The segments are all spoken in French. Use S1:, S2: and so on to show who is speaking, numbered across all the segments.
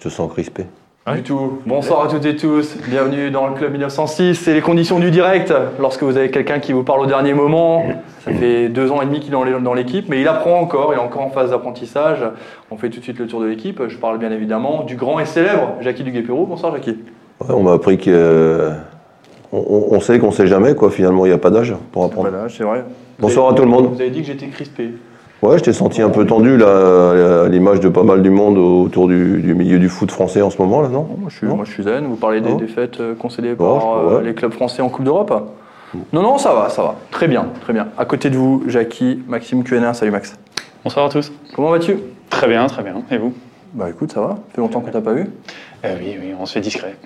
S1: te sens crispé.
S2: Ouais.
S3: Du tout. Bonsoir à toutes et tous. Bienvenue dans le club 1906. C'est les conditions du direct. Lorsque vous avez quelqu'un qui vous parle au dernier moment, ça fait deux ans et demi qu'il est dans l'équipe, mais il apprend encore. Il est encore en phase d'apprentissage. On fait tout de suite le tour de l'équipe. Je parle bien évidemment du grand et célèbre Jackie Duguay-Pérou. Bonsoir Jackie.
S1: Ouais, on m'a appris que. euh, on, on- on sait qu'on sait jamais, quoi. Finalement, il n'y a pas d'âge pour apprendre.
S2: Voilà, c'est vrai.
S1: Bonsoir à tout le monde.
S3: Vous avez dit que j'étais crispé.
S1: Ouais, je t'ai senti un peu tendu, là, à l'image de pas mal du monde autour du, du milieu du foot français en ce moment, là, non
S3: Non, moi, je suis,
S1: Non.
S3: moi je suis zen, vous parlez des
S1: Non.
S3: défaites euh, concédées
S1: Bon,
S3: par
S1: je-
S3: euh,
S1: ouais.
S3: les clubs français en Coupe d'Europe Non, non, ça va, ça va. Très bien, très bien. À côté de vous, Jackie, Maxime QN1, salut Max.
S2: Bonsoir à tous.
S3: Comment vas-tu
S2: Très bien, très bien. Et vous
S3: Bah écoute, ça va, ça fait longtemps qu'on t'a pas vu.
S1: Eh
S2: Euh, Oui, oui, on se fait discret.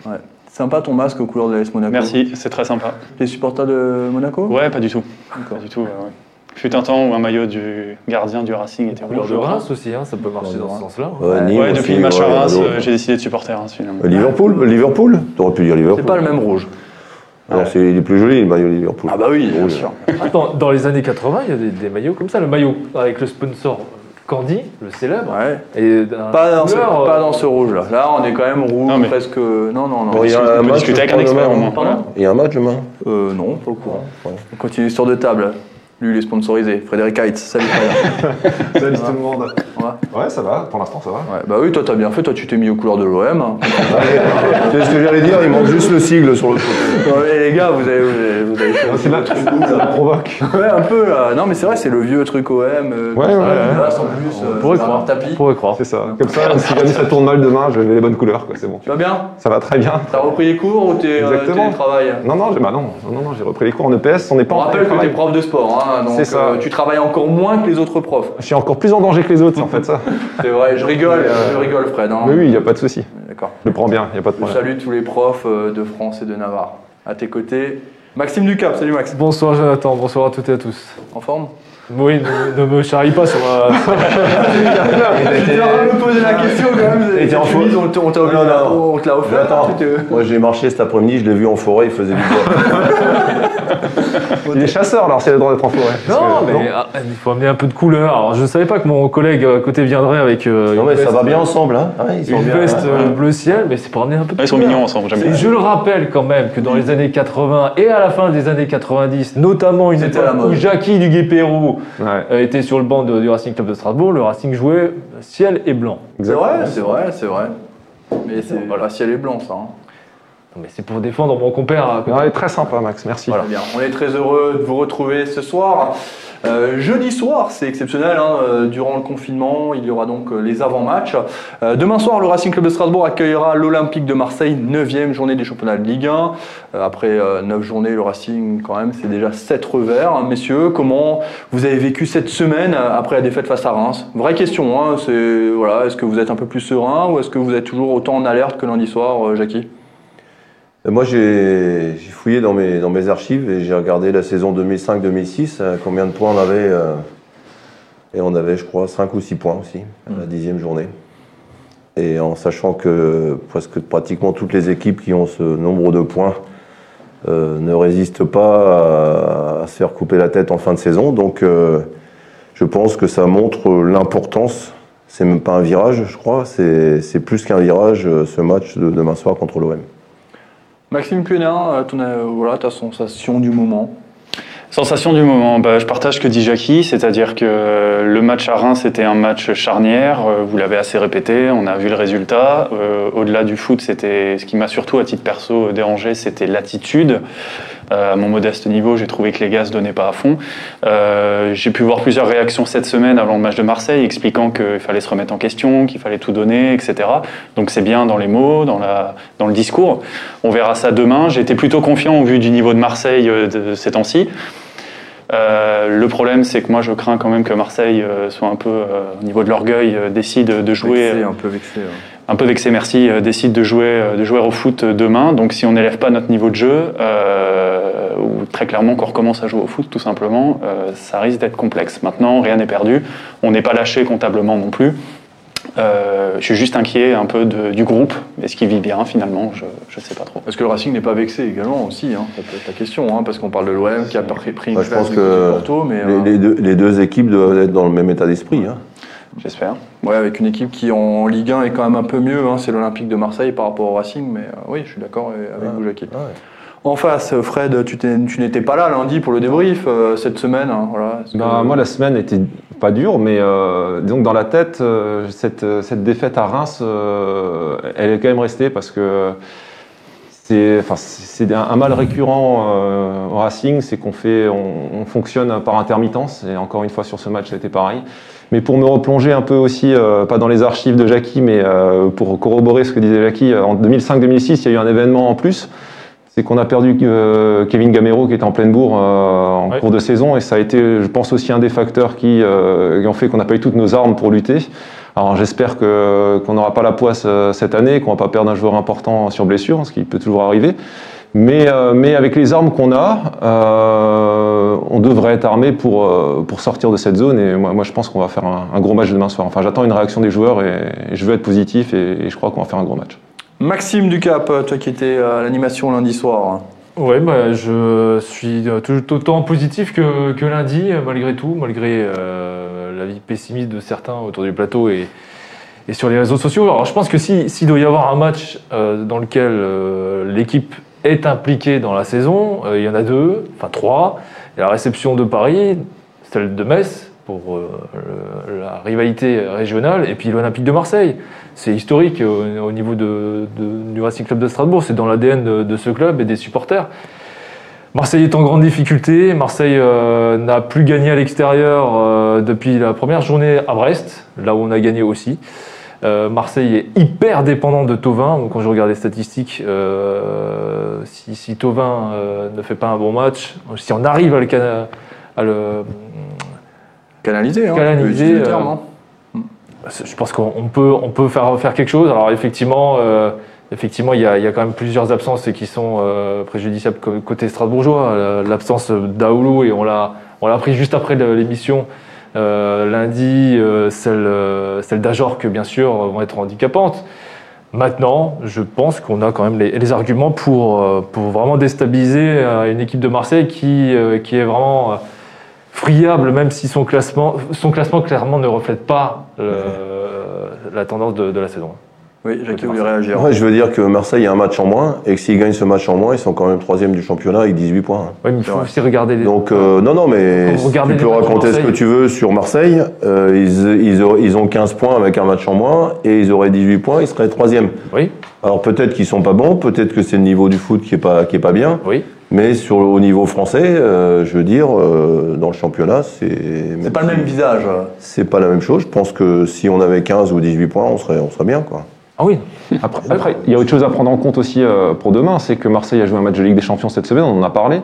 S3: Sympa ton masque aux couleurs de l'AS Monaco.
S2: Merci, c'est très sympa.
S3: T'es supporter de Monaco
S2: Ouais, pas du tout. Pas
S3: D'accord.
S2: du tout. euh, ouais. Fut un temps où un maillot du gardien du Racing était
S4: Couleur
S2: rouge.
S4: de
S2: je crois.
S4: Reims aussi, hein, ça peut marcher
S3: Couleur de
S4: dans ce sens-là. hein.
S1: Ouais, Nîmes
S2: Ouais,
S1: aussi,
S2: depuis le match
S1: ouais,
S2: à Reims,
S1: Bordeaux.
S2: euh, j'ai décidé de supporter Reims finalement.
S1: Euh, Liverpool Liverpool T'aurais pu dire Liverpool.
S3: C'est pas le même rouge.
S1: Non, c'est- il est plus joli, le maillot Liverpool.
S3: Ah bah oui, bien
S1: Rouge.
S3: sûr.
S4: Dans, dans les années 80, il y a des, des maillots comme ça. Le maillot avec le sponsor Candy, le célèbre.
S3: Ouais.
S4: Et d'un-
S3: Pas dans, ce,
S4: couleur,
S3: pas
S4: euh,
S3: dans ce rouge là. Là, on est quand même rouge,
S2: Non, mais-
S3: presque. euh, Non, non, non.
S1: Bon, il y a
S2: On peut
S1: un match,
S2: discuter avec
S1: je
S2: un
S1: crois,
S2: expert
S1: demain,
S2: au moins.
S3: Pardon
S1: Il y a un match demain
S3: Euh, non, pas au courant. On continue sur deux tables. Lui, il est sponsorisé. Frédéric Heitz, salut Frédéric.
S5: Salut tout le monde.
S3: Ouais.
S5: Ouais, ça va, pour l'instant ça va.
S3: Ouais, bah oui, toi, t'as bien fait. Toi, tu t'es mis aux couleurs de hein. l'OM.
S1: Ah C'est ce que j'allais dire, il manque juste le sigle sur le
S3: Non, mais les gars, vous avez, vous avez, vous avez fait-
S5: C'est là que ça la provoque.
S3: Ouais, un peu là. Non, mais c'est vrai, c'est le vieux truc OM. euh,
S5: Ouais,
S3: tout ça,
S5: ouais,
S3: euh,
S5: ouais.
S3: là, sans plus, euh,
S4: pourrait
S3: c'est
S4: croire.
S3: un tapis.
S4: On pourrait croire.
S5: C'est ça. Comme ça, si jamais ça tourne mal demain, je vais les bonnes couleurs, quoi, c'est bon.
S3: Tu vas bien
S5: Ça va très bien.
S3: T'as repris les cours ou t'es euh,
S5: Exactement.
S3: télétravail
S5: Non, non, j'ai bah non, non, non, non, j'ai repris les cours en EPS, on n'est pas
S3: On
S5: en
S3: rappelle que t'es
S5: télétravail.
S3: prof de sport, hein, donc
S5: C'est ça.
S3: euh, tu travailles encore moins que les autres profs.
S5: Je suis encore plus en danger que les autres, c'est en fait ça.
S3: C'est vrai, je rigole, je rigole Fred. hein.
S5: euh, Mais oui, il n'y a pas de souci.
S3: D'accord.
S5: Je le prends bien, il n'y a pas de
S3: Je
S5: problème.
S3: salue tous les profs euh, de France et de Navarre. À tes côtés, Maxime Ducap. Salut Max.
S4: Bonsoir Jonathan, bonsoir à toutes et à tous.
S3: En forme
S4: Oui, ne, ne me charrie pas sur ma.
S3: Tu me poser
S5: Ah,
S3: la question quand même.
S1: Et t'es en
S3: Tu
S1: faute.
S3: dis, On t'a- on t'a obligé,
S1: Non, non.
S3: on te l'a offert.
S1: Attends,
S3: tu te-
S1: moi j'ai marché cet après-midi, je l'ai vu en forêt, il faisait du bois.
S5: Il est chasseur, alors s'il a le droit d'être en forêt. Parce
S4: Non,
S5: que-
S4: mais ah, il faut amener un peu de couleur. Alors, je ne savais pas que mon collègue à côté viendrait avec. euh,
S1: Non
S4: une
S1: mais ça
S4: veste-
S1: va bien ensemble, hein hein, ils sont
S4: Une
S1: bien,
S4: veste
S1: hein.
S4: euh, bleu ciel, mais c'est pour amener un peu de
S2: Ouais, ils sont
S4: couleur.
S2: mignons ensemble, j'aime
S4: Et
S2: bien.
S4: je le rappelle quand même que dans les années 80 et à la fin des années 90, notamment une
S3: C'était la
S4: époque
S3: mode.
S4: où Jackie Duguay-Pérou
S5: Ouais,
S4: euh, était sur le banc de- du Racing Club de Strasbourg, le Racing jouait ciel et blanc.
S3: C'est
S5: exactement.
S3: vrai, c'est vrai, c'est vrai. Mais c'est voilà, ciel est blanc ça. hein.
S4: Non, mais c'est pour défendre mon compère. euh, à côté.
S5: Ouais, très sympa, Max, merci.
S3: Voilà. Bien. On est très heureux de vous retrouver ce soir. Euh, jeudi soir, c'est exceptionnel, hein, euh, durant le confinement, il y aura donc euh, les avant-matchs. Euh, demain soir, le Racing Club de Strasbourg accueillera l'Olympique de Marseille, 9e journée des championnats de Ligue 1. Euh, après 9 journées, le Racing, quand même, c'est déjà 7 revers. hein. Messieurs, comment vous avez vécu cette semaine euh, après la défaite face à Reims Vraie question, hein, c'est voilà, est-ce que vous êtes un peu plus serein ou est-ce que vous êtes toujours autant en alerte que lundi soir, euh, Jackie
S1: Euh, Moi j'ai j'ai fouillé dans mes, dans mes archives et j'ai regardé la saison 2005-2006, euh, combien de points on avait. euh, et on avait je crois 5 ou 6 points aussi, à la dixième journée. Et en sachant que presque pratiquement toutes les équipes qui ont ce nombre de points euh, ne résistent pas à, à se faire couper la tête en fin de saison. Donc euh, je pense que ça montre l'importance. C'est même pas un virage, je crois. C'est c'est plus qu'un virage, euh, ce match de demain soir contre l'OM.
S3: Maxime Cuélin, euh, ton, euh, voilà, ta sensation du moment.
S2: Sensation du moment, bah, je partage ce que dit Jackie, c'est-à-dire que euh, le match à Reims c'était un match charnière, euh, vous l'avez assez répété, on a vu le résultat. Euh, Au-delà du foot, c'était ce qui m'a surtout à titre perso euh, dérangé, c'était l'attitude. Euh, à mon modeste niveau, j'ai trouvé que les gars se donnaient pas à fond. Euh, j'ai pu voir plusieurs réactions cette semaine avant le match de Marseille, expliquant qu'il fallait se remettre en question, qu'il fallait tout donner, etc. Donc c'est bien dans les mots, dans, la, dans le discours. On verra ça demain. J'étais plutôt confiant au vu du niveau de Marseille euh, de ces temps-ci. Euh, le problème, c'est que moi, je crains quand même que Marseille euh, soit un peu, euh, au niveau de l'orgueil, euh, décide de jouer
S3: Vexé,
S2: euh,
S3: un peu vexé. ouais.
S2: un peu vexé, merci, euh, décide de jouer, euh, de jouer au foot demain. Donc si on n'élève pas notre niveau de jeu, euh, ou très clairement qu'on recommence à jouer au foot tout simplement, euh, ça risque d'être complexe. Maintenant, rien n'est perdu. On n'est pas lâché comptablement non plus. Euh, je suis juste inquiet un peu de- du groupe. Est-ce qu'il vit bien finalement Je ne sais pas trop.
S3: Est-ce que le Racing n'est pas vexé également aussi hein Ça peut être la question, hein, parce qu'on parle de l'OM qui a pris, pris une
S1: Bah, je
S3: place
S1: pense
S3: du côté
S1: que
S3: de Porto, mais euh,
S1: Les, les deux, les deux équipes doivent être dans le même état d'esprit. hein.
S2: j'espère.
S3: Ouais, avec une équipe qui en Ligue 1 est quand même un peu mieux. hein, c'est l'Olympique de Marseille par rapport au Racing, mais euh, oui, je suis d'accord euh, avec
S1: Ouais.
S3: vous, Jackie.
S1: Ouais.
S3: En face, euh, Fred, tu t'es- tu n'étais pas là lundi pour le débrief euh, cette semaine. hein, voilà. Est-ce que-
S5: Bah, moi, la semaine était pas dure, mais euh, disons que dans la tête, euh, cette, euh, cette défaite à Reims, euh, elle est quand même restée parce que c'est enfin, c'est- c'est un, un mal récurrent euh, au Racing, c'est qu'on fait, on, on fonctionne par intermittence, et encore une fois sur ce match, c'était pareil. Mais pour me replonger un peu aussi, euh, pas dans les archives de Jackie, mais euh, pour corroborer ce que disait Jackie, euh, en 2005-2006, il y a eu un événement en plus. C'est qu'on a perdu euh, Kevin Gamero qui était en pleine bourre euh, en
S4: Ouais.
S5: cours de saison et ça a été, je pense, aussi un des facteurs qui, euh, qui ont fait qu'on n'a pas eu toutes nos armes pour lutter. Alors j'espère que qu'on n'aura pas la poisse euh, cette année, qu'on va pas perdre un joueur important sur blessure, hein, ce qui peut toujours arriver. Mais euh, mais avec les armes qu'on a, euh, on devrait être armé pour euh, pour sortir de cette zone. Et moi, moi je pense qu'on va faire un, un gros match demain soir. Enfin j'attends une réaction des joueurs et, et je veux être positif et, et je crois qu'on va faire un gros match.
S3: Maxime Ducap, euh, toi qui étais euh, à l'animation lundi soir. hein.
S4: Ouais, bah, je suis euh, tout autant positif que, que lundi, euh, malgré tout, malgré euh, l'avis pessimiste de certains autour du plateau et, et sur les réseaux sociaux. Alors, je pense que si- s'il doit y avoir un match euh, dans lequel euh, l'équipe est impliquée dans la saison, euh, il y en a deux, enfin trois. Il y a la réception de Paris, celle de Metz pour euh, le- la rivalité régionale, et puis l'Olympique de Marseille. C'est historique euh, au, niveau de, de- du Racing Club de Strasbourg, c'est dans l'ADN de, de ce club et des supporters. Marseille est en grande difficulté. Marseille euh, n'a plus gagné à l'extérieur euh, depuis la première journée à Brest, là où on a gagné aussi. Euh, Marseille est hyper dépendant de Tovin. Donc, Quand je regarde les statistiques, euh, si, si Tovin ne fait pas un bon match, si on arrive à le, cana- à le-
S3: Canalisé, hein,
S4: Canalisé,
S3: on peut utiliser le
S4: euh,
S3: terme, hein.
S4: je pense qu'on on peut, on peut faire, faire quelque chose. Alors effectivement, euh, effectivement, il y, a, il y a quand même plusieurs absences qui sont euh, préjudiciables co- côté strasbourgeois. Euh, L'absence d'Aoulou et on l'a, on l'a pris juste après le- l'émission euh, lundi. euh, celle, euh, celle d'Ajorque, bien sûr, vont être handicapantes. Maintenant, je pense qu'on a quand même les, les arguments pour, euh, pour vraiment déstabiliser euh, une équipe de Marseille qui, euh, qui est vraiment euh, friable, même si son classement, son classement clairement ne reflète pas euh,
S3: Mhm.
S4: la tendance de, de la saison.
S3: Oui, Jackie voulait réagir.
S1: Ouais, je veux dire que Marseille a un match en moins et que s'ils gagnent ce match en moins, ils sont quand même troisième du championnat avec 18 points. hein.
S4: Oui, mais il
S3: C'est
S4: faut
S3: vrai.
S4: aussi regarder les.
S1: Donc euh, non, non, mais
S4: Quand vous regardez
S1: tu peux
S4: les matchs de
S1: raconter ce que
S4: Marseille-
S1: tu veux sur Marseille. euh, ils, ils auraient- ils ont 15 points avec un match en moins et ils auraient 18 points, ils seraient troisième.
S4: Oui,
S1: Alors peut-être qu'ils sont pas bons, peut-être que c'est le niveau du foot qui est pas qui est pas bien,
S4: oui.
S1: mais sur au niveau français, euh, je veux dire, euh, dans le championnat, c'est
S3: C'est pas le même visage. euh.
S1: C'est pas la même chose. Je pense que si on avait 15 ou 18 points, on serait on serait bien quoi.
S4: Ah oui.
S5: Après, après, il y a autre chose à prendre en compte aussi euh, pour demain, c'est que Marseille a joué un match de Ligue des Champions cette semaine, on en a parlé.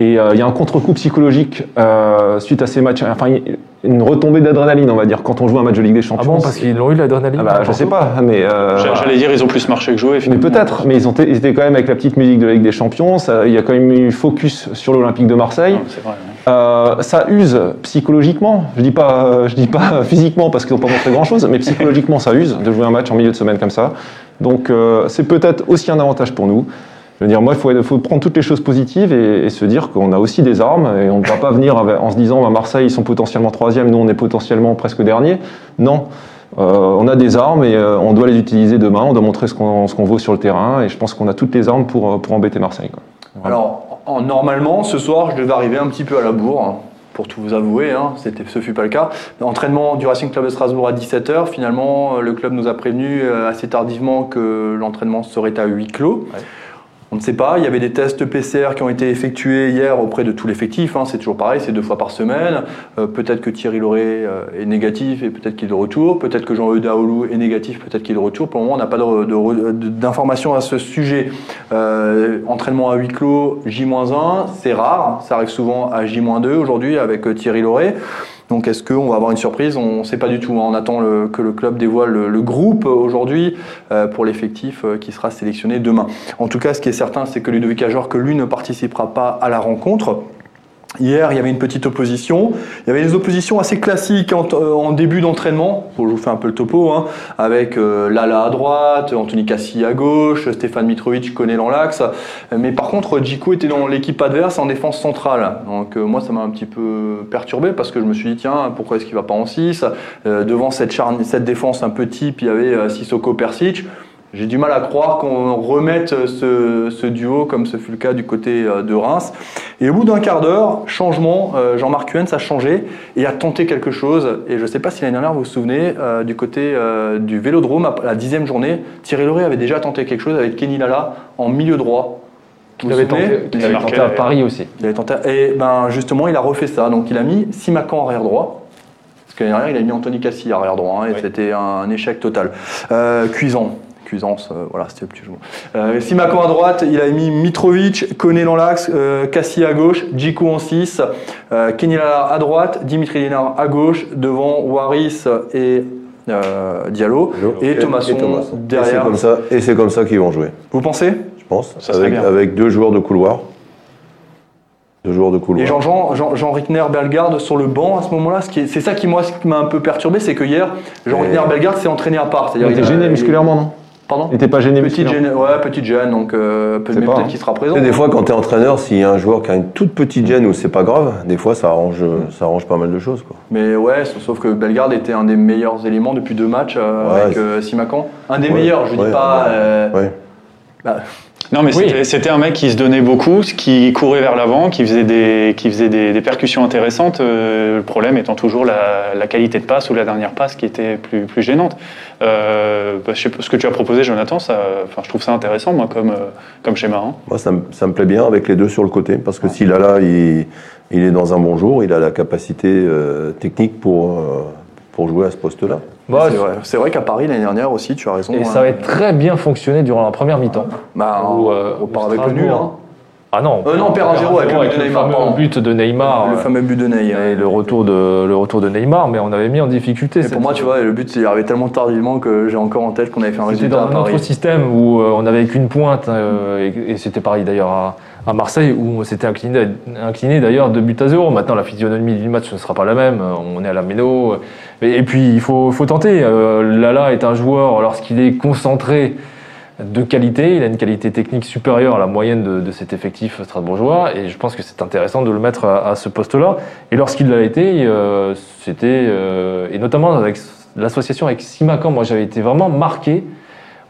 S5: Et euh, il y a un contre-coup psychologique euh, suite à ces matchs, enfin il- une retombée d'adrénaline, on va dire, quand on joue un match de Ligue des
S4: Ah
S5: Champions.
S4: bon, parce qu'ils l'ont eu l'adrénaline.
S5: Ah bah, je sais pas, mais. euh,
S2: J'a- J'allais dire, ils ont plus marché que joué.
S5: mais
S2: finalement.
S5: peut-être, mais ils, ont ils étaient quand même avec la petite musique de la Ligue des Champions, ça- il y a quand même eu focus sur l'Olympique de Marseille.
S2: Non, C'est vrai. ouais.
S5: Euh, ça use psychologiquement. Je dis pas, euh, je dis pas euh, physiquement parce qu'ils n'ont pas montré grand chose, mais psychologiquement ça use de jouer un match en milieu de semaine comme ça. Donc euh, c'est peut-être aussi un avantage pour nous. Je veux dire, moi, il faut, faut prendre toutes les choses positives et, et se dire qu'on a aussi des armes et on ne va pas venir avec- en se disant, bah, Marseille, ils sont potentiellement troisième, nous, on est potentiellement presque dernier. Non. Euh, on a des armes et euh, on doit les utiliser demain, on doit montrer ce qu'on ce qu'on vaut sur le terrain et je pense qu'on a toutes les armes pour, euh, pour embêter Marseille. quoi.
S3: Alors, en- normalement, ce soir, je devais arriver un petit peu à la bourre, hein, pour tout vous avouer, hein, c'était, ce fut pas le cas. Entraînement du Racing Club de Strasbourg à 17h, finalement, euh, le club nous a prévenu euh, assez tardivement que l'entraînement serait à huis clos. On ne sait pas, il y avait des tests PCR qui ont été effectués hier auprès de tout l'effectif, hein, c'est toujours pareil, c'est deux fois par semaine. Euh, peut-être que Thierry Loret euh, est négatif et peut-être qu'il est de retour, peut-être que Jean-Eudes Daoulou est négatif, peut-être qu'il est de retour. Pour le moment, on n'a pas de re- de re- de- d'informations à ce sujet. Euh, entraînement à huis clos, J-1, c'est rare, hein. ça arrive souvent à J-2 aujourd'hui avec euh, Thierry Loret. Donc est-ce qu'on va avoir une surprise On ne sait pas du tout. hein. On attend le- que le club dévoile le, le groupe aujourd'hui euh, pour l'effectif euh, qui sera sélectionné demain. En tout cas, ce qui est certain, c'est que Ludovic Ajor, que lui ne participera pas à la rencontre. Hier, il y avait une petite opposition. Il y avait des oppositions assez classiques en, euh, en début d'entraînement. Bon, je vous fais un peu le topo, hein, avec euh, Lala à droite, Anthony Cassi à gauche, Stéphane Mitrovic connaît dans l'axe. Mais par contre, Djikou était dans l'équipe adverse en défense centrale. Donc euh, moi, ça m'a un petit peu perturbé parce que je me suis dit, tiens, pourquoi est-ce qu'il va pas en 6 Euh, Devant cette, charni- cette défense un peu type, il y avait euh, Sissoko Persic. J'ai du mal à croire qu'on remette euh, ce, ce duo comme ce fut le cas du côté euh, de Reims. Et au bout d'un quart d'heure, changement, euh, Jean-Marc Huens a changé et a tenté quelque chose. Et je ne sais pas si l'année dernière, vous vous souvenez, euh, du côté euh, du Vélodrome, à la dixième journée, Thierry Loret avait déjà tenté quelque chose avec Kenny Lala en milieu droit. Vous
S4: Il
S3: vous
S4: avait
S3: souvenez
S4: tenté, qu'il
S2: Il
S4: avait
S2: a marqué
S4: tenté à
S2: la-
S4: Paris aussi.
S3: il avait tenté- Et ben justement, il a refait ça. Donc il a mis Simakan arrière droit. Parce que l'année dernière, il a mis Anthony Cassi arrière droit. hein, et
S2: Oui.
S3: c'était un échec total. Euh, Cuisant. Cuisance, euh, voilà, c'était le petit jeu. de mots. Euh, Simakan à droite, il a mis Mitrovic, Koné dans l'axe, euh, Cassi à gauche, Djikou en 6, euh, Kenny Lala à droite, Dimitri Lénard à gauche, devant Waris et euh, Diallo, et
S1: Et
S3: Thomasson
S1: c'est
S3: derrière.
S1: comme ça, et c'est comme ça qu'ils vont jouer,
S3: Vous pensez
S1: je pense.
S2: Ça serait
S1: avec,
S2: bien.
S1: avec deux joueurs de couloir. Deux joueurs de couloir.
S3: Et Jean-Jean, Jean, Jean Rickner Bellegarde sur le banc à ce moment-là, ce qui est- c'est ça qui moi ce qui m'a un peu perturbé, c'est que hier, Jean
S1: Et-
S3: Rickner Bellegarde s'est entraîné à part.
S5: Il
S3: C'est-à-dire
S5: était
S3: a-
S5: gêné musculairement, non
S3: Pardon
S5: Il était pas gêné
S3: Petite
S5: musculairement
S3: gêne, ouais, petite gêne, donc euh, peut-
S5: C'est
S3: mais
S5: pas,
S3: peut-être
S5: hein.
S3: qu'il sera présent.
S1: Tu sais, des fois, quand tu es entraîneur, s'il y a un joueur qui a une toute petite gêne ou c'est pas grave, des fois, ça arrange, ça arrange pas mal de choses. Quoi.
S3: Mais ouais, sa- sauf que Bellegarde était un des meilleurs éléments depuis deux matchs euh,
S1: Ouais,
S3: avec
S1: c'est-
S3: euh, Simakan. Un des
S1: Ouais,
S3: meilleurs, je dis
S1: ouais,
S3: pas.
S1: ouais.
S3: euh,
S1: Ouais.
S2: Non, mais
S4: Oui.
S2: c'était- c'était un mec qui se donnait beaucoup, qui courait vers l'avant, qui faisait des, qui faisait des, des percussions intéressantes. euh, le problème étant toujours la, la qualité de passe ou la dernière passe qui était plus, plus gênante. Euh, bah, je sais pas, ce que tu as proposé, Jonathan, ça, enfin, je trouve ça intéressant, moi, comme, euh, comme schéma. hein.
S1: Moi, ça me, ça me plaît bien avec les deux sur le côté, parce que si Lala, il, il est dans un bon jour, il a la capacité euh, technique pour, euh, pour jouer à ce poste-là.
S4: Bah,
S3: c'est vrai, C'est vrai qu'à Paris l'année dernière aussi, tu as raison.
S4: Et
S3: hein.
S4: ça avait très bien fonctionné durant la première mi-temps.
S3: Bah,
S4: Ou,
S3: on,
S4: euh,
S3: on part
S4: ou
S3: avec le nul.
S4: Strasbourg.
S3: hein.
S4: Ah non.
S3: Euh, non, perd un zéro avec le but de Neymar,
S4: fameux
S3: pardon.
S4: but de Neymar.
S3: Le
S4: euh,
S3: fameux but de Ney.
S4: Et le retour de le retour de Neymar, mais on avait mis en difficulté.
S3: Et pour
S4: cette-
S3: moi, tu vois, le but, c'est arrivé tellement tardivement que j'ai encore en tête qu'on avait fait un
S4: c'était
S3: résultat
S4: dans
S3: à
S4: un
S3: Paris.
S4: autre système où euh, on n'avait qu'une pointe euh, et, et c'était pareil d'ailleurs à, à Marseille où on s'était incliné, incliné d'ailleurs de but à zéro. Maintenant, la physionomie du match ne sera pas la même. Euh, On est à la méno. Et, et puis il faut faut tenter. Euh, Lala est un joueur lorsqu'il est concentré de qualité, il a une qualité technique supérieure à la moyenne de, de cet effectif strasbourgeois et je pense que c'est intéressant de le mettre à, à ce poste-là. Et lorsqu'il l'a été, euh, c'était euh, et notamment avec l'association avec Simacan, moi j'avais été vraiment marqué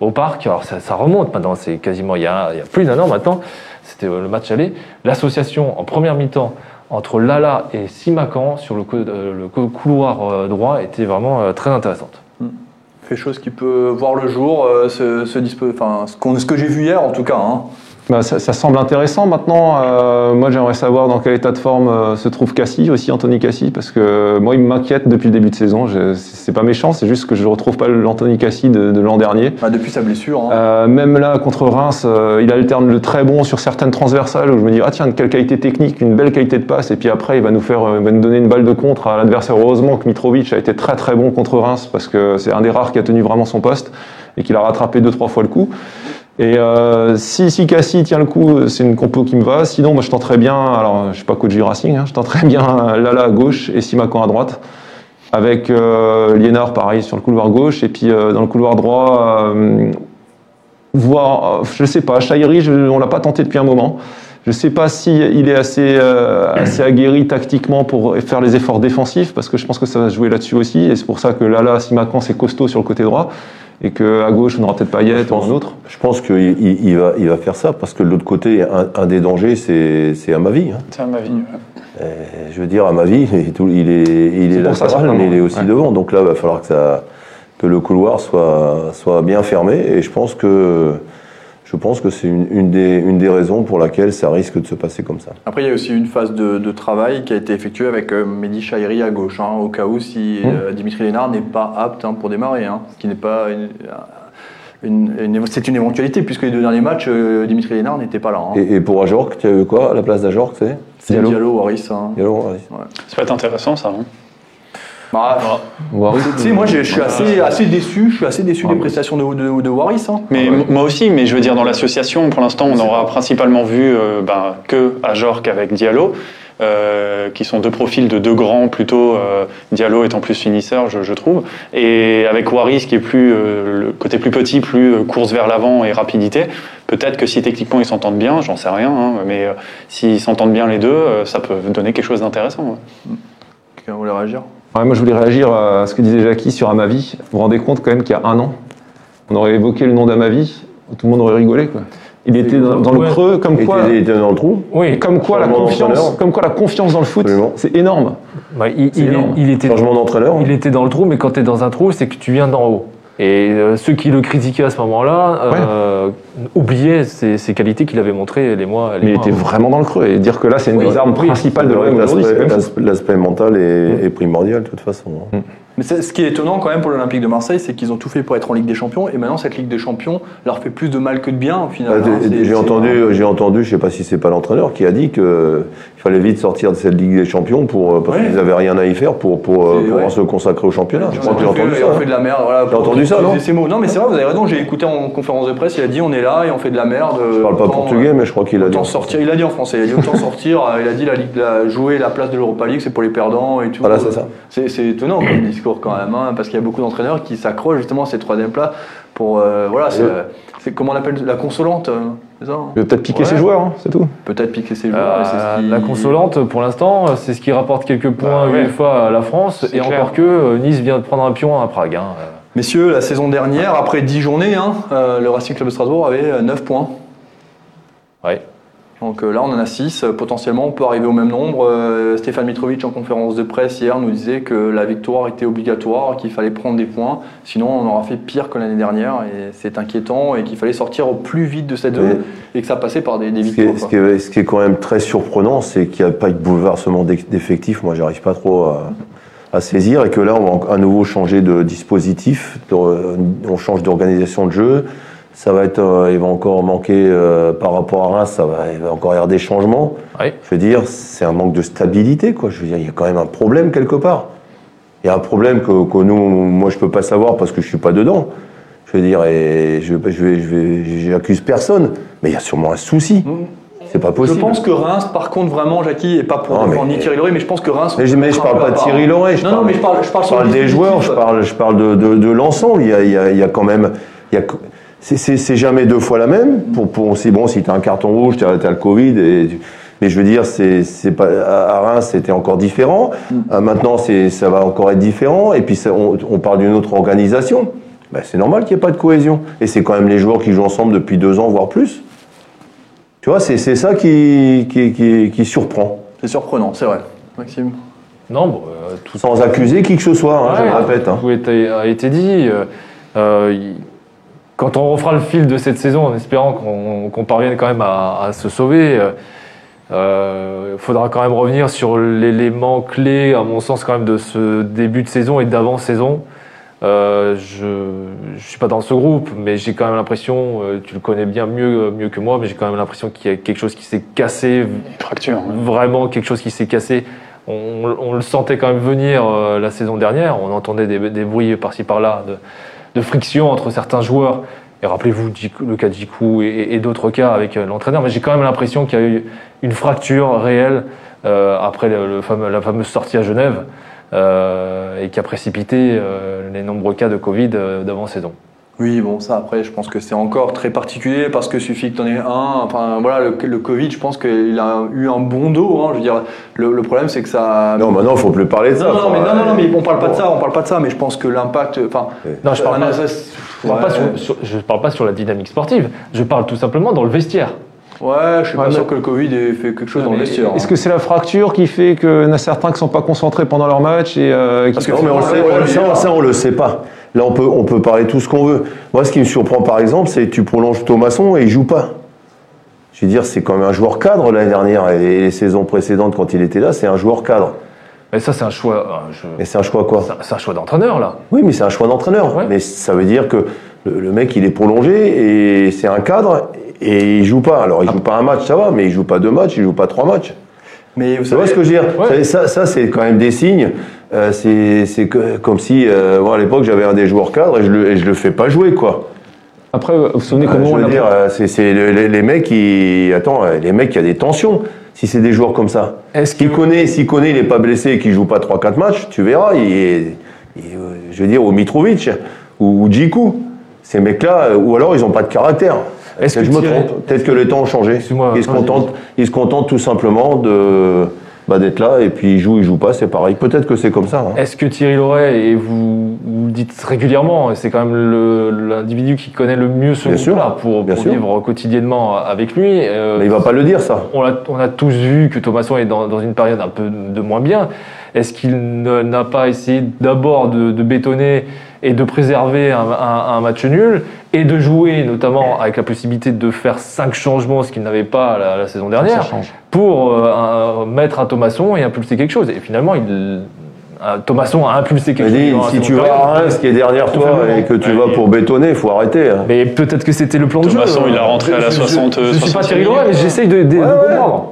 S4: au parc. Alors ça, ça remonte maintenant, c'est quasiment il y a, il y a plus d'un an maintenant. C'était euh, le match aller. L'association en première mi-temps entre Lala et Simacan sur le, cou- euh, le cou- couloir euh, droit était vraiment euh, très intéressante.
S3: fait chose qui peut voir le jour, euh, ce, ce, dispo- enfin, ce, qu'on- ce que j'ai vu hier en tout cas. hein.
S5: Bah, ça, ça semble intéressant maintenant. Euh, moi, j'aimerais savoir dans quel état de forme euh, se trouve Cassie, aussi Anthony Cassie, parce que euh, moi, il m'inquiète depuis le début de saison. Je- C'est pas méchant, c'est juste que je ne retrouve pas l'Anthony Cassie de, de l'an dernier.
S3: Bah, depuis sa blessure.
S4: Ah.
S3: hein.
S5: Euh, même là, contre Reims, euh, il alterne le très bon sur certaines transversales où je me dis, ah tiens, quelle qualité technique, une belle qualité de passe, et puis après, il va nous faire, euh, il va nous donner une balle de contre à l'adversaire. Heureusement que Mitrovic a été très très bon contre Reims parce que c'est un des rares qui a tenu vraiment son poste et qu'il a rattrapé deux trois fois le coup. Et euh, si, si Cassie tient le coup, c'est une compo qui me va. Sinon, moi, je tenterais bien, alors je suis pas coach du Racing, hein, je tenterais bien euh, Lala à gauche et Simakan à droite avec euh, Liénard, pareil, sur le couloir gauche, et puis euh, dans le couloir droit, euh, voir, euh, je sais pas, Chahiri, je- on l'a pas tenté depuis un moment. Je sais pas si il est assez, euh, assez aguerri tactiquement pour faire les efforts défensifs, parce que je pense que ça va se jouer là-dessus aussi, et c'est pour ça que Lala, Simakan, c'est costaud sur le côté droit, et qu'à gauche, on aura peut-être Payet ou un autre.
S1: Je pense qu'il il, il va, il va faire ça, parce que de l'autre côté, un, un des dangers, c'est c'est à ma vie. hein.
S2: C'est ma vie.
S1: Et je veux dire, à ma vie, il est, tout- il est, il est,
S5: C'est pour ça,
S1: latéral,
S5: certainement.
S1: mais il est aussi
S5: Ouais.
S1: devant. Donc là, il va falloir que, ça, que le couloir soit, soit bien fermé. Et je pense que, je pense que c'est une, une des, une des raisons pour laquelle ça risque de se passer comme ça.
S3: Après, il y a aussi une phase de, de travail qui a été effectuée avec euh, Mehdi Chahiri à gauche, hein, au cas où si
S4: Mmh.
S5: Mm.
S3: euh, Dimitri Lénard n'est pas apte hein, pour démarrer, hein, ce qui n'est pas une, euh, une- une- c'est une éventualité puisque les deux derniers matchs, euh, Dimitri Lénard n'était pas là. hein.
S1: Et, et pour Ajorc, tu as eu quoi à la place d'Ajorc C'est
S3: C'est
S5: Diallo.
S3: Diallo, Waris. hein.
S1: Diallo, vas-y.
S2: Ça peut être intéressant, ça. hein.
S3: Bah,
S4: Ah.
S5: Voir.
S3: tu sais, moi, je je suis assez, assez déçu. Je suis assez
S1: Ah
S3: déçu des prestations de, de, de Waris. hein.
S2: Mais m- moi aussi, mais je veux dire, dans l'association, pour l'instant, on aura principalement vu euh, ben, que Ajorc avec Diallo. euh, qui sont deux profils de deux grands, plutôt euh, Diallo étant plus finisseur, je, je trouve, et avec Waris qui est plus euh, le côté plus petit, plus euh, course vers l'avant et rapidité. Peut-être que si techniquement ils s'entendent bien, j'en sais rien, hein, mais euh, s'ils s'entendent bien les deux, euh, ça peut donner quelque chose d'intéressant. ouais.
S3: Quelqu'un voulait réagir
S5: Ouais, moi, je voulais réagir à ce que disait Jackie sur Amavi. Vous vous rendez compte quand même qu'il y a un an, on aurait évoqué le nom d'Amavi, tout le monde aurait rigolé. Quoi. Il était dans, dans
S4: Ouais.
S5: le creux, comme
S1: Et
S5: quoi,
S1: t'es- t'es dans le trou
S5: et
S4: Oui,
S5: comme quoi, la
S1: Changement
S5: confiance,
S1: d'entraîneur.
S5: comme quoi la confiance dans le foot,
S1: Absolument.
S5: c'est énorme.
S4: bah, il,
S5: C'est
S4: il est-
S5: énorme.
S4: il était,
S1: Changement d'entraîneur.
S4: il était dans le trou, mais quand tu es dans un trou, c'est que tu viens d'en haut. Et euh, ceux qui le critiquaient à ce moment-là euh, oubliaient ces, ces qualités qu'il avait montrées les mois. Les
S5: Mais il
S4: mois
S5: était
S4: avant.
S5: vraiment dans le creux. Et dire que là, c'est une
S4: Oui,
S5: des armes
S4: oui.
S5: principales de l'OM aujourd'hui,
S1: hein.
S5: c'est Mmh.
S1: L'aspect-
S5: quand même
S1: l'as- L'aspect mental est, est primordial de toute façon. hein.
S3: Mais c'est- ce qui est étonnant quand même pour l'Olympique de Marseille, c'est qu'ils ont tout fait pour être en Ligue des Champions, et maintenant cette Ligue des Champions leur fait plus de mal que de bien au final.
S1: Ah,
S3: hein.
S1: t'es-
S3: C'est-
S1: J'ai
S3: c'est-
S1: entendu, j'ai entendu, je sais pas si c'est pas l'entraîneur qui a dit que euh, il fallait vite sortir de cette Ligue des Champions pour euh, parce
S3: Ouais.
S1: qu'ils avaient rien à y faire pour pour, euh,
S3: C'est-
S1: pouvoir
S3: ouais.
S1: se consacrer au championnat.
S3: On
S1: Je
S3: a
S1: crois que j'ai
S3: tout fait,
S1: entendu
S3: et
S1: ça. hein.
S3: on fait de la merde. Voilà,
S1: T'as entendu ça, non
S3: ces mots. Non, mais c'est vrai, vous avez raison. J'ai écouté en conférence de presse, il a dit on est là et on fait de la merde. euh,
S1: Je parle pas portugais, mais je crois qu'il a dit.
S3: Autant sortir, il a dit en français, il a dit autant sortir, euh, il a dit la, ligue, la- jouer la place de l'Europa League, c'est pour les perdants et tout.
S1: Voilà, c'est ça.
S3: C'est, c'est étonnant comme discours quand même, hein, parce qu'il y a beaucoup d'entraîneurs qui s'accrochent justement à ces troisième plats pour. euh, voilà, c'est,
S1: Oui.
S3: euh, c'est comment on appelle la consolante, euh, c'est ça hein
S5: Il veut peut-être piquer
S3: Ouais.
S5: ses joueurs, hein, c'est tout.
S3: Peut-être piquer ses joueurs.
S4: Euh,
S3: et c'est ce qui-
S4: La consolante, pour l'instant, c'est ce qui rapporte quelques points
S2: Bah ouais.
S4: UEFA à la France.
S2: C'est
S4: Et
S2: clair.
S4: encore que euh, Nice vient de prendre un pion à Prague. hein.
S3: Messieurs, la saison dernière, après 10 journées, hein, euh, le Racing Club de Strasbourg avait euh, 9 points.
S4: Ouais.
S3: Donc euh, là, on en a 6. Potentiellement, on peut arriver au même nombre. Euh, Stéphane Mitrovic, en conférence de presse hier, nous disait que la victoire était obligatoire, qu'il fallait prendre des points. Sinon, on aura fait pire que l'année dernière. Et c'est inquiétant. Et qu'il fallait sortir au plus vite de cette zone. Et que ça passait par des, des
S1: Ce qui, est,
S3: victoires.
S1: ce
S3: quoi.
S1: qui est- ce qui est quand même très surprenant, c'est qu'il n'y a pas de bouleversement d'ex- d'effectifs. Moi, j'arrive pas trop à, à saisir. Et que là, on va à nouveau changer de dispositif. de- On change d'organisation de jeu. Ça va être, euh, il va encore manquer euh, par rapport à Reims. Ça va, il va encore y avoir des changements.
S4: Ouais.
S1: Je veux dire, c'est un manque de stabilité, quoi. Je veux dire, il y a quand même un problème quelque part. Il y a un problème que, que nous, moi, je peux pas savoir parce que je suis pas dedans. Je veux dire, et je, je vais, je vais, j'accuse personne, mais il y a sûrement un souci.
S3: Mm.
S1: C'est pas
S3: Je
S1: possible.
S3: pense que Reims, par contre, vraiment, Jackie, et pas pour
S1: Non,
S3: défendre
S1: mais-
S3: ni Thierry Loret, mais je pense que Reims.
S1: Mais je, mais je parle pas de Thierry Loret, je
S3: Non,
S1: parle,
S3: non, mais je parle, je parle,
S1: je
S3: sur le
S1: parle des
S3: dispositif.
S1: joueurs, je parle, je parle de, de, de l'ensemble. Il, y a- il y a- il y a quand même. il y a- c'est- C'est c'est jamais deux fois la même. Pour, pour, c'est bon, si tu as un carton rouge, tu as, le Covid. Et, tu- mais je veux dire, c'est c'est pas, à à Reims, c'était encore différent. Euh, Maintenant, c'est- ça va encore être différent. Et puis, ça- on, on parle d'une autre organisation. Ben, c'est normal qu'il n'y ait pas de cohésion. Et c'est quand même les joueurs qui jouent ensemble depuis deux ans, voire plus. Tu vois, c'est c'est ça qui, qui, qui, qui surprend.
S3: C'est surprenant, c'est vrai. Maxime
S4: Non, bon, euh, tout
S1: Sans accuser qui que ce soit, hein, je
S4: Ouais,
S1: le répète. hein.
S4: Tout était- a été dit. euh, euh, il- quand on refera le fil de cette saison, en espérant qu'on qu'on parvienne quand même à, à se sauver, il faudra quand même revenir sur l'élément clé, à mon sens, quand même, de ce début de saison et d'avant-saison. Euh, je ne suis pas dans ce groupe, mais j'ai quand même l'impression, euh, tu le connais bien mieux, mieux que moi, mais j'ai quand même l'impression qu'il y a quelque chose qui s'est cassé
S2: Fracture.
S4: hein.
S2: ouais.
S4: vraiment quelque chose qui s'est cassé. On, on le sentait quand même venir euh, la saison dernière. On entendait des, des bruits par-ci par-là de, de friction entre certains joueurs. Et rappelez-vous Djikou- le cas de Jiku et, et d'autres cas avec euh, l'entraîneur. Mais j'ai quand même l'impression qu'il y a eu une fracture réelle euh, après le, le fameux- la fameuse sortie à Genève euh, et qui a précipité euh, les nombreux cas de Covid euh, d'avant-saison.
S3: Oui, bon, ça après, je pense que c'est encore très particulier parce que suffit que t'en aies un. Enfin, voilà, le, le Covid, je pense qu'il a eu un bon dos. hein. je veux dire, le, le problème, c'est que ça.
S1: Ah, Non, maintenant, il faut plus parler de ça.
S3: non, non,
S1: Enfin,
S3: mais, non, non, non, mais on parle pas de
S1: bon.
S3: ça, on parle pas de ça, mais je pense que l'impact. Enfin, euh,
S4: Non, je parle
S3: un-
S4: pas,
S3: ça-
S4: je parle pas
S3: ouais.
S4: sur- sur- je parle pas sur la dynamique sportive. Je parle tout simplement dans le vestiaire.
S3: Ouais, je suis
S5: Ouais,
S3: pas
S5: mais-
S3: sûr que le Covid ait fait quelque chose dans le vestiaire.
S5: Est-ce
S3: hein.
S5: que c'est la fracture qui fait qu'il y en a certains qui ne sont pas concentrés pendant leur match et euh, qui-
S1: Parce que- non, mais on le sait,
S3: Ouais,
S1: on le
S3: ouais,
S1: sait,
S3: ouais.
S1: ça, on le sait pas. Là, on peut, on peut parler tout ce qu'on veut. Moi, ce qui me surprend, par exemple, c'est que tu prolonges Thomasson et il joue pas. Je veux dire, c'est quand même un joueur cadre l'année dernière et les saisons précédentes, quand il était là, c'est un joueur cadre.
S4: Mais ça, c'est un choix. un- je-
S1: Et c'est un choix quoi
S4: C'est un- C'est un choix d'entraîneur, là.
S1: Oui, mais c'est un choix d'entraîneur.
S4: Ouais.
S1: Mais ça veut dire que le, le mec, il est prolongé et c'est un cadre et il joue pas.
S3: Ah.
S1: Alors, il joue pas un match, ça va, mais il joue pas deux matchs, il joue pas trois matchs.
S3: Mais vous
S1: Tu vois
S3: savez,
S1: ce que je veux dire
S4: Ouais.
S1: Ça, ça c'est quand même des signes. Euh, c'est c'est que- comme si, euh, moi, à l'époque, j'avais un des joueurs cadres et je le, et je le fais pas jouer, quoi.
S5: Après, vous vous souvenez
S1: Euh,
S5: comment
S1: je
S5: on
S1: veux
S5: l'a
S1: dire, euh, c'est c'est le- les, les mecs qui. Attends, euh, les mecs, il y a des tensions. si c'est des joueurs comme ça.
S4: Est-ce
S1: S'il connaît, s'il connaît, il n'est pas blessé et qu'il joue pas 3-4 matchs, tu verras, il est- il est, euh, je veux dire, au Mitrovic ou, ou Djikou. Ces mecs-là, euh, ou alors ils n'ont pas de caractère.
S4: Est-ce
S1: Est-ce
S4: que
S1: que je me
S4: Thierry-
S1: trompe Peut-être que les temps ont changé.
S4: Excuse-moi,
S1: Ils se
S4: vas-y.
S1: contentent, ils se contentent tout simplement de bah, d'être là et puis ils jouent, ils jouent pas, c'est pareil. Peut-être que c'est comme ça. hein.
S4: Est-ce que Thierry Loret, et vous, vous le dites régulièrement, et c'est quand même le- l'individu qui connaît le mieux ce
S1: Bien sûr,
S4: groupe-là pour,
S1: bien
S4: pour
S1: sûr.
S4: vivre quotidiennement avec lui, euh,
S1: Mais il va pas le dire ça.
S4: on, a, on a tous vu que Thomasson est dans, dans une période un peu de moins bien. Est-ce qu'il ne- n'a pas essayé d'abord de, de bétonner et de préserver un, un- un match nul et de jouer notamment avec la possibilité de faire cinq changements, ce qu'il n'avait pas la, la saison
S5: Ça
S4: dernière
S5: change.
S4: pour euh, un- mettre un Thomasson et impulser quelque chose. Et finalement, il, un Thomasson a impulsé quelque
S1: Il dit,
S4: chose. dans
S1: si
S4: la seconde
S1: tu vas
S4: période.
S1: à Reims qui est derrière toi
S4: Complètement.
S1: et que tu
S2: Ouais,
S1: vas
S2: il-
S1: pour bétonner, il faut arrêter. hein.
S4: Mais peut-être que c'était le plan de,
S2: De
S4: jeu. euh,
S2: toute façon, il a rentré à la
S4: Je- je-
S2: 60,
S4: Je, suis pas
S2: 60.
S4: Thierry Loret, mais j'essaye de, de- de comprendre.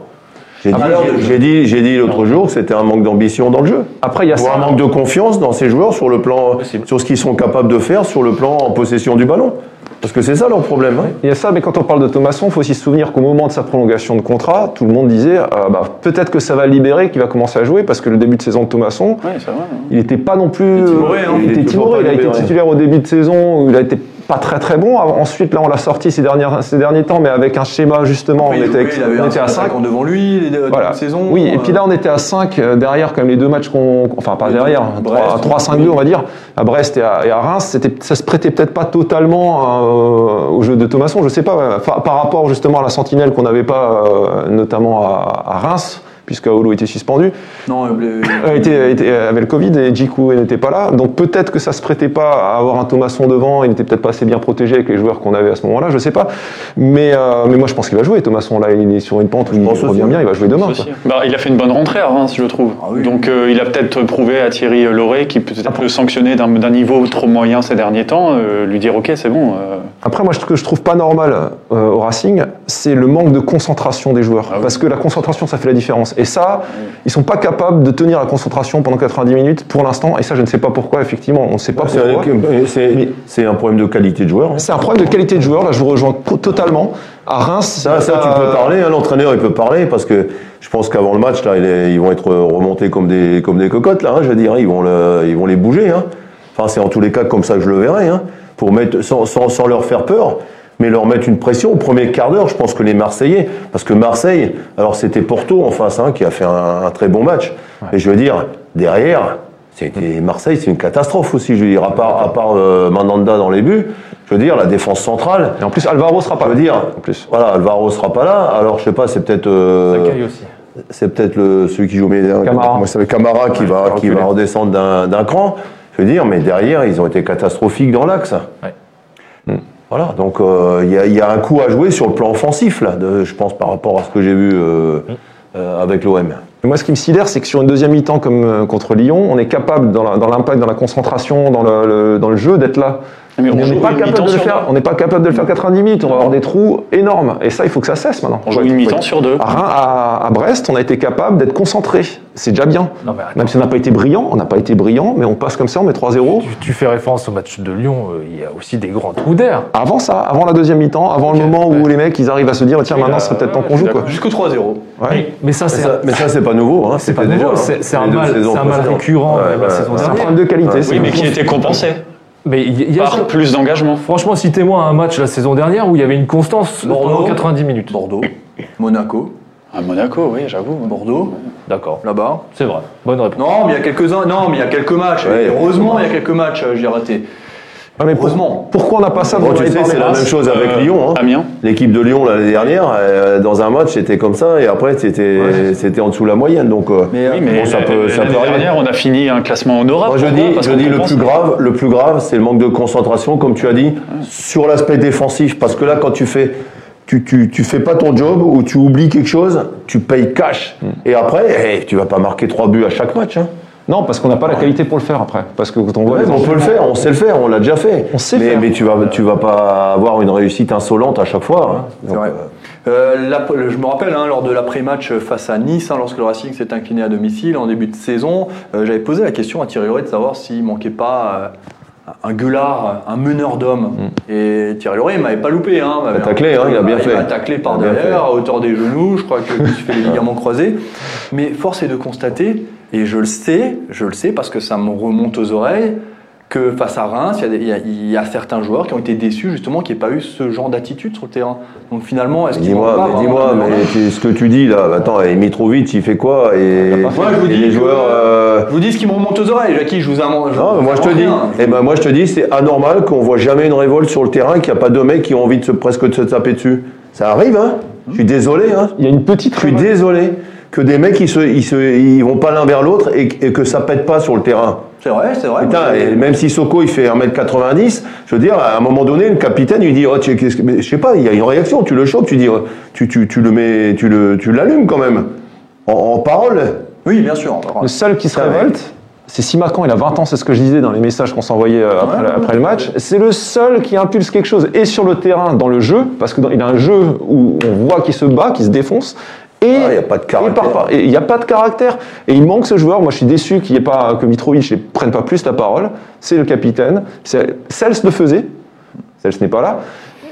S1: J'ai dit,
S5: Après, alors,
S1: j'ai- j'ai dit, j'ai dit l'autre jour que c'était un manque d'ambition dans le jeu.
S5: Après, il y a
S1: Ou un
S5: ça.
S1: manque de confiance dans ces joueurs sur le plan, sur ce qu'ils sont capables de faire, sur le plan en possession du ballon. Parce que c'est ça leur problème. hein.
S5: Il y a ça, mais quand on parle de Thomasson, il faut aussi se souvenir qu'au moment de sa prolongation de contrat, tout le monde disait euh, bah, peut-être que ça va le libérer, qu'il va commencer à jouer, parce que le début de saison de Thomasson,
S2: Oui, c'est vrai.
S5: il n'était pas non plus.
S3: timoré, hein.
S5: il
S1: Il est
S5: était
S1: toujours
S5: timoré,
S1: pas
S5: il a été
S1: libéré.
S5: titulaire au début de saison, où il a été pas très très bon. Ensuite, là, on l'a sorti ces, dernières, ces derniers temps, mais avec un schéma justement,
S3: Après,
S5: on
S3: il
S5: était,
S3: jouait, il avait
S5: on
S3: un
S5: était à 5.
S3: attaquant devant lui, les deux
S5: Voilà.
S3: saisons.
S5: Oui, et puis là on était à 5 euh, derrière quand même les deux matchs qu'on. Enfin pas
S3: euh, Les deux,
S5: derrière,
S3: Brest,
S5: 3-5-2 on va dire, à Brest et à, et à Reims, c'était, ça se prêtait peut-être pas totalement euh, au jeu de Thomasson, je sais pas, ouais. Enfin, par rapport justement à la sentinelle qu'on n'avait pas euh, notamment à, à Reims, puisque Aolo était suspendu,
S3: Non, euh, bleu-
S5: euh, était, était- avait le Covid et Jiku n'était pas là, donc peut-être que ça se prêtait pas à avoir un Thomasson devant, il n'était peut-être pas assez bien protégé avec les joueurs qu'on avait à ce moment-là, je sais pas, mais, euh, mais moi je pense qu'il va jouer Thomasson, là il est sur une pente où il
S1: pense
S5: revient
S1: aussi.
S5: bien, il va jouer demain. quoi.
S2: Bah, il a fait une bonne rentrée à Reims, je trouve.
S3: Ah oui.
S2: Donc euh, il a peut-être prouvé à Thierry Loret, qui
S1: Ah
S2: peut-être le sanctionner d'un d'un niveau trop moyen ces derniers temps, euh, lui dire ok, c'est bon. euh,
S5: Après, moi, ce que je trouve pas normal euh, au Racing, c'est le manque de concentration des joueurs.
S2: Ah oui.
S5: Parce que la concentration, ça fait la différence. Et ça, ils sont pas capables de tenir la concentration pendant 90 minutes pour l'instant. Et ça, je ne sais pas pourquoi, effectivement. On ne sait pas
S1: C'est
S5: pourquoi.
S1: un-
S5: Mais-
S1: C'est c'est un problème de qualité de joueur. hein.
S5: C'est un problème de qualité de joueur. Là, je vous rejoins co- totalement. À Reims,
S1: Ça, ça, tu
S5: euh,
S1: peux parler, hein, l'entraîneur il peut parler parce que je pense qu'avant le match là, il est- ils vont être remontés comme des comme des cocottes là, hein, je veux dire, hein, ils vont le- ils vont les bouger. hein. Enfin, c'est en tous les cas comme ça que je le verrai, hein, pour mettre sans, sans, sans leur faire peur, mais leur mettre une pression au premier quart d'heure. Je pense que les Marseillais, parce que Marseille, alors c'était Porto en face hein, qui a fait un, un très bon match, et je veux dire derrière. C'était Marseille, c'est une catastrophe aussi, je veux dire, à part, à part euh, Mandanda dans les buts, je veux dire, la défense centrale,
S5: Et en plus, Alvaro sera pas
S1: je
S5: là.
S1: veux dire,
S5: En plus.
S1: voilà, Alvaro sera pas là. Alors je sais pas, c'est peut-être euh,
S4: Zakaï aussi.
S1: c'est peut-être le celui qui joue au milieu,
S5: Camara.
S1: comment il s'appelle, Camara qui va qui va redescendre d'un, d'un cran. Je veux dire, mais derrière ils ont été catastrophiques dans l'axe.
S4: Ouais.
S1: Hmm. Voilà, donc euh, il y, a- il y a un coup à jouer sur le plan offensif là, de- je pense par rapport à ce que j'ai vu euh,
S4: Hmm.
S1: euh, avec l'OM.
S5: Mais Moi, ce qui me sidère, c'est que sur une deuxième mi-temps comme euh, contre Lyon, on est capable, dans la- dans l'impact, dans, la concentration, dans le, le- dans le jeu, d'être là.
S2: mais
S5: on
S2: on
S5: n'est
S2: joue
S5: pas,
S2: une
S5: capable
S2: mi-temps
S5: de le
S2: sur
S5: faire-
S2: deux.
S5: on n'est pas capable de le faire 90 minutes. On va avoir des trous énormes. Et ça, il faut que ça cesse maintenant.
S2: On
S5: Faut
S2: joue
S5: être-
S2: une
S5: faut
S2: mi-temps
S5: être-
S2: sur deux.
S5: À,
S1: Ah,
S5: Reims- à- à Brest, on a été capable d'être concentré. C'est déjà bien.
S4: Non, mais attends,
S5: Même si on n'a pas été brillant, on n'a pas été brillant, mais on passe comme ça, on met 3-0.
S4: tu, tu fais référence au match de Lyon, euh, il y a aussi des grands trous d'air.
S5: Avant ça, avant la deuxième mi-temps, avant le moment où les mecs ils arrivent à se dire tiens
S4: Oui,
S5: maintenant
S4: là,
S5: ce serait peut-être temps
S4: ouais,
S5: qu'on
S4: je suis
S5: joue quoi.
S3: Jusqu'au 3-0.
S5: Ouais.
S4: Mais ça,
S1: Mais
S4: c'est
S1: ça, mais ça, c'est pas nouveau, hein.
S4: c'est pas
S1: C'était
S4: nouveau,
S1: déjà,
S4: c'est c'est
S1: les
S4: un
S1: deux
S4: mal,
S1: saisons
S4: c'est un mal
S1: précédentes.
S4: récurrent
S1: Ouais,
S4: même la
S1: ouais,
S4: saison
S1: ouais.
S5: C'est un
S4: dernière.
S5: problème de qualité.
S1: Oui,
S5: c'est
S2: Oui,
S5: une
S2: mais qui
S5: chose.
S2: était compensé
S4: Mais il y a- il y a ça.
S2: par plus d'engagement.
S4: Franchement, citez-moi un match la saison dernière où il y avait une constance
S3: Bordeaux.
S4: pendant 90 minutes.
S3: Bordeaux, Monaco,
S2: À Monaco, oui, j'avoue.
S3: Bordeaux,
S4: D'accord,
S3: là-bas.
S4: c'est vrai. Bonne réponse.
S3: Non, mais il y a quelques-uns, non, mais il y a quelques matchs.
S1: Ouais,
S3: heureusement, il y a quelques matchs, euh, j'ai raté.
S5: Ouais, Ah, mais pour-
S3: Heureusement.
S5: pourquoi on n'a pas ça
S1: Bon,
S5: dans
S1: tu
S5: les
S1: sais,
S5: parmi-
S1: c'est la même chose avec
S2: Euh,
S1: Lyon. hein.
S2: Amiens.
S1: L'équipe de Lyon l'année dernière, euh, dans un match, c'était comme ça, et après, c'était c'était en dessous de la moyenne. Donc, euh,
S3: Mais, euh,
S2: Oui, mais
S1: bon, ça
S2: la-
S1: peut- ça
S2: l'année
S1: peut arriver.
S2: dernière, on a fini un classement honorable.
S1: moi, je
S2: pour
S1: dis,
S2: moi, parce
S1: je
S2: qu'on
S1: dis le
S2: compense.
S1: plus grave, le plus grave, c'est le manque de concentration, comme tu as dit, sur l'aspect défensif. Parce que là, quand tu fais, tu, tu, tu fais pas ton job ou tu oublies quelque chose, tu payes cash. Et après, eh, tu vas pas marquer trois buts à chaque match. hein.
S5: Non, parce qu'on n'a pas la qualité pour le faire après. Parce que quand on voit
S1: Ouais,
S5: les
S1: mais on peut le faire, on sait le faire, on l'a déjà fait.
S5: On sait
S1: mais,
S5: faire.
S1: mais tu vas, tu vas pas avoir une réussite insolente à chaque fois. hein.
S3: C'est
S1: Donc,
S3: vrai. Euh, la- le- je me rappelle, hein, lors de l'après-match face à Nice, hein, lorsque le Racing s'est incliné à domicile en début de saison, euh, j'avais posé la question à Thierry Loret de savoir s'il manquait pas euh, un gueulard, un meneur d'hommes. Et Thierry Lauré, il m'avait pas loupé. Hein, m'avait
S1: Il a Mm. taclé, hein, il a bien fait.
S3: m'a taclé par
S1: Il a bien
S3: derrière,
S1: fait.
S3: à hauteur des genoux, je crois que je me suis fait les ligaments croisés. Mais force est de constater, et je le sais, je le sais parce que ça me remonte aux oreilles, que face à Reims, il y a des- il y, a- il y a certains joueurs qui ont été déçus justement qu'il n'y ait pas eu ce genre d'attitude sur le terrain. Donc finalement, est-ce qu'ils vont pas
S1: Dis-moi, mais
S3: vraiment
S1: dis-moi,
S3: tenir
S1: mais
S3: leur-
S1: tu- ce que tu dis là, attends, et Mitrovic, il fait quoi et,
S3: fait. Moi, je vous
S1: et
S3: dis
S1: les
S3: que-
S1: joueurs. euh,
S3: Je vous dis ce qui me remonte aux oreilles, Jackie, je vous amende.
S1: Non, mais moi je te dis, eh ben, moi je te dis, c'est anormal qu'on voit jamais une révolte sur le terrain, qu'il n'y a pas deux mecs qui ont envie de se, presque de se taper dessus. Ça arrive, hein Je suis désolé, hein
S5: Il y a une petite
S1: Je suis désolé que des mecs ils se, ils se, ils vont pas l'un vers l'autre et, et que ça pète pas sur le terrain.
S3: C'est vrai, c'est vrai.
S1: Putain, et même si Soko il fait 1m90, je veux dire, à un moment donné, le capitaine il dit, oh, tu- qu'est-ce que- mais je sais pas, il y a une réaction, tu le choques, tu dis, oh, tu, tu, tu le mets, tu le, tu l'allumes quand même, en, en parole.
S3: Oui, bien sûr.
S5: Le seul qui se
S1: Ça, ouais.
S5: révolte, c'est Simacan, il a 20 ans, c'est ce que je disais dans les messages qu'on s'envoyait euh, après,
S3: Ouais,
S5: la-
S3: ouais,
S5: après le match. C'est le seul qui impulse quelque chose, et sur le terrain, dans le jeu, parce qu'il a un jeu où on voit qu'il se bat, qu'il se défonce. Et
S1: Ah, il y a pas de
S5: et par-
S1: caractère.
S5: et il n'y a pas de caractère. Et il manque ce joueur. Moi, je suis déçu qu'il y ait pas, que Mitrovic ne prenne pas plus la parole. C'est le capitaine. C'est- Cels le faisait. Cels n'est pas là.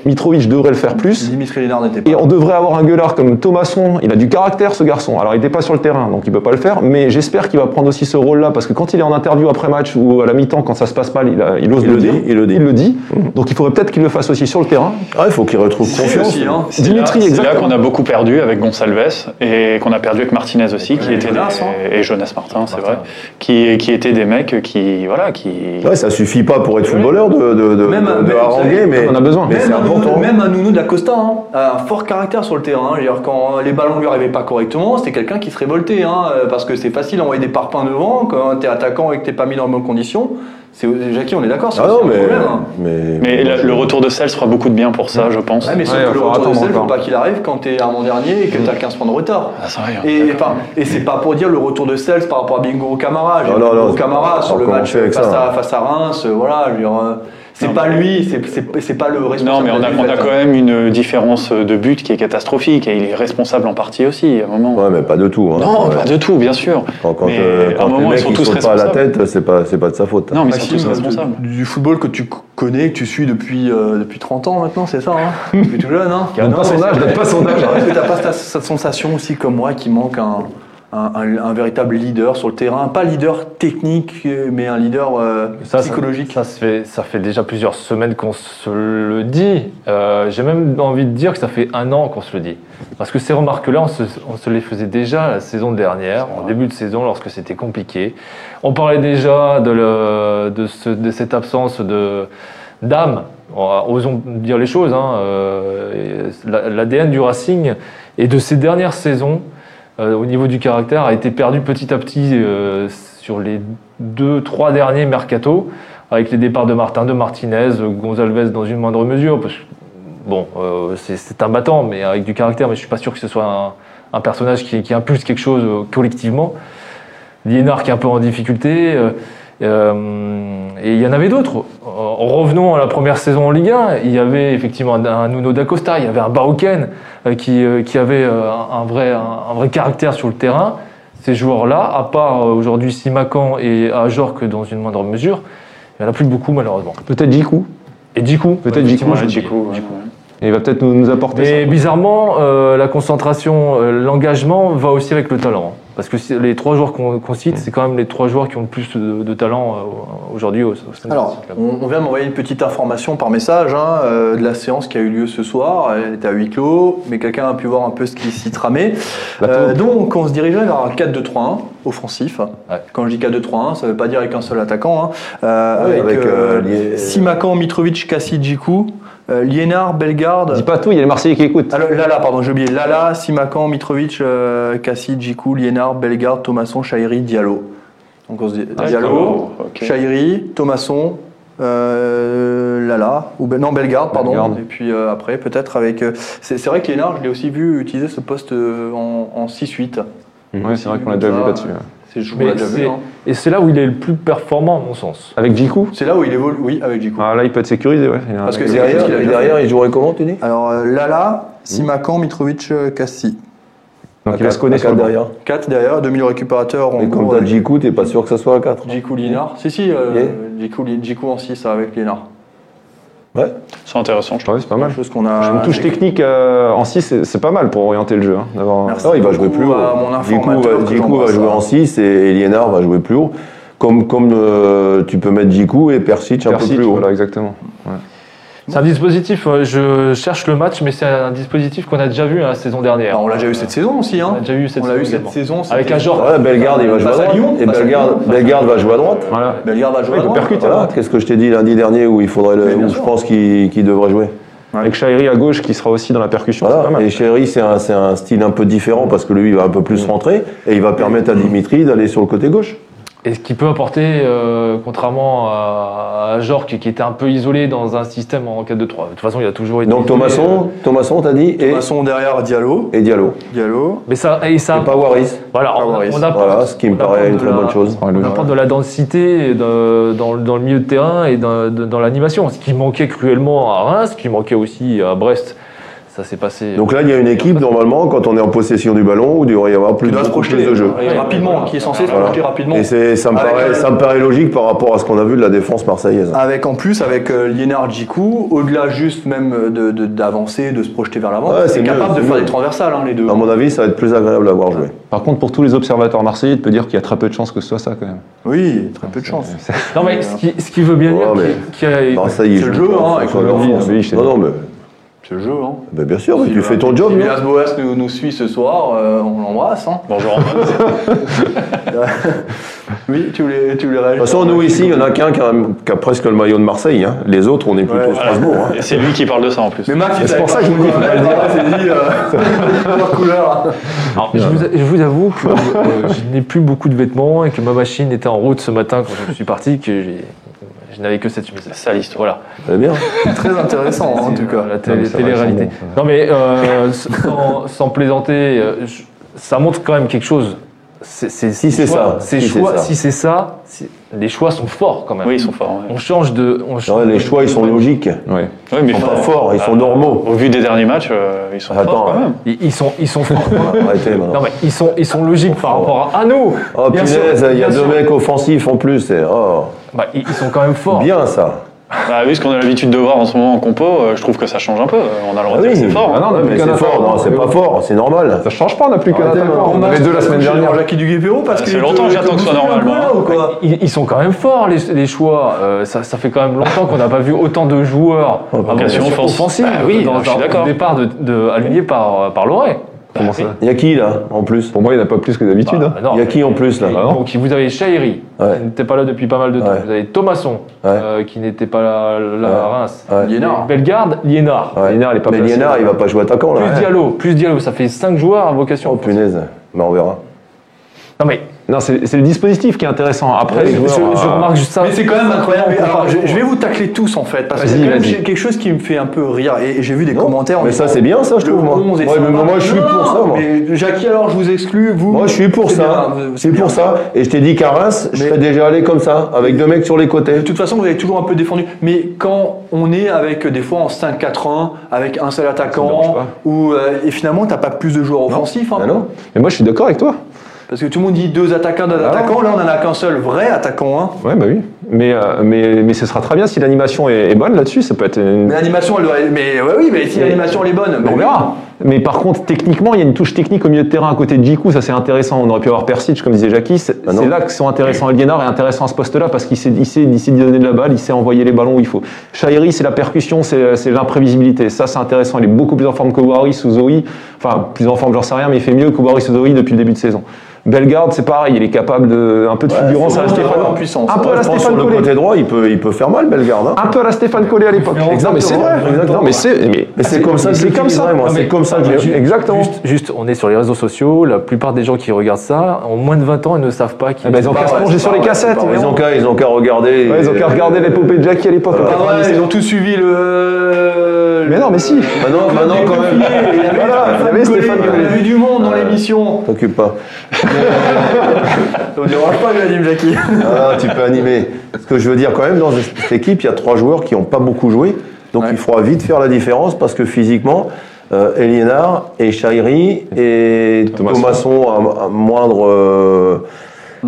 S5: Mitrovic devrait le faire plus.
S3: Dimitri Lénard n'était pas.
S5: Et on devrait avoir un gueulard comme Thomasson. Il a du caractère, ce garçon. Alors, il n'était pas sur le terrain, donc il peut pas le faire. Mais j'espère qu'il va prendre aussi ce rôle-là, parce que quand il est en interview après match ou à la mi-temps, quand ça se passe mal, il, a- il ose
S1: Il
S5: le
S1: le
S5: dire.
S1: dit, il le dit.
S5: Donc, il faudrait peut-être qu'il le fasse aussi sur le terrain.
S1: Ah, il faut qu'il retrouve
S3: Si,
S1: confiance.
S3: aussi, hein.
S2: C'est là-
S5: Dimitri,
S2: C'est là
S5: exactement.
S2: qu'on a beaucoup perdu avec Gonsalves et qu'on a perdu avec Martinez aussi, qui
S3: Et
S2: était
S3: Jonas,
S2: des-
S3: hein.
S2: et Jonas Martin, c'est
S4: Martin.
S2: vrai, qui, qui étaient des mecs qui voilà qui
S1: Ouais, ça suffit pas pour être footballeur de, de, de,
S3: Même-
S1: de- de
S3: même, vous
S1: haranguer,
S3: savez,
S1: mais,
S5: on en a besoin.
S1: mais
S3: même
S1: c'est
S3: un
S1: important.
S3: nounou- même un nounou de la Costa hein, a un fort caractère sur le terrain. Je veux dire, quand les ballons lui arrivaient pas correctement, c'était quelqu'un qui se révoltait. Hein, euh, parce que c'est facile d'envoyer des parpaings devant quand t'es attaquant et que t'es pas mis dans les bonnes conditions. C'est, Jackie, on est d'accord, c'est
S1: Ah
S3: aussi
S1: non,
S3: un
S1: mais,
S3: problème. hein.
S1: mais,
S2: mais la- le retour de Sels fera beaucoup de bien pour ça, je pense.
S3: Ouais, mais sauf
S5: Ouais,
S3: que
S5: il va
S3: le
S5: falloir
S3: retour de
S5: attendre
S3: sel, faut
S5: encore.
S3: pas qu'il arrive quand t'es avant-dernier et que
S1: Mm.
S3: t'as 15 points de retard.
S2: Ah, c'est vrai, hein.
S3: Et, enfin, et c'est pas pour dire le retour de Sels par rapport à Bingo Camara. Je
S1: Non,
S3: veux dire,
S1: non,
S3: Bingo
S1: non,
S3: Camara
S1: c'est-
S3: sur le
S1: on
S3: match
S1: fait avec
S3: face,
S1: ça.
S3: à, face à Reims, euh, voilà, je veux dire, euh, c'est
S2: Non,
S3: pas lui, c'est- c'est c'est pas le
S2: Non,
S3: responsable.
S2: mais on a,
S3: de la
S2: on a
S3: défaite.
S2: quand même une différence de but qui est catastrophique et il est responsable en partie aussi à un moment.
S1: Ouais, mais pas de tout. hein.
S2: Non,
S1: Ouais.
S2: pas de tout, bien sûr.
S1: Quand, quand,
S2: Mais
S1: euh,
S2: à un
S1: quand les
S2: moment,
S1: mecs
S2: ils sont
S1: ils
S2: tous
S1: sautent pas à la
S2: responsables.
S1: tête, c'est pas, c'est pas de sa faute. hein.
S2: Non, mais
S5: Bah,
S2: ils
S3: Maxime,
S2: sont tous
S3: euh,
S2: responsables.
S3: du, du football que tu c- connais, que tu suis depuis, euh, depuis 30 ans maintenant, c'est ça hein Depuis tout jeune, hein
S5: Donne pas son âge, donne pas son âge.
S3: Est-ce que t'as pas cette, cette sensation aussi comme moi qui manque un, un- un- un véritable leader sur le terrain Pas leader technique, euh, mais un leader euh,
S4: Ça, ça-
S3: psychologique.
S4: Ça, se fait, ça fait déjà plusieurs semaines qu'on se le dit. Euh, J'ai même envie de dire que ça fait un an qu'on se le dit. Parce que ces remarques-là, on se, on se les faisait déjà la saison dernière, en début de saison, lorsque c'était compliqué. On parlait déjà de, le- de, ce- de cette absence de d'âme. On va- Osons dire les choses. hein. Euh, et la- L'ADN du Racing et de ces dernières saisons, euh, au niveau du caractère, a été perdu petit à petit euh, sur les deux, trois derniers mercato, avec les départs de Martin, de Martinez, euh, Gonzalez dans une moindre mesure. Parce que, bon, euh, c'est- c'est un battant, mais avec du caractère, mais je suis pas sûr que ce soit un, un personnage qui, qui impulse quelque chose euh, collectivement. Liénard qui est un peu en difficulté. euh, euh, et il y en avait d'autres. En revenant à la première saison en Ligue 1, il y avait effectivement un, un Nuno d'Acosta, il y avait un Baroken euh, qui, euh, qui avait euh, un, un vrai, un, un vrai caractère sur le terrain. Ces joueurs-là, à part euh, aujourd'hui Simacan et Ajorque dans une moindre mesure, il n'y en a plus beaucoup malheureusement.
S5: Peut-être Jiku.
S4: Et Djikou
S5: Peut-être
S4: effectivement,
S5: Djikou,
S4: je le dis.
S2: Djikou, ouais.
S5: Il va peut-être nous, nous apporter
S4: Mais
S5: ça.
S4: bizarrement, euh, la concentration, euh, l'engagement va aussi avec le talent. hein. Parce que si- les trois joueurs qu'on qu'on cite, c'est quand même les trois joueurs qui ont le plus de, de talent euh, aujourd'hui au, au sein de
S3: Alors,
S4: ce club.
S3: on, on vient de m'envoyer une petite information par message hein, euh, de la séance qui a eu lieu ce soir. Elle était à huis clos, mais quelqu'un a pu voir un peu ce qui s'y tramait. Euh, donc, on se dirigeait vers un 4-2-3-1 offensif.
S4: Ouais.
S3: Quand je dis 4-2-3-1, ça ne veut pas dire avec un seul attaquant. hein. Euh,
S1: Ouais,
S3: avec
S1: avec, euh,
S3: euh,
S1: Lié-
S3: Simakan, Mitrovic, Kassi, Djikou, euh, Liénard, Bellegarde.
S5: Dis pas tout, il y a les Marseillais qui écoutent.
S3: Ah, le- Lala, pardon, j'ai oublié. Lala, Simakan, Mitrovic, euh, Kassi, Djikou, Liénard, Bellegarde, Thomasson, Chahiri, Diallo. Donc, on se dit Diallo.
S2: D'accord, Oh, ok.
S3: Chahiri, Thomasson, euh, Lala, ou Bel- non Bellegarde, pardon.
S5: Bellegarde.
S3: Et puis euh, après, peut-être avec. euh, c'est c'est vrai que Lénard, je l'ai aussi vu utiliser ce poste euh, en, en 6-8.
S5: Ouais, c'est vrai qu'on l'a déjà vu
S3: Ah.
S5: là-dessus. ouais.
S3: C'est je vous
S4: Mais
S3: l'ai déjà vu,
S4: c'est-
S3: hein.
S4: Et c'est là où il est le plus performant, à mon sens.
S5: Avec Jiku
S3: C'est là où il évolue, oui, avec Djikou.
S5: Ah, là, il peut être sécurisé, ouais. Il a-
S3: Parce que-
S1: Et
S3: c'est quelque
S1: derrière,
S3: chose qu'il a
S1: et
S3: bien
S1: derrière, il jouerait comment, tu dis
S3: Alors euh, Lala, Simakan, Mitrovic, euh, Cassi.
S5: Donc
S1: À
S5: il va se
S1: quatre-
S5: connaître
S1: à quatre
S5: sur le banc.
S1: derrière.
S3: 4 derrière, demi récupérateur en
S1: Mais comme
S3: gros,
S1: t'as
S3: avec
S1: Djikou, t'es pas sûr que ça soit à 4.
S3: Djikou Linard. Si, si, euh, Djikou, Li- Djikou en 6 avec Linard.
S2: C'est intéressant, je trouve.
S5: Ouais, c'est pas mal.
S3: Chose qu'on a.
S5: Une touche technique euh, en 6, c'est- c'est pas mal pour orienter le jeu. hein, d'avoir-
S3: Merci.
S1: Non, il va
S3: beaucoup
S1: jouer plus haut.
S3: à mon
S1: Djikou
S3: informateur
S1: va,
S3: que
S1: Djikou
S3: j'embrasse,
S1: va jouer
S3: hein.
S1: en 6 et Liénard va jouer plus haut. Comme, comme euh, tu peux mettre Djikou et Persic un peu
S5: Persic,
S1: plus haut.
S5: voilà, exactement.
S4: C'est un dispositif, euh, je cherche le match, mais c'est un dispositif qu'on a déjà vu hein, la saison dernière.
S3: Alors, on l'a déjà eu cette saison aussi.
S4: On
S3: Hein.
S4: l'a déjà eu cette
S3: On l'a
S4: saison
S3: eu cette
S4: également.
S3: saison.
S4: Avec un genre.
S1: Voilà, Bellegarde, il va jouer à
S3: Face à
S1: droite.
S3: Lyon,
S1: et
S3: face à
S1: Bellegarde,
S3: Lyon, face à
S1: Bellegarde va jouer à droite.
S5: Voilà.
S3: Bellegarde va jouer.
S5: Il
S3: à
S5: peut
S3: droite.
S5: percuter.
S1: Voilà, qu'est-ce que je t'ai dit lundi dernier où il faudrait
S3: Mais
S1: le,
S3: bien
S1: où je
S3: sûr.
S1: pense qu'il qu'il devrait jouer.
S5: Avec Shairi à gauche qui sera aussi dans la percussion, c'est pas
S1: Voilà.
S5: mal.
S1: Et Chéri, c'est un, c'est un style un peu différent parce que lui, il va un peu
S3: Mm.
S1: plus rentrer et il va permettre à Dimitri d'aller sur le côté gauche.
S4: Et ce qui peut apporter, euh, contrairement à, à Jorg, qui était un peu isolé dans un système en 4-2-3. De toute façon, il a toujours été.
S1: Donc
S4: isolé,
S1: Thomasson,
S3: euh,
S1: Thomasson, t'as dit, et,
S3: Passons derrière Diallo.
S1: et Diallo.
S3: Diallo.
S4: Mais ça, et ça
S1: Et pas Waris.
S4: voilà, on,
S3: Pavaris.
S4: on apporte,
S1: Voilà, ce qui me
S4: on apporte
S1: paraît une
S4: de
S1: très
S4: la-
S1: bonne chose.
S5: Ouais,
S4: on
S5: le-
S4: apporte de la densité de- dans, dans le milieu de terrain et dans, de- dans l'animation, ce qui manquait cruellement à Reims, ce qui manquait aussi à Brest. Ça s'est passé.
S1: Donc là, il y a une équipe, normalement, quand on est en possession du ballon, où il devrait y avoir plus,
S3: Qui doit se
S1: beaucoup
S3: projeter
S1: plus de jeu. Ah,
S3: Ouais, rapidement, qui est censé se
S1: Voilà.
S3: projeter rapidement.
S1: Et c'est- ça me,
S3: Avec
S1: paraît,
S3: la-
S1: ça me paraît logique par rapport à ce qu'on a vu de la défense marseillaise.
S3: Avec en plus, avec euh, Lienard Djikou, au-delà juste même de- de- d'avancer, de, se projeter vers l'avant,
S1: Ouais,
S3: c'est
S1: c'est mieux, c'est
S3: capable de faire
S1: mieux. Ah,
S3: des transversales, hein, les deux.
S1: À mon avis, ça va être plus agréable à voir jouer.
S5: Par contre, pour tous les observateurs marseillais, il peut dire qu'il y a très peu de chances que ce soit ça quand même.
S3: Oui, très peu de chance.
S4: non, mais ce qui, ce qui veut bien
S1: Ouais,
S4: dire
S1: mais-
S4: qu'il- qu'il y a-
S1: Marseille, ils
S3: C'est le
S1: jouent
S3: jeu,
S1: pas en
S3: hein,
S1: France,
S3: avec
S1: on est en
S5: Lobby,
S1: France.
S5: Lobby, je t'ai
S1: Non, non, mais,
S3: C'est le jeu, hein.
S1: mais Ben, bien sûr, mais Bah tu fais ton job.
S3: Si
S1: non
S3: Villas Boas nous, nous suit ce soir, euh, on l'embrasse. hein.
S2: Bonjour.
S3: Oui, tu voulais, tu voulais
S1: De toute façon, nous ici, il y en a qu'un qui a, qui a presque le maillot de Marseille. hein. Les autres, on est plutôt
S3: Ouais.
S1: Strasbourg. hein.
S2: Et c'est lui qui parle de ça en plus.
S3: Mais Max,
S5: C'est pour ça que je vous dis, faut pas le dire.
S3: C'est dit, euh, leur couleur.
S4: Alors, je, vous, je vous avoue que euh, je n'ai plus beaucoup de vêtements et que ma machine était en route ce matin quand je suis parti, que j'ai- je n'avais que cette chemise.
S2: Sale histoire.
S4: Voilà. euh,
S1: Très bien.
S3: Très intéressant, hein, en tout cas.
S4: La
S5: Non, mais
S4: télé-
S5: ça va,
S4: télé-réalité.
S5: ils sont bons, ça va.
S4: non, mais euh, sans, sans plaisanter, euh, je- ça montre quand même quelque chose. C'est- c'est-
S1: Si
S4: ces
S1: c'est
S4: choix-
S1: ça,
S4: Ces
S1: si
S4: choix,
S1: c'est ça.
S4: si c'est ça, si- les choix sont forts quand même.
S2: Oui, ils sont forts. ouais.
S4: On change de. On
S1: Non,
S4: change
S1: les choix, ils sont logiques.
S5: Ouais.
S2: Oui, mais
S1: Ils sont
S2: enfin,
S1: pas forts, ils sont
S2: euh,
S1: normaux.
S2: Au vu des derniers matchs, euh, ils sont
S1: Attends,
S2: forts quand
S1: ouais.
S2: même.
S4: Ils, ils sont, ils sont forts.
S1: Voilà, Arrêtez
S4: Non,
S1: maintenant.
S4: mais ils sont, ils sont logiques par rapport à, à nous.
S1: Oh
S4: Bien sûr,
S1: punaise, il y
S4: bien
S1: a deux
S4: sûr.
S1: mecs offensifs en plus. c'est- oh,
S4: Bah, ils, ils sont quand même forts.
S1: bien ça.
S2: Bah, vu ce qu'on a l'habitude de voir en ce moment en compo, euh, je trouve que ça change un peu. On a le droit
S1: Ah
S2: de
S1: oui.
S2: dire que c'est fort.
S5: Ah
S2: hein.
S5: non, on a
S1: Mais
S5: plus qu'un
S1: c'est fort,
S5: attaquant.
S1: non, c'est pas fort, c'est normal.
S5: Ça change pas, on n'a plus qu'un
S1: Arrêtez,
S5: attaquant. On en avait deux la semaine dernière.
S3: Jackie Duguay-Péro, parce
S2: Ça
S3: que.
S2: fait longtemps que j'attends que ce soit normal, moi.
S3: ou quoi
S4: Ils, ils sont quand même forts, les, les choix. Euh, ça, ça fait quand même longtemps qu'on n'a pas vu autant de joueurs à
S2: vocation
S4: vocation
S2: offensive. Bah oui,
S4: dans
S2: je suis
S4: un
S2: d'accord.
S4: départ de, de, aligné par, euh, par Loret.
S5: Comment ça
S1: Il y a qui là, en plus
S5: Pour moi, il n'y en a pas plus que d'habitude.
S4: Bah,
S5: hein.
S4: non,
S1: Il y a qui en plus là
S4: mais- donc, vous avez Chahiri,
S1: Ah bah Ouais.
S4: qui n'était pas là depuis pas mal de temps.
S1: Ouais.
S4: Vous avez Thomasson, euh, qui n'était pas là, là à
S1: Ouais. Ah,
S4: Reims.
S1: Ouais.
S3: Liénard.
S4: Bellegarde, Liénard.
S1: Ouais.
S5: Liénard, il est pas
S1: Mais
S5: placé.
S1: Liénard, il va pas jouer attaquant
S4: Plus
S1: là.
S4: Diallo, plus Diallo, ça fait 5 joueurs à vocation.
S1: Oh
S4: offensive.
S1: punaise, mais on verra.
S4: non mais
S5: Non, c'est c'est le dispositif qui est intéressant. Après, les
S4: je,
S5: joueurs,
S4: je-
S5: euh,
S4: je remarque juste ça.
S3: Mais c'est quand même incroyable.
S4: Oui,
S3: Alors,
S4: alors,
S3: je, je vais vous tacler tous en fait, parce que
S5: Vas-y,
S3: c'est quand même
S5: vas-y.
S3: quelque chose qui me fait un peu rire. Et, et j'ai vu des
S1: Non,
S3: commentaires. en
S1: mais ça,
S3: disant, Ah,
S1: c'est bien, ça, je
S3: le
S1: trouve, moi.
S3: 11 est
S1: Ouais, mais
S3: sympa.
S1: moi, je suis
S3: Non,
S1: pour ça, moi.
S3: Mais Jackie, alors, je vous exclue. Vous.
S1: Moi, je suis pour
S3: c'est
S1: ça.
S3: bien, vous-
S1: C'est
S3: bien.
S1: pour ça. Et je t'ai dit qu'à Reims, je
S3: Mais-
S1: serais déjà allé comme ça, avec deux mecs sur les côtés.
S3: De toute façon, vous avez toujours un peu défendu. Mais quand on est avec euh, des fois en 5-4-1, avec un seul
S5: dérange
S3: attaquant,
S5: pas.
S3: ou euh, et finalement, t'as pas plus de joueurs offensifs. hein.
S1: Ah non
S5: Mais moi, je suis d'accord avec toi.
S3: Parce que tout le monde dit deux attaquants, deux
S5: Ah.
S3: attaquants. Là, on en a qu'un seul vrai attaquant. hein.
S5: Ouais, bah oui. Mais, euh, mais, mais ce sera très bien si l'animation est, est bonne là-dessus. Ça peut être une.
S3: Mais l'animation, elle doit. Mais ouais, oui, mais si l'animation elle est bonne,
S5: Mais
S3: mais
S5: Bah, on verra. Mais par contre, techniquement, il y a une touche technique au milieu de terrain à côté de Jiku, ça c'est intéressant. On aurait pu avoir Persic, comme disait Jackie. C'est
S1: Ah non.
S5: c'est là que sont intéressants. Lienard est intéressant à ce poste-là parce qu'il sait, il sait, il sait donner de la balle, il sait envoyer les ballons où il faut. Shairi, c'est la percussion, c'est c'est l'imprévisibilité. Ça, c'est intéressant. Il est beaucoup plus en forme que Waris ou Zoé. Enfin, plus en forme, j'en sais rien, mais il fait mieux que Waris ou Zoé depuis le début de saison. Bellegarde, c'est pareil, il est capable de, un peu de fulgurance à la
S3: c'est
S5: Stéphane.
S3: vraiment en puissance.
S5: Un peu à la
S1: Ah, Je pense
S5: Stéphane
S1: sur le
S5: Collet.
S1: côté droit, il peut, il peut faire mal, Bellegarde. hein.
S5: Un peu à la Stéphane Collet à l'époque.
S1: Exactement,
S5: Non, mais c'est vrai.
S1: exactement.
S5: Non, mais c'est mais-
S1: Mais c'est comme ça que
S5: c'est comme ça.
S1: j'utiliserai, moi.
S5: Non, mais-
S1: hein. C'est comme ça que
S5: mais
S1: je-
S5: tu- Euh, Exactement.
S4: Juste, juste, on est sur les réseaux sociaux, la plupart des gens qui regardent ça ont moins de 20 ans et ne savent pas qui
S5: Ah bah, ils ont
S3: pas
S5: qu'à se
S3: vrai,
S5: plonger
S3: c'est
S5: sur
S3: pas
S5: les
S3: vrai,
S5: cassettes.
S3: c'est pas
S5: mais
S1: Ils
S5: non.
S1: ont
S5: Ouais,
S1: qu'à, ils ont qu'à regarder.
S5: Ils ont qu'à regarder l'épopée de Jackie à l'époque.
S3: Ah ouais, ils ont tous suivi le.
S5: Mais non, mais si.
S1: Maintenant, maintenant, quand même.
S3: Il y avait
S5: Voilà, il y avait Stéphane
S3: Collet, il y
S5: Collet.
S3: avait du monde dans l'émission.
S1: T'occupe pas.
S3: On ne dérange pas, Gladim Jackie.
S1: Ah, tu peux animer. Ce que je veux dire quand même, dans cette équipe, il y a trois joueurs qui n'ont pas beaucoup joué. Donc
S3: Ouais.
S1: il faudra vite faire la différence parce que physiquement, euh, Eliénard et Chahiri et
S5: Thomasson.
S1: Thomasson, à, à moindre, euh, un,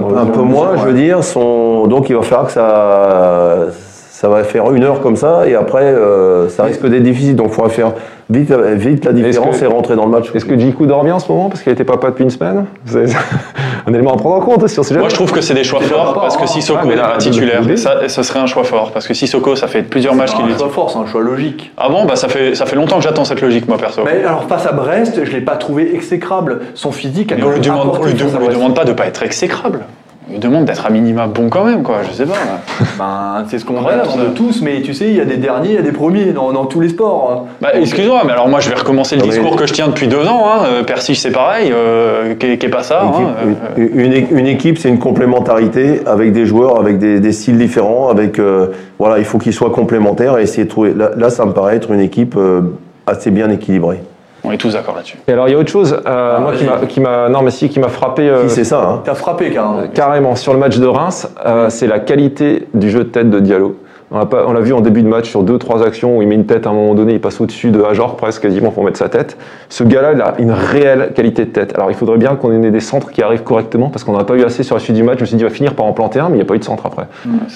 S5: Moindre
S1: un peu
S5: mesure,
S1: moins,
S5: ouais.
S1: je veux dire. Sont, donc il va falloir que ça, ça va faire une heure comme ça et après euh, ça risque d'être difficile. Donc il faudra faire vite, vite la différence
S5: que-
S1: et rentrer dans le match.
S5: Est-ce que Jiku dort bien en ce moment parce qu'il était papa depuis une semaine C'est un élément à prendre en compte si on sait jamais.
S2: Moi, je trouve que c'est des choix
S3: C'est
S2: forts
S3: pas
S2: parce
S3: fort,
S2: que
S3: hein.
S5: Ah,
S2: Sissoko
S5: mais
S2: n'est
S5: là,
S2: pas
S5: de- de-
S2: titulaire.
S5: de-
S2: Ça, ce serait un choix fort parce que Sissoko, ça fait plusieurs matchs qu'il
S3: un
S2: est.
S3: choix fort, c'est un choix logique.
S2: Ah bon Bah ça fait ça fait longtemps que j'attends cette logique, moi perso.
S3: Mais alors face à Brest, je l'ai pas trouvé exécrable. Son physique a
S2: Mais
S3: quand
S2: on lui
S3: même
S2: demande,
S3: apporté
S2: on lui, de-
S3: face à
S2: on lui
S3: Brest.
S2: demande pas de pas être exécrable. On lui demande d'être à minima bon quand même, quoi. Je sais pas. hein. là.
S3: Ben, c'est ce qu'on
S2: Incroyable,
S3: attend
S2: ça.
S3: de tous, mais tu sais, il y a des derniers, il y a des premiers dans, dans tous les sports. hein.
S2: Bah, excuse-moi, mais alors moi je vais recommencer le
S1: Non, mais-
S2: discours que je tiens depuis deux ans. Hein. Euh, Persich, c'est pareil, euh, qu'est qu'est pas ça.
S1: Une
S2: hein,
S1: équipe-
S2: euh, euh,
S1: une, une é- une équipe, c'est une complémentarité avec des joueurs, avec des, des styles différents, avec euh, voilà, il faut qu'ils soient complémentaires et essayer de trouver. Là, là, ça me paraît être une équipe euh, assez bien équilibrée.
S2: on est tous d'accord là-dessus.
S5: Et alors il y a autre chose, euh, moi
S3: vas-y.
S5: qui m'a- qui m'a, non mais si, qui m'a frappé euh,
S1: Si, c'est ça. Hein.
S3: T'as frappé carrément.
S5: Euh, Carrément, sur le match de Reims, euh, c'est la qualité du jeu de tête de Diallo. On l'a pas- on l'a vu en début de match sur deux, trois actions où il met une tête à un moment donné, il passe au-dessus de Ajor presque quasiment pour mettre sa tête. Ce gars-là, il a une réelle qualité de tête. Alors il faudrait bien qu'on ait des centres qui arrivent correctement parce qu'on n'en a pas eu assez sur la suite du match. Je me suis dit, il va finir par en planter un, mais il n'y a pas eu de centre après.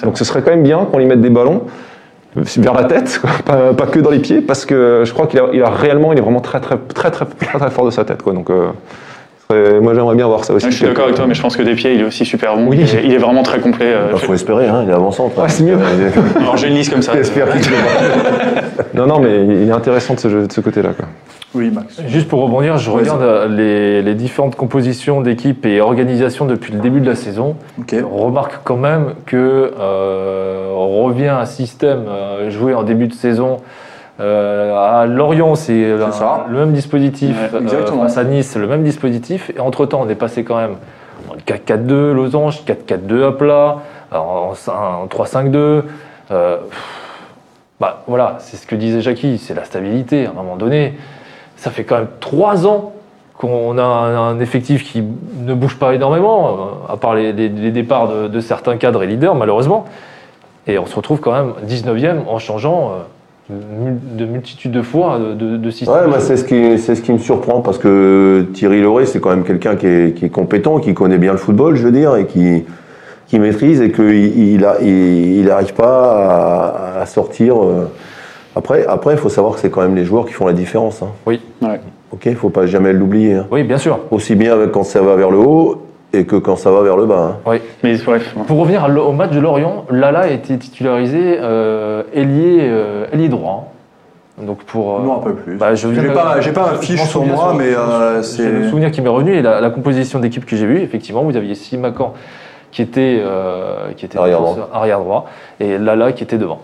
S5: Donc ce serait quand même bien qu'on lui mette des ballons euh, vers la tête, quoi, pas, pas que dans les pieds, parce que je crois qu'il a, il a réellement, il est vraiment très, très, très, très, très, très fort de sa tête. Quoi. Donc euh, ce serait- moi j'aimerais bien voir ça aussi.
S2: Ouais, Ah, je suis d'accord avec toi, mais je pense que des pieds, il est aussi super bon. Il, est, il est vraiment très complet. euh,
S1: Il faut espérer, hein, il est avançant.
S5: Ouais, c'est mieux.
S2: alors j'ai une liste comme ça.
S1: J'espère qu'il
S5: Non, non, mais il est intéressant de ce, jeu- de ce côté-là. quoi.
S3: Oui, Max.
S4: Juste pour rebondir, je regarde euh, les, les différentes compositions d'équipe et organisations depuis le début de la saison.
S3: Ok.
S4: On remarque quand même que euh, on revient à un système euh, joué en début de saison. Euh, à Lorient, c'est un-
S3: ça.
S4: le même dispositif.
S2: Ouais,
S4: Euh,
S3: exactement.
S4: face à Nice, le même dispositif. Et entre-temps, on est passé quand même en 4-4-2, losange, 4-4-2 à plat, en en 3-5-2. Euh, bah voilà, c'est ce que disait Jackie, c'est la stabilité. À un moment donné, ça fait quand même trois ans qu'on a un, un effectif qui ne bouge pas énormément, euh, à part les, les- les départs de, de certains cadres et leaders, malheureusement. Et on se retrouve quand même 19e en changeant euh, mul- de multitude de fois de, de, de système.
S1: Ouais, moi, c'est ce qui, c'est ce qui me surprend parce que Thierry Lauré, c'est quand même quelqu'un qui est, qui est compétent, qui connaît bien le football, je veux dire, et qui, qui maîtrise et qu'il il, a- il, il arrive pas à, à sortir. euh. Après, après, il faut savoir que c'est quand même les joueurs qui font la différence. Hein.
S4: Oui.
S2: Ouais.
S1: Ok, il faut pas jamais l'oublier. hein.
S4: Oui, bien sûr.
S1: Aussi bien avec quand ça va vers le haut et que quand ça va vers le bas. hein.
S2: Mais bref,
S4: Pour revenir à l- au match de Lorient, Lala a été titularisé euh, ailier, euh, ailier droit. hein. Donc pour. euh,
S3: Non, un peu plus.
S4: bah, je
S3: J'ai pas, j'ai pas un fiche sur moi, mais euh,
S4: c'est
S3: c'est.
S4: le souvenir qui m'est revenu et la, la composition d'équipe que j'ai vue. Effectivement, vous aviez Simacan qui était euh, qui était
S1: Arrière droit.
S4: défenseur arrière droit et Lala qui était devant.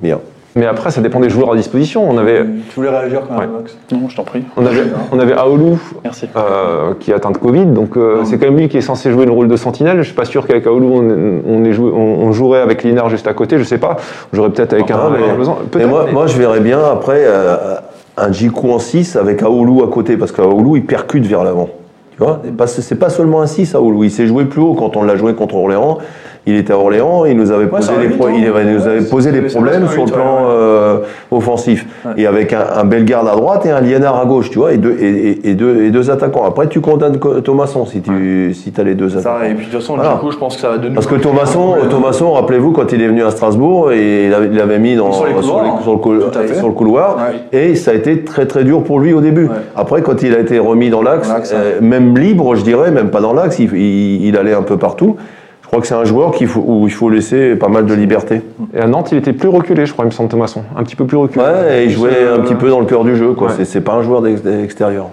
S1: Bien.
S5: Mais après, ça dépend des joueurs à disposition. On avait,
S3: Tu voulais réagir quand même, Max
S2: non, je t'en prie.
S5: on avait, on avait Aoulou
S2: Merci.
S5: euh, qui est atteint de Covid, donc euh, c'est quand même lui qui est censé jouer le rôle de sentinelle. Je suis pas sûr qu'avec Aoulou, on, on, est joué- on- on jouerait avec Linard juste à côté, je sais pas. J'aurais peut-être avec
S1: Ah,
S5: un.
S1: mais-
S5: un-
S1: Mais
S5: peut-être,
S1: moi,
S5: mais-
S1: moi, je verrais bien après euh, un Jiku en 6 avec Aoulou à côté, parce qu'Aoulou, il percute vers l'avant. Tu vois Et parce que C'est pas seulement un 6, Aoulou. Il s'est joué plus haut quand on l'a joué contre Orléans. Il était à Orléans, il nous avait posé
S3: c'est un
S1: les,
S3: huit,
S1: pro-
S3: hein.
S1: il avait- nous avait
S3: Ouais,
S1: posé
S3: c'est-
S1: les
S3: c'est
S1: problèmes
S3: presque un
S1: sur le
S3: huit,
S1: plan
S3: ouais, ouais.
S1: euh, offensif. Et avec un, un Bellegarde à droite et un Liénard à gauche, tu vois, et deux, et, et- et deux, et deux attaquants. Après, tu condamnes Co- Thomasson si tu si as les deux attaquants.
S3: Ça, et puis de toute façon,
S1: Voilà.
S3: du coup, je pense que ça va de nouveau.
S1: Parce que Thomasson, Thomasson rappelez-vous, quand il est venu à Strasbourg, et il avait, il avait mis dans,
S3: Sur les couloirs,
S1: sur le, cou-
S3: tout à fait.
S1: sur le couloir.
S3: Ouais.
S1: Et ça a été très très dur pour lui au début.
S3: Ouais.
S1: Après, quand il a été remis dans l'axe,
S3: Dans l'axe,
S1: euh, même libre, je dirais, même pas dans l'axe, il, il- il allait un peu partout. Je crois que c'est un joueur qu'il faut, où il faut laisser pas mal de liberté.
S5: Et à Nantes, il était plus reculé, je crois, il me semble, Thomasson. Un petit peu plus reculé.
S1: Ouais, et il jouait
S5: Euh,
S1: un petit peu dans le cœur du jeu. quoi.
S5: ouais.
S1: C'est- C'est pas un joueur d'ex- extérieur.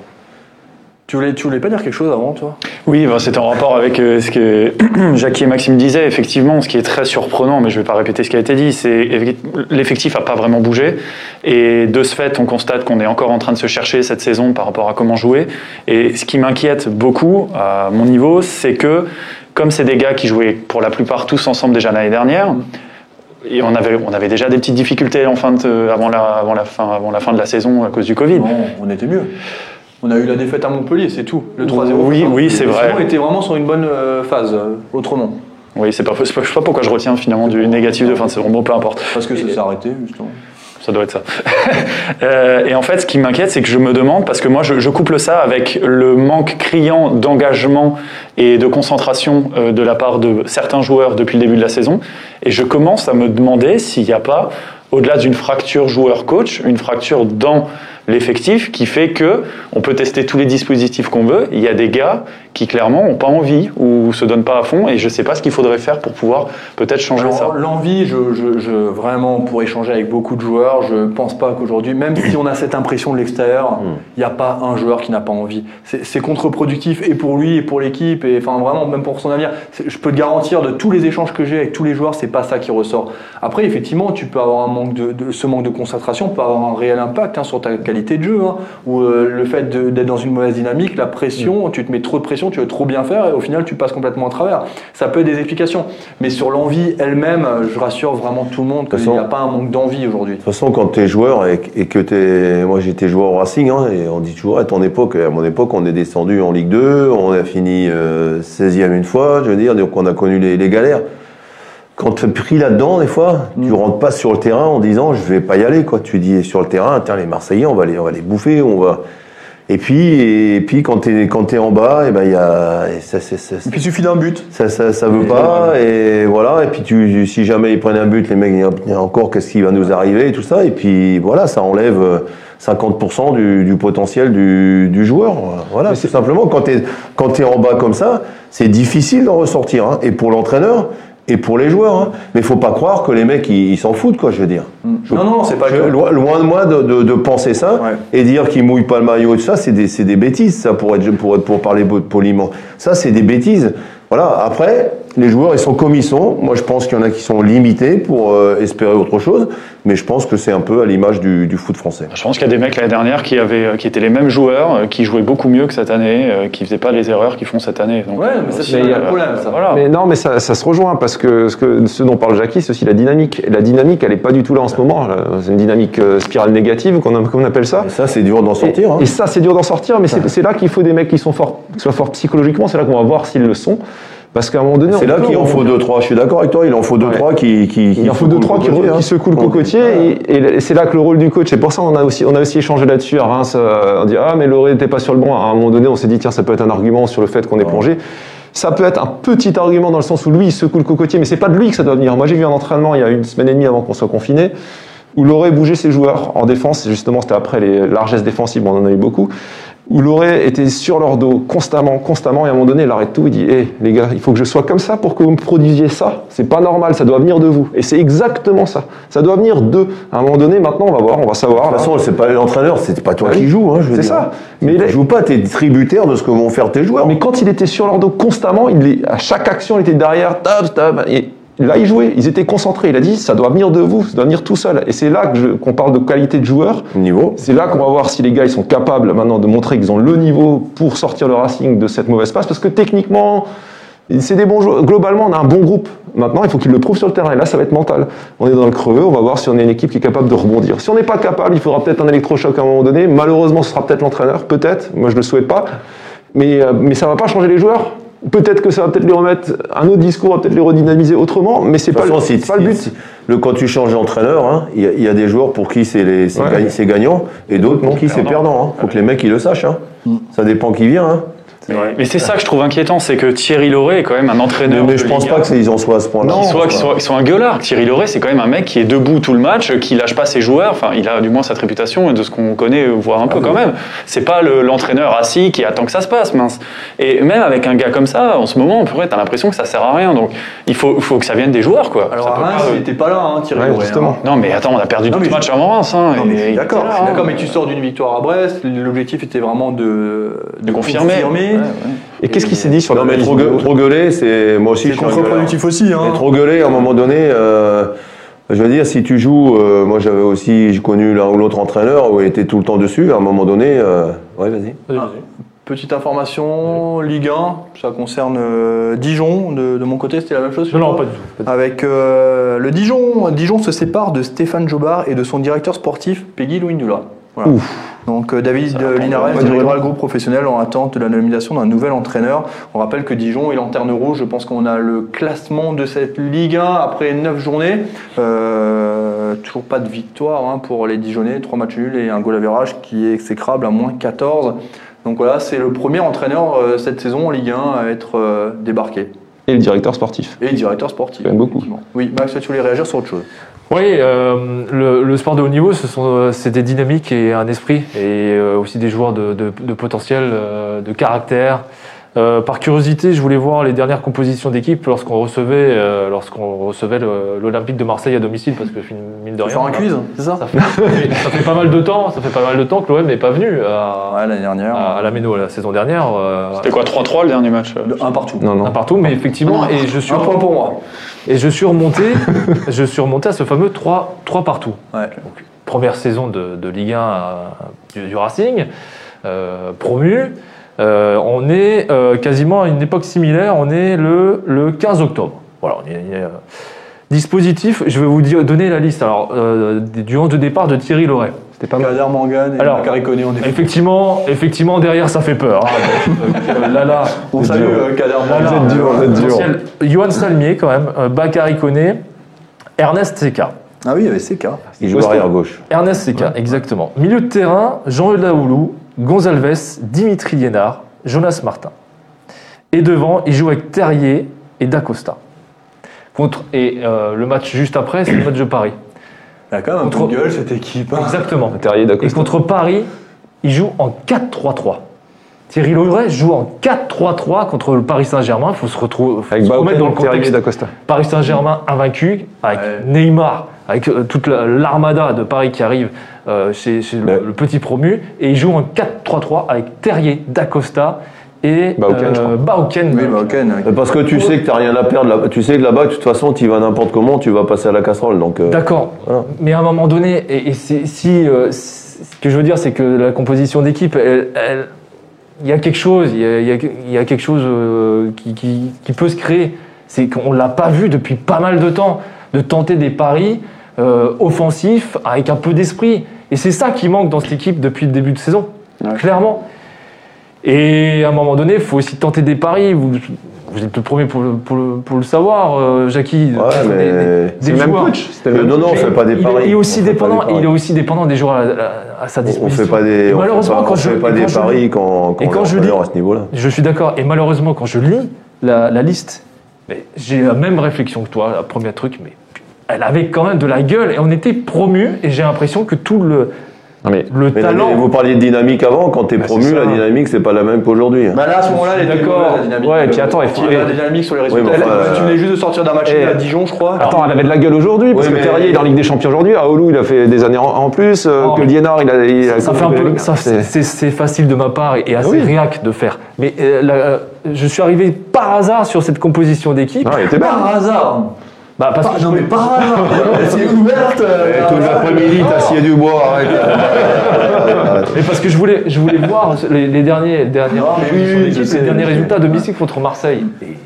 S3: Tu voulais, tu voulais pas dire quelque chose avant, toi
S2: Oui, ben, c'était en rapport avec euh, ce que Jackie et Maxime disaient. Effectivement, ce qui est très surprenant, mais je ne vais pas répéter ce qui a été dit, c'est évi- l'effectif n'a pas vraiment bougé. Et de ce fait, on constate qu'on est encore en train de se chercher cette saison par rapport à comment jouer. Et ce qui m'inquiète beaucoup à mon niveau, c'est que comme c'est des gars qui jouaient pour la plupart tous ensemble déjà l'année dernière, et on avait, on avait déjà des petites difficultés en fin de, avant, la, avant, la fin, avant la fin de la saison à cause du Covid.
S3: Non, on était mieux. On a eu la défaite à Montpellier, c'est tout. Le 3-0.
S2: Oui, oui, c'est vrai.
S3: On était vraiment sur une bonne euh, phase, euh, autrement.
S2: Oui, c'est pas, c'est pas- je sais pas pourquoi je retiens finalement du négatif de fin de saison. Bon, peu importe.
S3: Parce que ça s'est arrêté, justement.
S2: ça doit être ça. Euh, et en fait, ce qui m'inquiète, c'est que je me demande, parce que moi, je, je couple ça avec le manque criant d'engagement et de concentration euh, de la part de certains joueurs depuis le début de la saison, et je commence à me demander s'il n'y a pas, au-delà d'une fracture joueur-coach, une fracture dans l'effectif qui fait que on peut tester tous les dispositifs qu'on veut. Il y a des gars qui clairement ont pas envie ou se donnent pas à fond, et je sais pas ce qu'il faudrait faire pour pouvoir peut-être changer ça.
S3: Alors, L'envie, je, je- je- vraiment, pour échanger avec beaucoup de joueurs, je pense pas qu'aujourd'hui, même si on a cette impression de l'extérieur,
S2: Hmm.
S3: il n'y a pas un joueur qui n'a pas envie. C'est c'est contre-productif et pour lui et pour l'équipe, et enfin vraiment, même pour son avenir. C'est- Je peux te garantir, de tous les échanges que j'ai avec tous les joueurs, c'est pas ça qui ressort. Après, effectivement, tu peux avoir un manque de, de- ce manque de concentration peut avoir un réel impact hein, sur ta qualité de jeu, hein, ou euh, le fait de- d'être dans une mauvaise dynamique, la pression, tu te mets trop de pression, tu veux trop bien faire, et au final, tu passes complètement à travers. Ça peut être des explications. Mais sur l'envie elle-même, euh, je rassure vraiment tout le monde
S1: De toute
S3: qu'il n'y a
S1: façon-
S3: pas un manque d'envie aujourd'hui.
S1: De toute façon, quand tu es joueur et, et que t'es, moi j'étais joueur au Racing, hein, et on dit toujours à ton époque, à mon époque, on est descendu en Ligue 2, on a fini euh, 16e une fois, je veux dire, donc on a connu les, les galères. Quand tu es pris là-dedans, des fois, tu rentres pas sur le terrain en disant je vais pas y aller, quoi. Tu dis sur le terrain, tiens, les Marseillais, on va les, on va les bouffer, on va. Et puis, et puis quand tu es, quand es en bas, et ben, il y a, et ça, c'est- c'est-
S3: il suffit d'un but.
S1: ça, ça, ça veut pas, et voilà. Et puis, tu, si jamais ils prennent un but, les mecs, il y a- il y a encore qu'est-ce qui va nous arriver et tout ça. Et puis, voilà, ça enlève euh, 50% du, du potentiel du, du joueur. euh, Voilà, c'est simplement quand t'es quand t'es en bas comme ça, c'est difficile d'en ressortir. hein. et pour l'entraîneur, et pour les joueurs. hein. Mais faut pas croire que les mecs, ils ils s'en foutent, quoi, je veux dire. Je-
S3: Non, non, c'est pas
S1: Je-
S3: que.
S1: loin, loin de moi de, de- de penser ça
S3: Ouais.
S1: et dire qu'ils mouillent pas le maillot et tout ça, c'est des, c'est des bêtises, ça, pour, être, pour, être- pour parler po- poliment. Ça, c'est des bêtises. Voilà, après, les joueurs, ils sont comme ils sont. Moi, je pense qu'il y en a qui sont limités pour euh, espérer autre chose, mais je pense que c'est un peu à l'image du, du foot français.
S2: Bah, Je pense qu'il y a des mecs l'année dernière qui, avaient, euh, qui étaient les mêmes joueurs, euh, qui jouaient beaucoup mieux que cette année, euh, qui faisaient pas les erreurs qu'ils font cette année. Donc,
S3: Ouais, mais ça, c'est
S2: aussi,
S3: un problème, ça.
S2: Voilà.
S5: Mais non, mais ça, ça se rejoint parce que ce, que ce dont parle Jackie, c'est aussi la dynamique. Et La dynamique, elle est pas du tout là en ce moment. là. C'est une dynamique euh, spirale négative qu'on qu'on appelle ça.
S1: Et ça, c'est dur d'en sortir. hein.
S5: Et, et ça, c'est dur d'en sortir, mais c'est c'est là qu'il faut des mecs qui sont forts, qui soient forts psychologiquement. C'est là qu'on va voir s'ils le sont, parce qu'à un moment donné,
S1: C'est
S5: on
S1: là
S5: peut-
S1: qu'il en
S5: on-
S1: faut 2-3, je suis d'accord avec toi, il en faut 2-3 qui, qui, qui
S5: Il en faut
S1: secouent
S5: deux
S1: le
S5: trois qui,
S1: cocotier, hein.
S5: qui secouent le cocotier et, et c'est là que le rôle du coach. Et pour ça, on a aussi, on a aussi échangé là-dessus. à Reims, euh, on dit ah mais Loré n'était pas sur le banc. À un moment donné, on s'est dit tiens ça peut être un argument sur le fait qu'on est plongé. Ça peut être un petit argument dans le sens où lui il secoue le cocotier, mais c'est pas de lui que ça doit venir. Moi j'ai vu un entraînement il y a une semaine et demie avant qu'on soit confiné où Loré bougeait ses joueurs en défense. Justement, c'était après les largesses défensives, on en a eu beaucoup. Où Loré était sur leur dos constamment, constamment, et à un moment donné, il arrête tout. Il dit Hé, les gars, il faut que je sois comme ça pour que vous me produisiez ça. C'est pas normal, ça doit venir de vous. Et c'est exactement ça. Ça doit venir d'eux. À un moment donné, maintenant, on va voir, on va savoir.
S1: De toute façon, c'est pas l'entraîneur, c'est pas toi
S5: Ah oui.
S1: qui joues, hein, je veux
S5: c'est
S1: dire.
S5: ça. Mais,
S1: Mais
S5: il
S1: tu
S5: est-
S1: joues pas, t'es tributaire de ce que vont faire tes joueurs.
S5: mais quand il était sur leur dos constamment, il les- à chaque action, il était derrière. Tab, tab, et là, il jouait. Ils étaient concentrés. Il a dit Ça doit venir de vous, ça doit venir tout seul. Et c'est là que je- qu'on parle de qualité de joueur.
S1: Niveau.
S5: C'est là qu'on va voir si les gars ils sont capables maintenant de montrer qu'ils ont le niveau pour sortir le Racing de cette mauvaise passe parce que techniquement c'est des bons joueurs. Globalement, on a un bon groupe. Maintenant, il faut qu'ils le prouvent sur le terrain. Et là, ça va être mental. On est dans le creux. On va voir si on est une équipe qui est capable de rebondir. Si on n'est pas capable, il faudra peut-être un électrochoc à un moment donné. Malheureusement, ce sera peut-être l'entraîneur. Peut-être. Moi, je ne le souhaite pas. Mais, euh, mais ça ne va pas changer les joueurs. Peut-être que ça va peut-être les remettre. Un autre discours va peut-être les redynamiser autrement. Mais c'est
S1: De
S5: pas,
S1: toute
S5: le-
S1: façon, si-
S5: c'est pas le but.
S1: si- le- quand tu changes d'entraîneur, hein, il y, a- il y a des joueurs pour qui c'est les- c'est
S5: Ouais.
S1: gagne- c'est gagnant et d'autres pour qui c'est perdant. hein. Faut que les mecs ils le sachent. hein.
S5: Mm.
S1: Ça dépend qui vient. hein.
S2: Mais- Mais c'est ça que je trouve inquiétant, c'est que Thierry Lauré est quand même un
S1: Mais,
S2: entraîneur.
S1: mais
S2: de
S1: je pense
S2: Ligue 1.
S1: pas qu'ils en soient à ce point-là.
S2: Qu'ils soient, qu'ils soient- qu'ils soient un gueulard. Thierry Lauré, c'est quand même un mec qui est debout tout le match, qui lâche pas ses joueurs. Enfin, il a du moins cette réputation et de ce qu'on connaît, euh, voire un peu
S1: Ah
S2: quand même. C'est pas le- l'entraîneur assis qui attend que ça se passe, mince. Et même avec un gars comme ça, en ce moment, on pourrait t'as l'impression que ça sert à rien. Donc, il faut, faut que ça vienne des joueurs, quoi.
S3: Alors,
S2: Ça peut
S3: à Reims,
S2: pas, euh,
S3: il n'était pas là, hein, Thierry.
S5: Ouais,
S3: Lauré, hein.
S5: justement.
S2: Non, mais attends, on a perdu
S3: Non,
S2: deux
S3: mais
S2: matchs avant Reims. Hein,
S3: Non, mais je suis
S2: et-
S3: D'accord,
S2: et-
S3: je suis d'accord, mais tu sors d'une victoire à Brest. L'objectif était vraiment de,
S2: De confirmer. Ouais, ouais.
S5: Et qu'est-ce qui s'est dit sur
S1: Non,
S5: le
S1: mais trop, gue- trop gueuler, c'est moi aussi.
S3: C'est
S1: je suis un gueulard.
S3: contre-productif aussi. Hein.
S1: Mais trop gueuler, à un moment donné, euh, je veux dire, si tu joues, euh, moi j'avais aussi j'ai connu l'un ou l'autre entraîneur où il était tout le temps dessus. À un moment donné, euh, ouais, vas-y.
S3: Petite information, Ligue 1, ça concerne euh, Dijon. De, de mon côté, c'était la même chose.
S4: Non, non,
S3: je
S4: pas
S3: crois.
S4: du tout.
S3: Avec euh, le Dijon, Dijon se sépare de Stéphane Jobard et de son directeur sportif Peggy Louinula. Voilà. Donc euh, David euh, Linares dirigera le groupe professionnel en attente de la nomination d'un nouvel entraîneur. On rappelle que Dijon est lanterne rouge. Je pense qu'on a le classement de cette Ligue 1 après 9 journées. Euh, toujours pas de victoire hein, pour les Dijonais. 3 matchs nuls et un goal à virage qui est exécrable à moins 14. Donc voilà, c'est le premier entraîneur euh, cette saison en Ligue 1 à être euh, débarqué.
S5: Et le directeur sportif.
S3: Et directeur sportif.
S5: Quand même beaucoup.
S3: effectivement. Oui, Max, tu voulais réagir sur autre chose
S4: Oui, euh, le, le sport de haut niveau, ce sont, euh, c'est des dynamiques et un esprit, et euh, aussi des joueurs de, de- de potentiel, euh, de caractère. Euh, par curiosité, je voulais voir les dernières compositions d'équipe lorsqu'on recevait, euh, lorsqu'on recevait le- l'Olympique de Marseille à domicile, parce que mine de rien,
S3: Faire un
S4: on a-
S3: quiz, c'est ça,
S4: ça fait, ça fait pas mal de temps, ça fait pas mal de temps que l'OM n'est pas venu
S5: Ah,
S4: à,
S3: Ouais, Ah, l'année dernière.
S4: à, à la Méno la saison dernière. euh,
S2: C'était quoi 3-3 le dernier match euh
S3: De- un partout.
S5: Non,
S4: un
S5: non.
S4: partout, mais effectivement,
S3: Ah non,
S4: et je suis
S3: Un point pour moi.
S4: et je suis remonté, je suis remonté à ce fameux 3, 3 partout.
S3: Ouais.
S4: Première saison de, de Ligue 1 à- du, du Racing, euh, promu. Euh, on est euh, quasiment à une époque similaire, on est le, le 15 octobre. Voilà, on est- on est, euh, dispositif, je vais vous dire- donner la liste alors, euh, des- du 11 de départ de Thierry Loret.
S5: C'était pas mal.
S3: Kader Mangan et
S4: Alors,
S3: Marc Caricone,
S5: eh,
S3: on est
S4: Effectivement, effectivement, derrière, ça fait peur. hein. Donc, euh, là, là,
S3: On salue euh, Kader
S4: là,
S3: Mangan.
S5: êtes dur, vous êtes dur.
S4: potentiel. Johan Salmier, quand même, euh, Bakary Koné, Ernest Seca.
S3: Ah oui, il y avait CK.
S1: Il joue
S5: Costa.
S1: arrière gauche.
S4: Ernest Seca, exactement. Milieu de terrain, Jean-Eudes Laoulou, Gonzalves, Dimitri Liénard, Jonas Martin. Et devant, il joue avec Terrier et Dacosta. Contre, et euh, le match juste après, c'est le match de Paris.
S3: Elle a quand même un
S4: Contre-
S3: coup de gueule cette équipe. hein.
S4: Exactement.
S5: Terrier
S4: Et
S5: d'Acosta.
S4: contre Paris, il joue en 4-3-3. Thierry Loret joue en 4-3-3 contre le Paris Saint-Germain. Il faut se retrouver faut
S5: Avec
S4: se remettre dans le
S5: Baoken, Terrier
S4: contexte.
S5: d'Acosta.
S4: Paris Saint-Germain invaincu, avec
S3: Ouais.
S4: Neymar, avec euh, toute la- l'armada de Paris qui arrive euh, chez, chez le,
S1: Ouais.
S4: le petit promu, et il joue en 4-3-3 avec Terrier, Dacosta et euh,
S5: Baoken, je crois.
S4: Baoken.
S3: Oui, bah, ok.
S1: Euh, Parce que tu sais que t'as rien à perdre. là- Tu sais que là-bas, de toute façon, tu vas n'importe comment, tu vas passer à la casserole. Donc, euh,
S4: D'accord,
S1: Voilà.
S4: mais à un moment donné, et, et c'est- si euh, c'est- ce que je veux dire, c'est que la composition d'équipe, elle- elle- il y a quelque chose, il y a, il y a- il y a quelque chose euh, qui, qui- qui peut se créer. C'est qu'on l'a pas vu depuis pas mal de temps, de tenter des paris euh, offensifs avec un peu d'esprit. Et c'est ça qui manque dans cette équipe depuis le début de saison,
S2: Ouais.
S4: clairement. Et à un moment donné, il faut aussi tenter des paris. Vous, vous êtes le premier pour le, pour le- pour le savoir, euh, Jackie.
S1: ouais,
S4: Des-
S1: mais.
S4: des- des
S5: C'est le même
S4: joueurs.
S5: coach. C'était
S1: Euh,
S5: le
S1: non,
S5: même
S1: non, on
S5: coach.
S1: fait pas des
S4: Il est-
S1: paris.
S4: Il est aussi
S1: On fait pas
S4: dépendant.
S1: des paris.
S4: Il est aussi dépendant des joueurs à, à- à sa
S1: On
S4: disposition.
S1: fait pas des.
S4: Et
S1: on fait
S4: malheureusement,
S1: pas-
S4: quand
S1: on
S4: je
S1: fait pas
S4: et
S1: des
S4: quand je-
S1: paris quand,
S4: et quand
S1: on est
S4: je dis-
S1: employeur à ce niveau-là.
S4: Je suis d'accord. Et malheureusement, quand je lis la, la liste, mais j'ai la même réflexion que toi. La première truc, mais elle avait quand même de la gueule et on était promu. Et j'ai l'impression que tout le
S5: Non, mais
S4: le
S1: Mais
S4: talent.
S1: vous parliez de dynamique avant. Quand t'es
S5: Bah, c'est
S1: promu,
S5: ça.
S1: la dynamique, c'est pas la même qu'aujourd'hui. hein.
S3: Bah là, à ce moment-là, elle était
S4: D'accord.
S3: mauvaise, la dynamique.
S5: Ouais, et puis attends, il faut-
S3: Il y avait
S5: et-
S3: la dynamique sur les
S1: mais
S3: résultats.
S1: enfin,
S3: Elle- Tu
S1: euh,
S3: venais juste de sortir d'un match
S5: et-
S3: à Dijon, je crois.
S5: Attends, elle avait de la gueule aujourd'hui, parce
S1: Oui,
S5: que
S1: mais-
S5: Terrier il est en Ligue des Champions aujourd'hui, Aoulou il a fait des années en, en plus, euh,
S4: Oh,
S5: que
S4: mais-
S5: Liénard il a. il a-
S4: ça fait un peu, ça, c'est
S5: C'est-
S4: c'est facile de ma part et assez
S5: Oui.
S4: réac de faire. Mais euh, la- euh, je suis arrivé par hasard sur cette composition d'équipe.
S5: Non, il était bien.
S3: Par hasard. Ah,
S4: Bah, parce que
S3: non, mais par hasard. C'est ouverte. euh,
S1: Eh, Tout l'après-midi, t'as scié du bois. Arrête.
S4: Mais parce que je voulais, je voulais voir les, les derniers, derniers,
S3: Non, mais oui,
S4: les
S3: oui,
S4: équipes,
S3: je sais,
S4: les derniers
S3: je sais.
S4: résultats à domicile contre Marseille. Et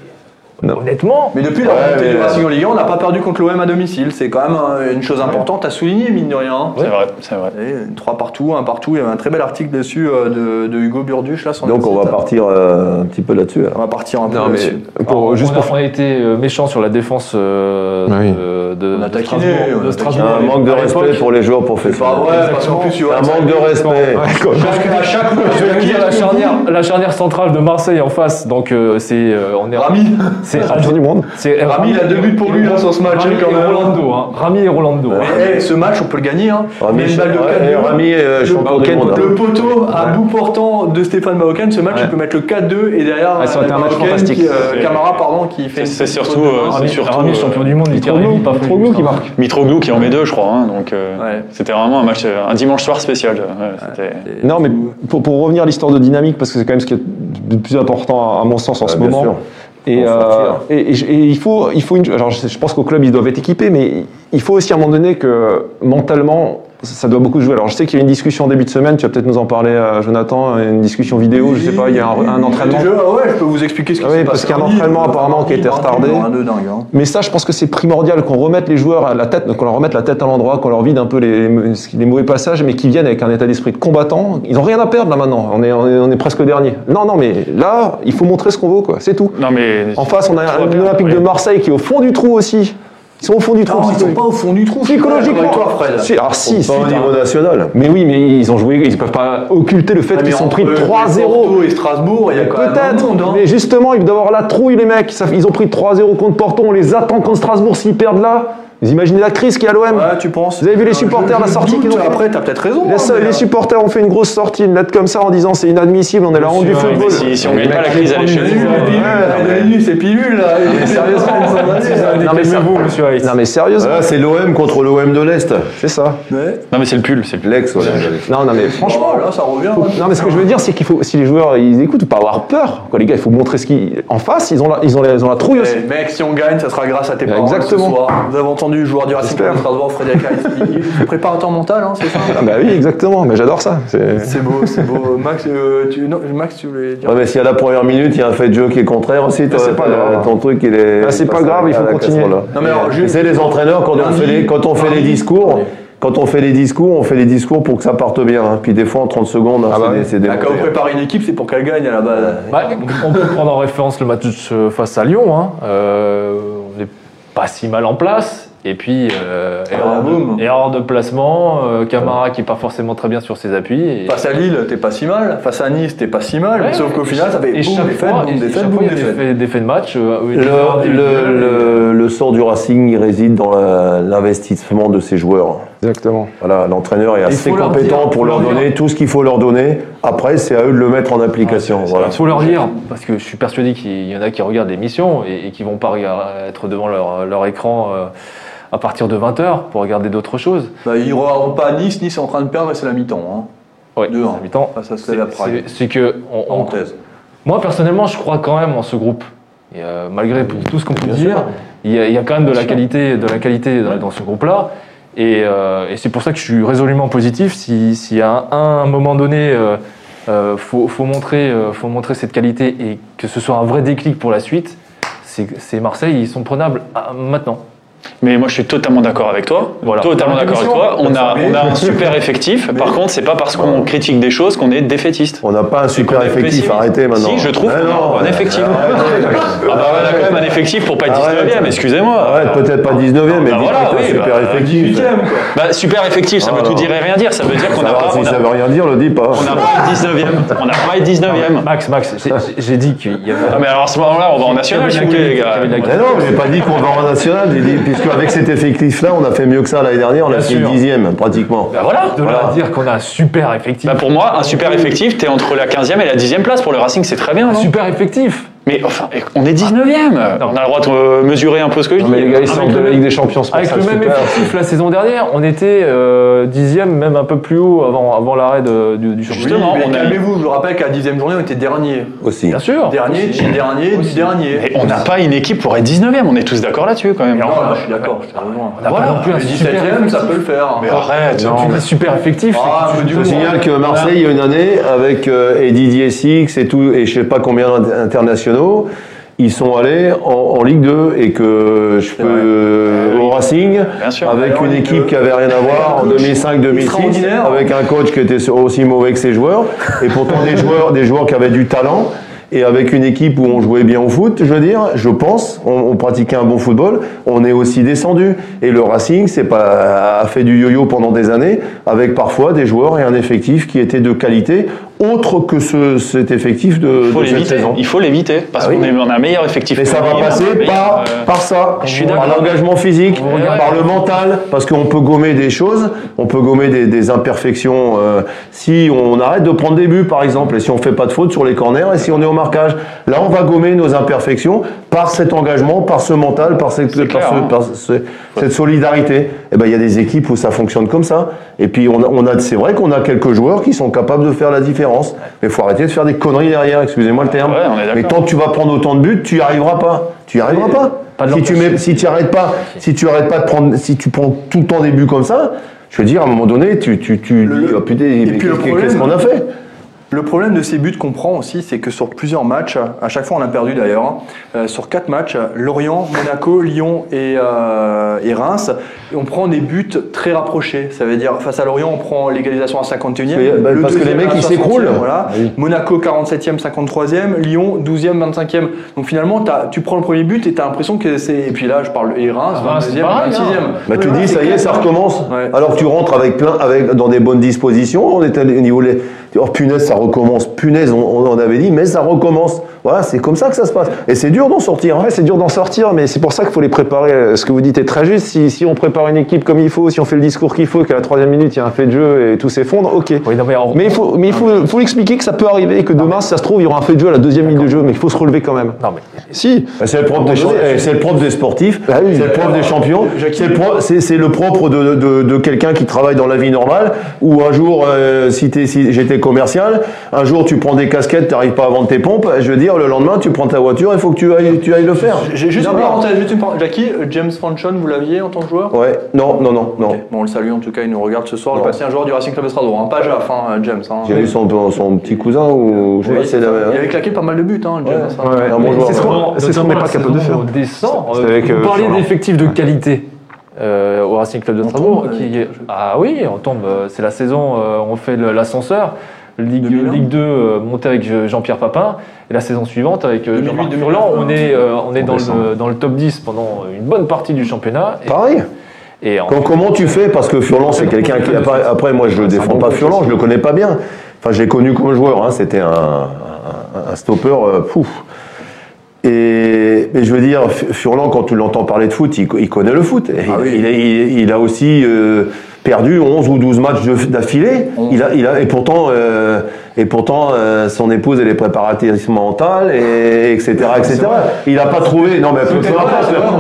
S5: Non.
S4: Honnêtement,
S3: Mais depuis la
S1: Ouais,
S3: remontée
S1: mais-
S5: euh,
S3: du Racing en Ligue 1, on n'a pas perdu contre l'OM à domicile. C'est quand même euh, une chose importante à souligner, mine de rien. hein.
S2: C'est vrai, c'est vrai.
S3: Et, euh, Trois partout, un partout. Il y avait un très bel article dessus euh, de, de Hugo Burduche. Là, sur
S1: Donc
S3: notre
S1: on
S3: site.
S1: va partir euh, un petit peu là-dessus. hein. alors.
S3: On va partir un peu
S5: Non, mais
S3: là-dessus.
S5: pour,
S4: on,
S5: juste
S4: a,
S5: pour
S4: on a été euh, méchants sur la défense euh,
S5: Oui.
S4: de, de-
S3: On a
S4: de
S3: taquiné,
S4: Strasbourg.
S3: on a
S4: de Strasbourg.
S1: Ah. Un manque de
S4: À l'époque,
S1: respect pour les joueurs professionnels.
S3: vrai, parce qu'en plus, tu vois,
S1: un manque de respect.
S3: Chaque- à chaque fois,
S4: Je veux dire, la charnière, la charnière centrale de Marseille en face, donc euh, c'est euh, on est
S3: Rami,
S4: c'est
S5: champion du monde.
S4: c'est-
S3: Rami, il a deux buts pour lui hein, sur ce match.
S4: Rami
S3: quand
S4: et
S3: même.
S4: Rolando, hein. Rami et Rolando. hein.
S3: Mais, hey, Eh, ce match, on peut le gagner. Hein.
S1: Rami,
S3: Mais une balle de
S1: ouais,
S3: quatre
S1: et
S5: eh,
S3: buts.
S1: Rami est, euh,
S3: Le-
S1: champion du monde.
S3: Le
S1: hein.
S3: poteau à
S5: Ouais.
S3: bout portant de Stéphane Mahokan, ce match,
S5: Ouais.
S3: il peut mettre le 4-2 et derrière,
S5: Ah, ça aurait été un match
S3: Mahokan
S5: fantastique.
S3: qui, euh,
S2: C'est-
S3: Camara, pardon, qui fait.
S2: C'est-
S3: une
S2: C'est
S3: petite
S2: surtout,
S3: faute de main.
S2: euh, c'est
S4: Rami,
S2: surtout
S4: Rami,
S2: euh,
S4: champion du monde, il
S5: Mitroglou, Mitroglou qui marque.
S2: Mitroglou qui en met deux, je crois. hein, donc euh,
S3: Ouais.
S2: c'était vraiment un match, euh, un dimanche soir spécial. euh, ouais, c'était-
S5: Non, mais pour, pour revenir à l'histoire de dynamique, parce que c'est quand même ce qui est le plus important à, à mon sens en
S1: Ouais,
S5: ce
S1: Ah, bien
S5: moment.
S1: sûr.
S5: Et,
S1: Faut en sortir.
S5: euh, et- et je- et il faut, il faut une. Alors, je, je pense qu'au club, ils doivent être équipés, mais il faut aussi à un moment donné que mentalement, ça doit beaucoup jouer. Alors, je sais qu'il y a une discussion en début de semaine, tu vas peut-être nous en parler, euh, Jonathan, une discussion vidéo, je sais pas, il y a un, un entraînement.
S3: Déjà, ah ouais, je peux vous expliquer ce qui
S5: Ah
S3: se
S5: oui,
S3: passe.
S5: parce qu'il y a un
S3: En ligne,
S5: entraînement
S3: en
S5: apparemment qui a été
S3: ligne,
S5: retardé.
S3: Un de dingue. hein.
S5: Mais ça, je pense que c'est primordial qu'on remette les joueurs à la tête, qu'on leur remette la tête à l'endroit, qu'on leur vide un peu les, les mauvais passages, mais qu'ils viennent avec un état d'esprit de combattant. Ils n'ont rien à perdre là maintenant. On est, on est, on est presque dernier. Non, non, mais là, il faut montrer ce qu'on vaut, quoi. C'est tout.
S2: Non, mais.
S5: En face, on a
S2: Trop à perdre,
S5: l'Olympique de
S2: oui.
S5: Marseille qui est au fond du trou aussi. Ils sont au fond du trou.
S3: Non, ils sont pas au fond du trou.
S5: Psychologiquement.
S3: Avec toi, Fred.
S5: Si, alors si,
S1: Pas
S5: si,
S1: au
S5: t'as-
S1: niveau national.
S5: mais oui, mais ils ont joué, ils peuvent pas occulter le fait
S3: Mais
S5: qu'ils sont
S3: entre
S5: pris 3-0.
S3: Porto et Strasbourg, il y a quand même un
S5: Peut-être,
S3: monde, hein.
S5: mais justement, ils doivent avoir la trouille, les mecs. Ça fait- Ils ont pris 3-0 contre Porto, on les attend contre Strasbourg s'ils perdent là. Vous imaginez la crise qu'il y a à l'OM
S3: Ouais, tu penses
S5: Vous avez vu les
S3: Euh,
S5: supporters,
S3: je- je
S5: la sortie
S3: doute,
S5: qu'ils ont fait
S3: Après, t'as peut-être raison.
S5: les,
S3: hein,
S5: seuls-
S3: mais,
S5: les
S3: euh,
S5: supporters ont fait une grosse sortie, une lettre comme ça en disant c'est inadmissible, on est la honte du
S4: sûr, ouais,
S5: football.
S2: Mais si, si on gagne pas la crise à
S3: T'as
S2: l'échelle
S3: vu
S2: du
S5: euh,
S3: les pilules, là, t'as vu ces pilules là, sérieusement, ils sont malades.
S5: Non, mais ça-
S4: Calmez-vous, monsieur Hayes.
S5: Non mais sérieusement,
S1: Ah, c'est l'OM contre l'OM de l'Est.
S5: c'est ça.
S3: Ouais.
S2: Non, mais c'est le pull, c'est le pull.
S1: L'ex, OM de l'Est.
S5: Non, non mais franchement.
S3: Franchement, là, ça revient. hein.
S5: Non, mais ce que je veux dire, c'est qu'il faut, si les joueurs ils écoutent, faut pas avoir peur. Quoi, les gars, il faut montrer ce qu'ils en face. Ils ont la, ils ont la, ils ont la trouille aussi.
S3: Eh, mec, si on gagne, ça sera grâce à tes
S5: Bah,
S3: parents hein,
S5: exactement.
S3: ce soir. Vous avez entendu le joueur du Racing
S5: J'espère.
S3: Club de Strasbourg, Frédéric Harris, il- il- préparateur mental, hein, c'est ça
S5: Bah oui, exactement. Mais j'adore ça. C'est-
S3: C'est beau, c'est beau. Max, euh, tu, non, Max, tu voulais dire
S1: Ouais, mais si à la première minute, il y a un fait de jeu qui est contraire aussi, toi,
S5: c'est pas
S1: t'as-
S5: grave.
S1: ton truc, il est.
S5: Ah, c'est
S1: il
S5: pas
S1: passe
S5: grave,
S1: à
S5: il faut
S1: la
S5: continuer.
S1: casserole, là.
S3: Non, mais alors,
S1: Tu
S3: juste-
S1: sais, les entraîneurs, quand on
S3: Lundi,
S1: fait les, quand on fait les
S3: mardi.
S1: discours, quand on fait les discours, on fait les discours pour que ça parte bien. hein. Puis des fois, en 30 secondes, hein,
S5: Ah bah
S1: c'est
S5: oui.
S1: des- c'est des.
S3: Ah, quand on prépare une équipe, c'est pour qu'elle gagne à la base.
S4: Bah, on peut prendre en référence le match euh, face à Lyon. hein. Euh, on n'est pas si mal en place. Et puis, euh, erreur,
S3: Ah, boum.
S4: de, erreur de placement, euh, Camara qui est pas forcément très bien sur ses appuis. Et,
S3: Face à Lille, t'es pas si mal. Face à Nice, t'es pas si mal.
S4: Ouais,
S3: sauf qu'au final, ça fait
S4: et
S3: boum,
S4: chaque
S3: défaite,
S4: fois,
S3: boum,
S4: et
S3: défaite,
S4: chaque
S3: boum,
S4: fois, il y a des
S3: défaite.
S4: faits- des faits de match. euh, oui, des erreurs
S1: Le, le,
S4: individuelles.
S1: le, le sort du Racing il réside dans la- l'investissement de ses joueurs.
S5: Exactement.
S1: Voilà, l'entraîneur est assez
S4: faut leur
S1: compétent
S4: dire,
S1: pour
S4: faut
S1: leur
S4: leur dire.
S1: donner tout ce qu'il faut leur donner. Après, c'est à eux de le mettre en application. voilà.
S4: Il faut leur dire, parce que je suis persuadé qu'il y en a qui regardent l'émission et, et qui vont pas regarder- être devant leur, leur écran euh, à partir de 20h pour regarder d'autres choses.
S3: Bah, ils regarderont pas Nice. Nice est en train de perdre et c'est la mi-temps.
S4: Ouais,
S3: Dehors.
S4: c'est mi-temps.
S3: Hein. Face à
S4: C'est-
S3: Stella Prague.
S4: c'est- C'est que on- on-
S3: Parenthèse.
S4: moi personnellement, je crois quand même en ce groupe. Et, euh, malgré pour tout ce qu'on peut
S1: Bien
S4: dire,
S1: sûr.
S4: il y, a, il y a quand même de la qualité, de la qualité dans, dans ce groupe-là. Et, euh, et c'est pour ça que je suis résolument positif. Si- S'il y a un, un moment donné, euh, euh, faut, faut montrer, euh, faut montrer cette qualité et que ce soit un vrai déclic pour la suite. c'est- C'est Marseille, ils sont prenables ah, maintenant.
S2: Mais moi, je suis totalement d'accord avec toi.
S4: Voilà.
S2: Totalement d'accord avec toi. On a, on a un super effectif. Par contre, c'est pas parce qu'on critique des choses qu'on est défaitiste.
S1: On n'a pas un super
S2: qu'on est
S1: effectif,
S2: pessimiste.
S1: arrêtez maintenant.
S2: Si, je trouve
S1: Ah
S2: qu'on a un bon
S1: ouais.
S2: effectif. Ah bah, on a quand même un effectif pour pas être
S1: Arrête.
S2: 19ème, excusez-moi.
S1: Ouais, peut-être pas 19e, mais
S2: Bah voilà,
S1: 18e,
S2: oui,
S1: super
S2: bah,
S1: effectif.
S2: Bah, super effectif, ça
S1: Ah,
S2: veut tout
S1: non.
S2: dire et rien dire. Ça veut dire qu'on n'a
S1: Ça va,
S2: pas,
S1: bah, si
S2: on a-
S1: ça veut rien dire, le dis pas.
S2: on n'a pas été 19ème. On n'a pas été 19ème.
S4: Max, Max, j'ai- j'ai- j'ai dit qu'il y avait.
S2: Ah, mais alors à ce moment-là, on va en national si vous voulez, les gars.
S1: Mais non, j'ai pas dit qu'on va en national, j'ai dit, puisque avec cet effectif-là, on a fait mieux que ça l'année dernière, on a
S4: Bien
S1: fini
S4: sûr.
S1: dixième, pratiquement.
S4: Bah voilà, de là à dire qu'on a un super effectif.
S2: Bah, pour moi, un super effectif, t'es entre la 15ème et la 10ème place. Pour le Racing, c'est très bien,
S4: un
S2: Bah, non
S4: super effectif.
S2: Mais enfin, on est 19ème. On a le droit de euh, mesurer un peu ce que je
S5: Non, mais les
S2: dis.
S5: gars, ils sortent
S4: le
S5: de la
S4: même-
S5: Ligue des Champions. c'est pour
S4: Ah, Avec
S5: ça,
S4: le
S5: c'est
S4: même
S5: super.
S4: effectif la saison dernière, on était euh, dixième, même un peu plus haut avant, avant l'arrêt de- du, du championnat.
S2: Justement,
S3: Oui, mais
S2: on a-
S3: calmez-vous. Je vous rappelle qu'à la dixième journée, on était dernier.
S1: Aussi.
S4: Bien sûr.
S3: Dernier,
S4: Aussi.
S3: dix dernier, dix dernier.
S2: Et on n'a pas une équipe pour être 19ème, on est tous d'accord là-dessus quand même.
S3: Non, là, je suis d'accord, je te rejoins.
S4: On n'a
S2: Voilà,
S4: pas non plus un
S3: Le
S4: super
S3: 17ème, ça peut le faire.
S2: Mais arrête,
S4: Quand tu dis super effectif,
S3: Ah,
S4: c'est
S3: mais
S4: que tu-
S3: du
S1: Je
S3: coup,
S1: signale que Marseille, il y a une année, avec euh, Eddie DSX et tout, et je sais pas combien d'int- internationaux, ils sont allés en, en Ligue 2 et que je peux
S3: vrai.
S1: euh, au Racing
S2: Bien sûr. euh,
S1: avec
S3: Alors,
S1: une
S3: Ligue
S1: équipe
S3: 2.
S1: qui avait rien à voir en
S3: Coach
S1: 2005-2006
S3: extraordinaire.
S1: avec un coach qui était aussi mauvais que ses joueurs et pourtant des joueurs des joueurs qui avaient du talent et avec une équipe où on jouait bien au foot, je veux dire, je pense, on, on pratiquait un bon football, on est aussi descendu. Et le Racing c'est pas, a fait du yo-yo pendant des années, avec parfois des joueurs et un effectif qui était de qualité, autre que ce, cet effectif de,
S2: Il faut
S1: de cette
S2: l'éviter.
S1: saison.
S2: Il faut l'éviter parce
S1: Ah oui.
S2: qu'on est- on a un meilleur effectif.
S1: Mais ça va
S2: On a un
S1: passer
S2: meilleur,
S1: par,
S2: euh,
S1: par ça,
S2: je suis
S1: par
S2: d'accord.
S1: l'engagement physique,
S4: Ouais, ouais.
S1: par le mental, parce qu'on peut gommer des choses, on peut gommer des, des imperfections. euh, si on arrête de prendre des buts, par exemple, et si on fait pas de faute sur les corners, et si on est au marquage, là, on va gommer nos imperfections par cet engagement, par ce mental, par, cette, par
S2: clair,
S1: ce-
S2: hein.
S1: par ce- cette solidarité. Et ben, il y a des équipes où ça fonctionne comme ça. Et puis, on a, on a, c'est vrai qu'on a quelques joueurs qui sont capables de faire la différence, mais faut arrêter de faire des conneries derrière. Excusez-moi le terme.
S2: Ouais, on est d'accord.
S1: mais tant que tu vas prendre autant de buts, tu n'y arriveras pas. Tu n'y arriveras pas.
S4: Pas de
S1: si tu
S4: l'empêcher.
S1: mets, si tu arrêtes pas, si tu arrêtes pas de prendre, si tu prends tout le temps des buts comme ça, Je veux dire, à un moment donné, tu, tu, tu
S3: Le-
S1: dis, oh putain, mais
S3: puis le
S1: qu'est-
S3: problème-
S1: qu'est-ce qu'on a fait
S3: Le problème de ces buts qu'on prend aussi, c'est que sur plusieurs matchs, à chaque fois on a perdu d'ailleurs, hein, euh, sur quatre matchs, Lorient, Monaco, Lyon et, euh, et Reims, on prend des buts très rapprochés. Ça veut dire, face à Lorient, on prend l'égalisation à 51e.
S1: Parce que- bah,
S3: le
S1: parce que les
S3: deuxième
S1: mecs,
S3: à
S1: ils s'écroulent.
S3: 60e, Voilà.
S1: Ah oui.
S3: Monaco 47e, 53e, Lyon 12e, 25e. Donc finalement, t'as- tu prends le premier but et tu as l'impression que c'est. Et puis là, je parle et Reims,
S4: Ah, c'est
S3: 22e,
S4: pareil,
S3: 26e.
S4: hein.
S1: Bah, tu
S3: Ouais,
S1: dis, ça y est, ça recommence.
S3: Ouais.
S1: Alors que tu rentres avec plein, avec, dans des bonnes dispositions. On était au niveau des. Oh punaise, ça recommence. Punaise, on, on en avait dit, mais ça recommence. Voilà, c'est comme ça que ça se passe. Et c'est dur d'en sortir. hein.
S5: Ouais, c'est dur d'en sortir, mais c'est pour ça qu'il faut les préparer. Euh, Ce que vous dites est très juste. Si, si on prépare une équipe comme il faut, si on fait le discours qu'il faut, qu'à la troisième minute, il y a un fait de jeu et tout s'effondre, ok.
S4: Oui, non, mais en-
S5: Mais il faut, mais il faut, faut expliquer que ça peut arriver, que demain, si ça se trouve, il y aura un fait de jeu à la deuxième minute de jeu, mais il faut se relever quand même.
S4: Non, mais
S5: Si,
S1: Bah, C'est le, propre des cha- eh, c'est le propre des sportifs,
S5: Bah oui.
S1: c'est le propre des champions, c'est le, pro- c'est- c'est le propre de, de- de quelqu'un qui travaille dans la vie normale, où un jour, euh, si, t'es- si j'étais commercial, un jour tu prends des casquettes, t'arrives pas à vendre tes pompes, je veux dire, le lendemain tu prends ta voiture, il faut que tu ailles, tu ailles le faire.
S3: J'ai juste
S1: Non,
S3: une
S1: mais-
S3: parenthèse, juste une parenthèse. Jackie, euh, James Fanchon, vous l'aviez en tant que joueur
S1: Ouais, non, non, non, non.
S3: Ok. Bon, on le salue en tout cas, il nous regarde ce soir.
S1: Ouais.
S3: Le un joueur du Racing Club de Strasbourg, hein. pas Jaff, hein, euh, James. hein.
S1: J'ai vu son, son petit cousin, ou je sais
S3: Oui,
S1: pas, c'est la-
S3: Il avait claqué pas mal de buts, hein, James. hein.
S5: Ouais,
S1: Un bon
S5: mais
S1: joueur,
S5: c'est ce qu'on
S4: Notamment
S5: c'est ce qu'on n'est
S4: la
S5: pas capable de
S4: saison
S5: faire.
S4: où on descend.
S5: C'est
S4: Euh,
S5: avec, euh,
S4: vous parliez
S5: Furlan.
S4: d'effectifs de qualité euh, au Racing Club de Strasbourg.
S3: tombe,
S4: qui
S3: euh,
S4: est- Ah oui, on tombe. euh, C'est la saison, euh, on fait le- l'ascenseur. Ligue,
S3: 2001.
S4: Ligue 2 euh, montée avec euh, Jean-Pierre Papin et la saison suivante avec euh,
S3: 2008,
S4: Jean-Marc
S3: 2009,
S4: Furlan, on est, euh, on est
S5: on
S4: dans, le,
S5: descend.
S4: dans le top 10 pendant une bonne partie du championnat Et-
S1: Pareil.
S4: et, en-
S1: Quand- comment tu fais Parce que Furlan, c'est quelqu'un qui. Après, après, moi, je ne défends pas Furlan, je le connais pas bien. Enfin, je l'ai connu comme joueur. hein, C'était un, un- un stopper. euh, pouf. Et, mais je veux dire, F- Furlan, quand tu l'entends parler de foot, il, co- il connaît le foot. Et il, il a- il- il a aussi euh, perdu 11 ou 12 matchs de- d'affilée. Il a, il a, et pourtant, euh, et pourtant euh, son épouse, elle est préparatrice mentale, et, etc. etc. Il n'a pas trouvé. Non, mais peu peu importe.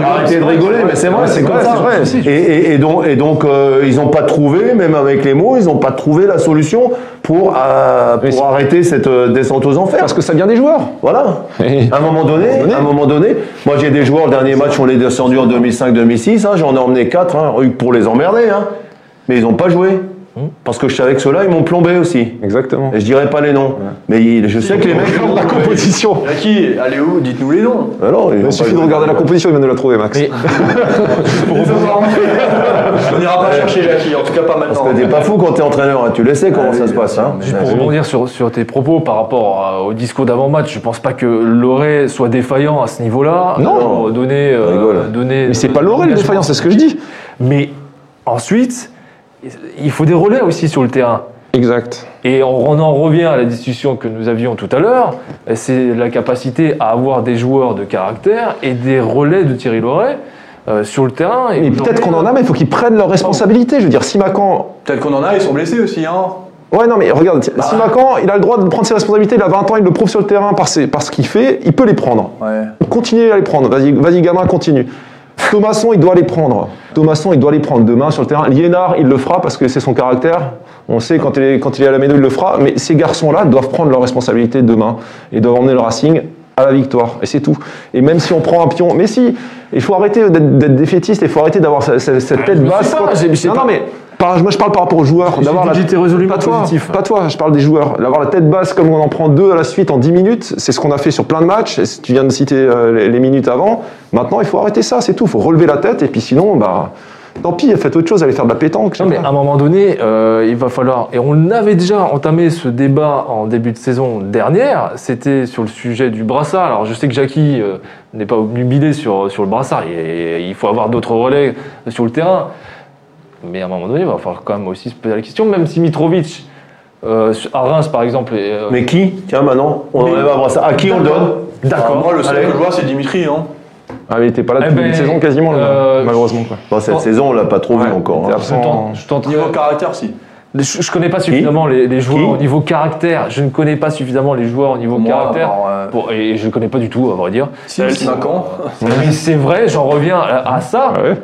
S1: Arrêtez de rigoler, mais c'est vrai, c'est comme
S5: Ouais,
S1: ça.
S5: c'est vrai.
S1: Et, et- et donc, et donc, euh, ils n'ont pas trouvé, même avec les mots, ils n'ont pas trouvé la solution pour, euh,
S5: Mais c'est-
S1: pour arrêter cette euh, descente aux enfers.
S5: Parce que ça vient des joueurs.
S1: Voilà.
S5: Oui.
S1: À un moment donné, à un moment donné, moi j'ai des joueurs, le dernier match, on les descendu en 2005-2006, hein, j'en ai emmené 4 pour les emmerder. hein. Mais ils n'ont pas joué. Parce que je savais que ceux-là, ils m'ont plombé aussi.
S5: Exactement.
S1: Et je dirais pas les noms. Mais il- je sais que les mecs. ils m'ont
S5: La
S1: plombé.
S5: composition.
S3: Jackie, allez où Dites-nous les noms.
S1: Ah non, ils ont
S5: Il
S1: pas
S5: suffit de
S1: joué.
S5: regarder la composition, il vient de la trouver, Max.
S4: Mais-
S3: hein. On n'ira pas chercher Jackie, en tout cas pas
S1: Parce
S3: maintenant.
S1: que t'es pas fou quand t'es entraîneur, hein, tu le sais comment
S3: Ah,
S1: ça
S3: oui,
S1: se passe. hein.
S5: Bah,
S4: Juste pour rebondir sur, sur tes propos par rapport à- au discours d'avant-match, je pense pas que Loré soit défaillant à ce niveau-là.
S1: Non.
S4: Euh, donner,
S1: On rigole.
S4: euh, donner,
S5: Mais c'est pas Laurel, le défaillant, c'est ce que je dis.
S4: Mais ensuite, il faut des relais aussi sur le terrain.
S5: Exact.
S4: Et on on en revient à la discussion que nous avions tout à l'heure, c'est la capacité à avoir des joueurs de caractère et des relais de Thierry Loret euh, sur le terrain. Et
S5: Mais peut-être qu'on en a, mais il faut qu'ils prennent leurs responsabilités. Je veux dire, si Macan.
S3: Peut-être qu'on en a, ils sont blessés aussi. Hein.
S5: Ouais, non, mais regarde,
S4: Bah.
S5: si Macan, il a le droit de prendre ses responsabilités, il a 20 ans, il le prouve sur le terrain par, ses- par ce qu'il fait, il peut les prendre.
S3: Ouais.
S5: Continuez à les prendre. Vas-y, vas-y gamin, continue. Thomasson, il doit les prendre. Thomasson, il doit les prendre demain sur le terrain. Liénard, il le fera parce que c'est son caractère. On sait quand il est, quand il est à la méno, il le fera. Mais ces garçons-là doivent prendre leurs responsabilités demain et doivent emmener le Racing à la victoire. Et c'est tout. Et même si on prend un pion, mais si, il faut arrêter d'être d'être défaitiste. Il faut arrêter d'avoir ce- ce- cette, tête
S4: Ah, je
S5: basse.
S4: sais pas,
S5: quoi.
S4: j'ai- j'ai
S5: non,
S4: pas-
S5: non, mais par- moi je parle par rapport aux
S4: euh,
S5: joueurs. D'avoir la
S4: J'étais résolument
S5: pas toi,
S4: positif.
S5: pas toi, je parle des joueurs. L'avoir la tête basse comme on en prend deux à la suite en 10 minutes, c'est ce qu'on a fait sur plein de matchs. Et si tu viens de citer euh, les- les minutes avant. Maintenant, il faut arrêter ça, c'est tout. Il faut relever la tête et puis sinon, bah, tant pis, faites autre chose, allez faire de la pétanque. je sais
S4: Non, mais
S5: pas.
S4: à un moment donné, euh, il va falloir. Et on avait déjà entamé ce débat en début de saison dernière. C'était sur le sujet du brassard. Alors, je sais que Jackie euh, n'est pas obnubilé sur, sur le brassard. Il, il faut avoir d'autres relais sur le terrain. Mais à un moment donné, il va falloir quand même aussi se poser la question. Même si Mitrovic, euh, à Reims par exemple. est, euh,
S1: Mais qui Tiens, maintenant, on enlève un brassard. À qui on le donne
S3: Alors,
S4: D'accord.
S3: moi, le seul
S1: Allez.
S3: que je vois, c'est Dimitri. Hein.
S5: Ah, mais t'es pas là
S4: Eh
S5: depuis
S4: ben,
S5: une saison quasiment, là,
S4: euh,
S5: malheureusement. Quoi.
S1: Bon, Cette
S4: Oh.
S1: saison, on l'a pas trop
S5: Ouais,
S1: vu encore.
S5: t'es
S1: hein.
S4: Je tente- je tenterai-
S3: Niveau caractère, si.
S4: Je, je connais pas suffisamment les, les joueurs
S1: Qui
S4: au niveau caractère. Je ne connais pas suffisamment les joueurs au niveau
S3: Moi,
S4: caractère.
S3: alors, euh,
S4: Pour- et je ne connais pas du tout, à vrai dire.
S3: Si, 5 ans.
S4: Mais c'est vrai, j'en reviens à, à ça.
S5: Ah ouais.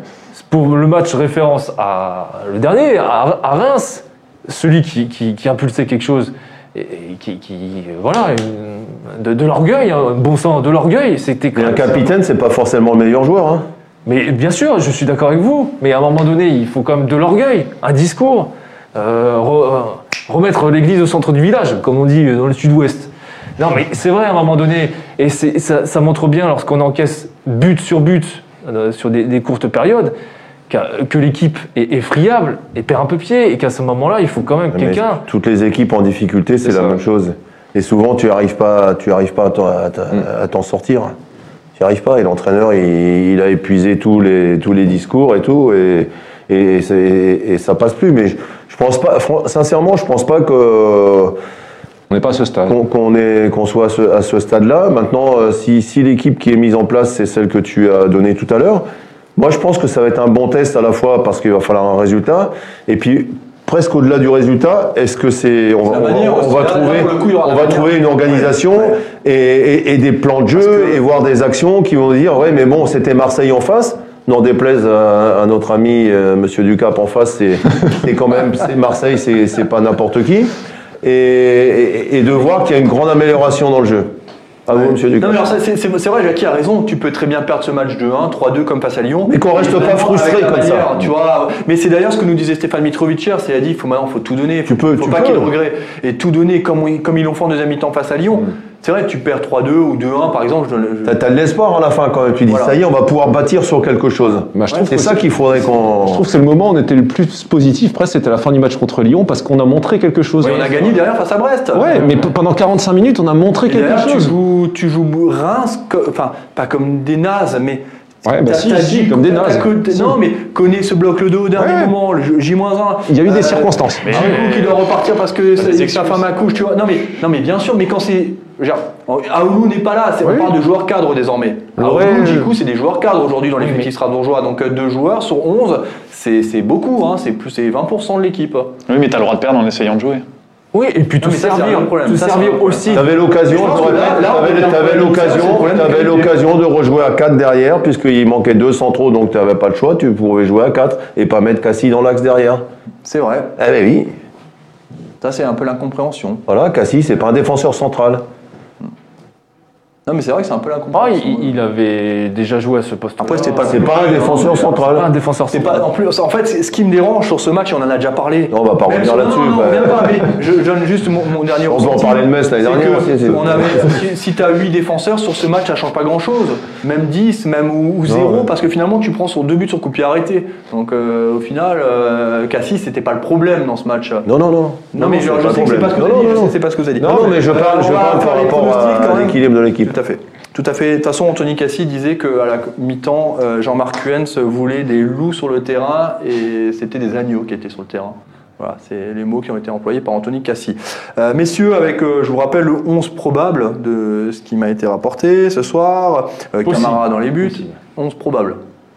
S4: Pour le match référence à le dernier, à, à Reims, celui qui, qui, qui impulsait quelque chose, et, et qui, qui- voilà, une- de, de l'orgueil, hein, bon sang, de l'orgueil, c'était
S1: Mais un
S4: quand même-
S1: capitaine, c'est pas forcément le meilleur joueur. hein.
S4: Mais bien sûr, je suis d'accord avec vous, mais à un moment donné, il faut quand même de l'orgueil, un discours, euh, re- euh, remettre l'église au centre du village, comme on dit euh, dans le sud-ouest. Non, mais c'est vrai, à un moment donné, et c'est- ça, ça montre bien lorsqu'on encaisse but sur but euh, sur des, des courtes périodes qu'à- que l'équipe est, est friable et perd un peu pied, et qu'à ce moment-là, il faut quand même
S1: Mais
S4: quelqu'un.
S1: Toutes les équipes en difficulté, c'est
S5: C'est
S1: la
S5: ça.
S1: même chose. Et souvent, tu arrives pas, tu arrives pas à t'en- à t'en-
S5: Mm.
S1: à t'en sortir. hein. Tu n'y arrives pas. Et l'entraîneur, il, il a épuisé tous les, tous les discours et tout, et, et, c'est- et ça passe plus. Mais je, je pense pas, fran- sincèrement, je pense pas que
S5: On n'est pas à ce stade.
S1: qu'on qu'on est- qu'on soit à ce, à ce stade-là. Maintenant, euh, si, si l'équipe qui est mise en place, c'est celle que tu as donnée tout à l'heure, moi je pense que ça va être un bon test à la fois parce qu'il va falloir un résultat. Et puis, presque au-delà du résultat, est-ce que c'est. On, va-
S3: La
S1: on va-
S3: manière
S1: on
S3: aussi,
S1: va
S3: là, là,
S1: trouver.
S3: pour le coup, il y aura
S1: On
S3: la
S1: va
S3: manière.
S1: trouver une organisation Et, et- et des plans de jeu
S3: que-
S1: et voir des actions qui vont dire ouais mais bon c'était Marseille en face n'en déplaise à, à notre ami euh, Monsieur Ducap en face c'est c'est quand même c'est Marseille c'est c'est pas n'importe qui et, et- et de voir qu'il y a une grande amélioration dans le jeu.
S5: Ah
S1: À vous Monsieur
S3: Non,
S1: Ducap.
S3: mais alors, ça, c'est c'est- c'est vrai, Jackie a raison. Tu peux très bien perdre ce match de 1, 3-2 comme face à Lyon.
S1: Mais qu'on reste
S3: Et
S1: pas
S3: vraiment,
S1: frustré
S3: avec la
S1: comme ça.
S3: manière, Tu vois. Mais c'est d'ailleurs ce que nous disait Stéphane Mitrovic hier. C'est à dire, il faut maintenant, faut tout donner.
S1: Tu peux,
S3: faut
S1: tu
S3: pas
S1: peux.
S3: qu'il regrette et tout donner comme, ils- comme ils l'ont fait en deuxième mi-temps face à
S5: Mm.
S3: Lyon. C'est vrai, tu perds 3-2 ou 2-1 par exemple. Je, je-
S1: T'as- T'as de l'espoir à la fin quand même. Tu dis
S3: Voilà.
S1: ça y est on va pouvoir bâtir sur quelque chose.
S5: Bah, je trouve
S1: c'est
S5: que
S1: ça
S5: c'est-
S1: qu'il faudrait
S5: Je
S1: qu'on.
S5: trouve que c'est le moment où on était le plus positif, presque c'était la fin du match contre Lyon, parce qu'on a montré quelque chose.
S3: Oui, on a gagné derrière face à Brest.
S5: Ouais, mais p- pendant 45 minutes, on a montré
S3: Et
S5: quelque
S3: derrière, tu
S5: chose.
S3: joues, tu joues Reims, co- enfin pas comme des nazes, mais
S5: Ouais, bah
S3: t'as-
S5: si,
S3: t'as
S5: si,
S3: dit-
S5: comme des
S3: t'as-
S5: nazes.
S3: que-
S5: Si.
S3: Non, mais connais ce bloc le dos au dernier
S5: Ouais.
S3: moment, le J-1.
S5: Il y a eu des
S3: Euh,
S5: circonstances.
S2: mais-
S3: Du coup, qui doit repartir parce que
S2: des
S3: c'est sa
S2: excuses.
S3: femme à couche, tu vois. Non mais, non mais bien sûr, mais quand c'est. genre, Aoulou n'est pas là, c'est-
S5: Oui.
S3: on parle de joueurs cadres désormais. Aoulou,
S5: Ouais.
S3: Djikou, c'est des joueurs cadres aujourd'hui dans l'effectif
S4: mais-
S3: strasbourgeois. Donc euh, deux joueurs sur 11, c'est c'est beaucoup, hein, c'est plus c'est 20% de l'équipe.
S2: Oui, mais t'as le droit de perdre en essayant de jouer.
S4: Oui, et puis
S3: Non,
S4: tout
S3: mais ça, c'est un
S4: servir,
S3: vrai problème.
S4: tout
S3: Ça, c'est un vrai
S4: servir
S3: problème.
S4: aussi.
S1: T'avais l'occasion,
S3: Mais je pense
S1: je
S3: que
S1: répète,
S3: là- là, on
S1: t'avais-
S3: est en
S1: t'avais
S3: train de- ça, c'est le
S1: l'occasion,
S3: problème de
S1: t'avais
S3: qualité.
S1: l'occasion de rejouer à 4 derrière, puisqu'il manquait deux centraux, donc t'avais pas le choix, tu pouvais jouer à 4 et pas mettre Cassie dans l'axe derrière.
S3: C'est vrai,
S1: Eh ben oui,
S3: ça c'est un peu l'incompréhension.
S1: voilà, Cassie, c'est pas un défenseur central.
S3: Non mais c'est vrai que c'est un peu
S4: Ah,
S3: l'incompréhension.
S4: il, il avait déjà joué à ce poste.
S3: Après, c'était pas-
S1: C'est pas un défenseur
S4: un
S1: central.
S4: défenseur
S3: C'est pas, en, plus, en fait, c'est- ce qui me dérange sur ce match, on en a déjà parlé.
S1: Non, on va pas
S3: Même
S1: revenir
S3: si-
S1: là-dessus,
S3: Non, non,
S1: bah.
S3: même pas, mais je donne juste mon, mon dernier
S1: On peut en
S3: ressenti.
S1: parler de Metz l'année
S3: C'est
S1: dernière
S3: que
S1: aussi, c'est-
S3: on avait- si tu as 8 défenseurs, sur ce match, ça change pas grand-chose. Même 10, même ou, 0,
S1: ouais.
S3: parce que finalement, tu prends sur deux buts sur coup de pied arrêté. Donc euh, au final, euh, Cassis, c'était pas le problème dans ce match. Non,
S1: Non, non, non.
S3: mais je,
S1: c'est
S3: je
S1: un
S3: sais que c'est
S1: problème.
S3: pas ce que
S1: Non,
S3: t'as dit,
S1: non,
S3: je
S1: non,
S3: sais que c'est pas ce que vous avez dit.
S1: non. Non, mais je parle, je
S3: On va
S1: parle
S3: faire
S1: par
S3: les
S1: rapport à,
S3: pronostics, quand même.
S1: l'équilibre de l'équipe.
S3: Tout à fait. Tout à fait. De toute façon, Anthony Cassis disait qu'à la mi-temps, euh, Jean-Marc Huens voulait des loups sur le terrain et c'était des agneaux qui étaient sur le terrain. Voilà, c'est les mots qui ont été employés par Anthony Cassis. Euh, messieurs, avec, euh, je vous rappelle, le 11 probable de ce qui m'a été rapporté ce soir. Euh,
S4: Possible.
S3: Camara dans les buts.
S4: Possible.
S3: 11 probable.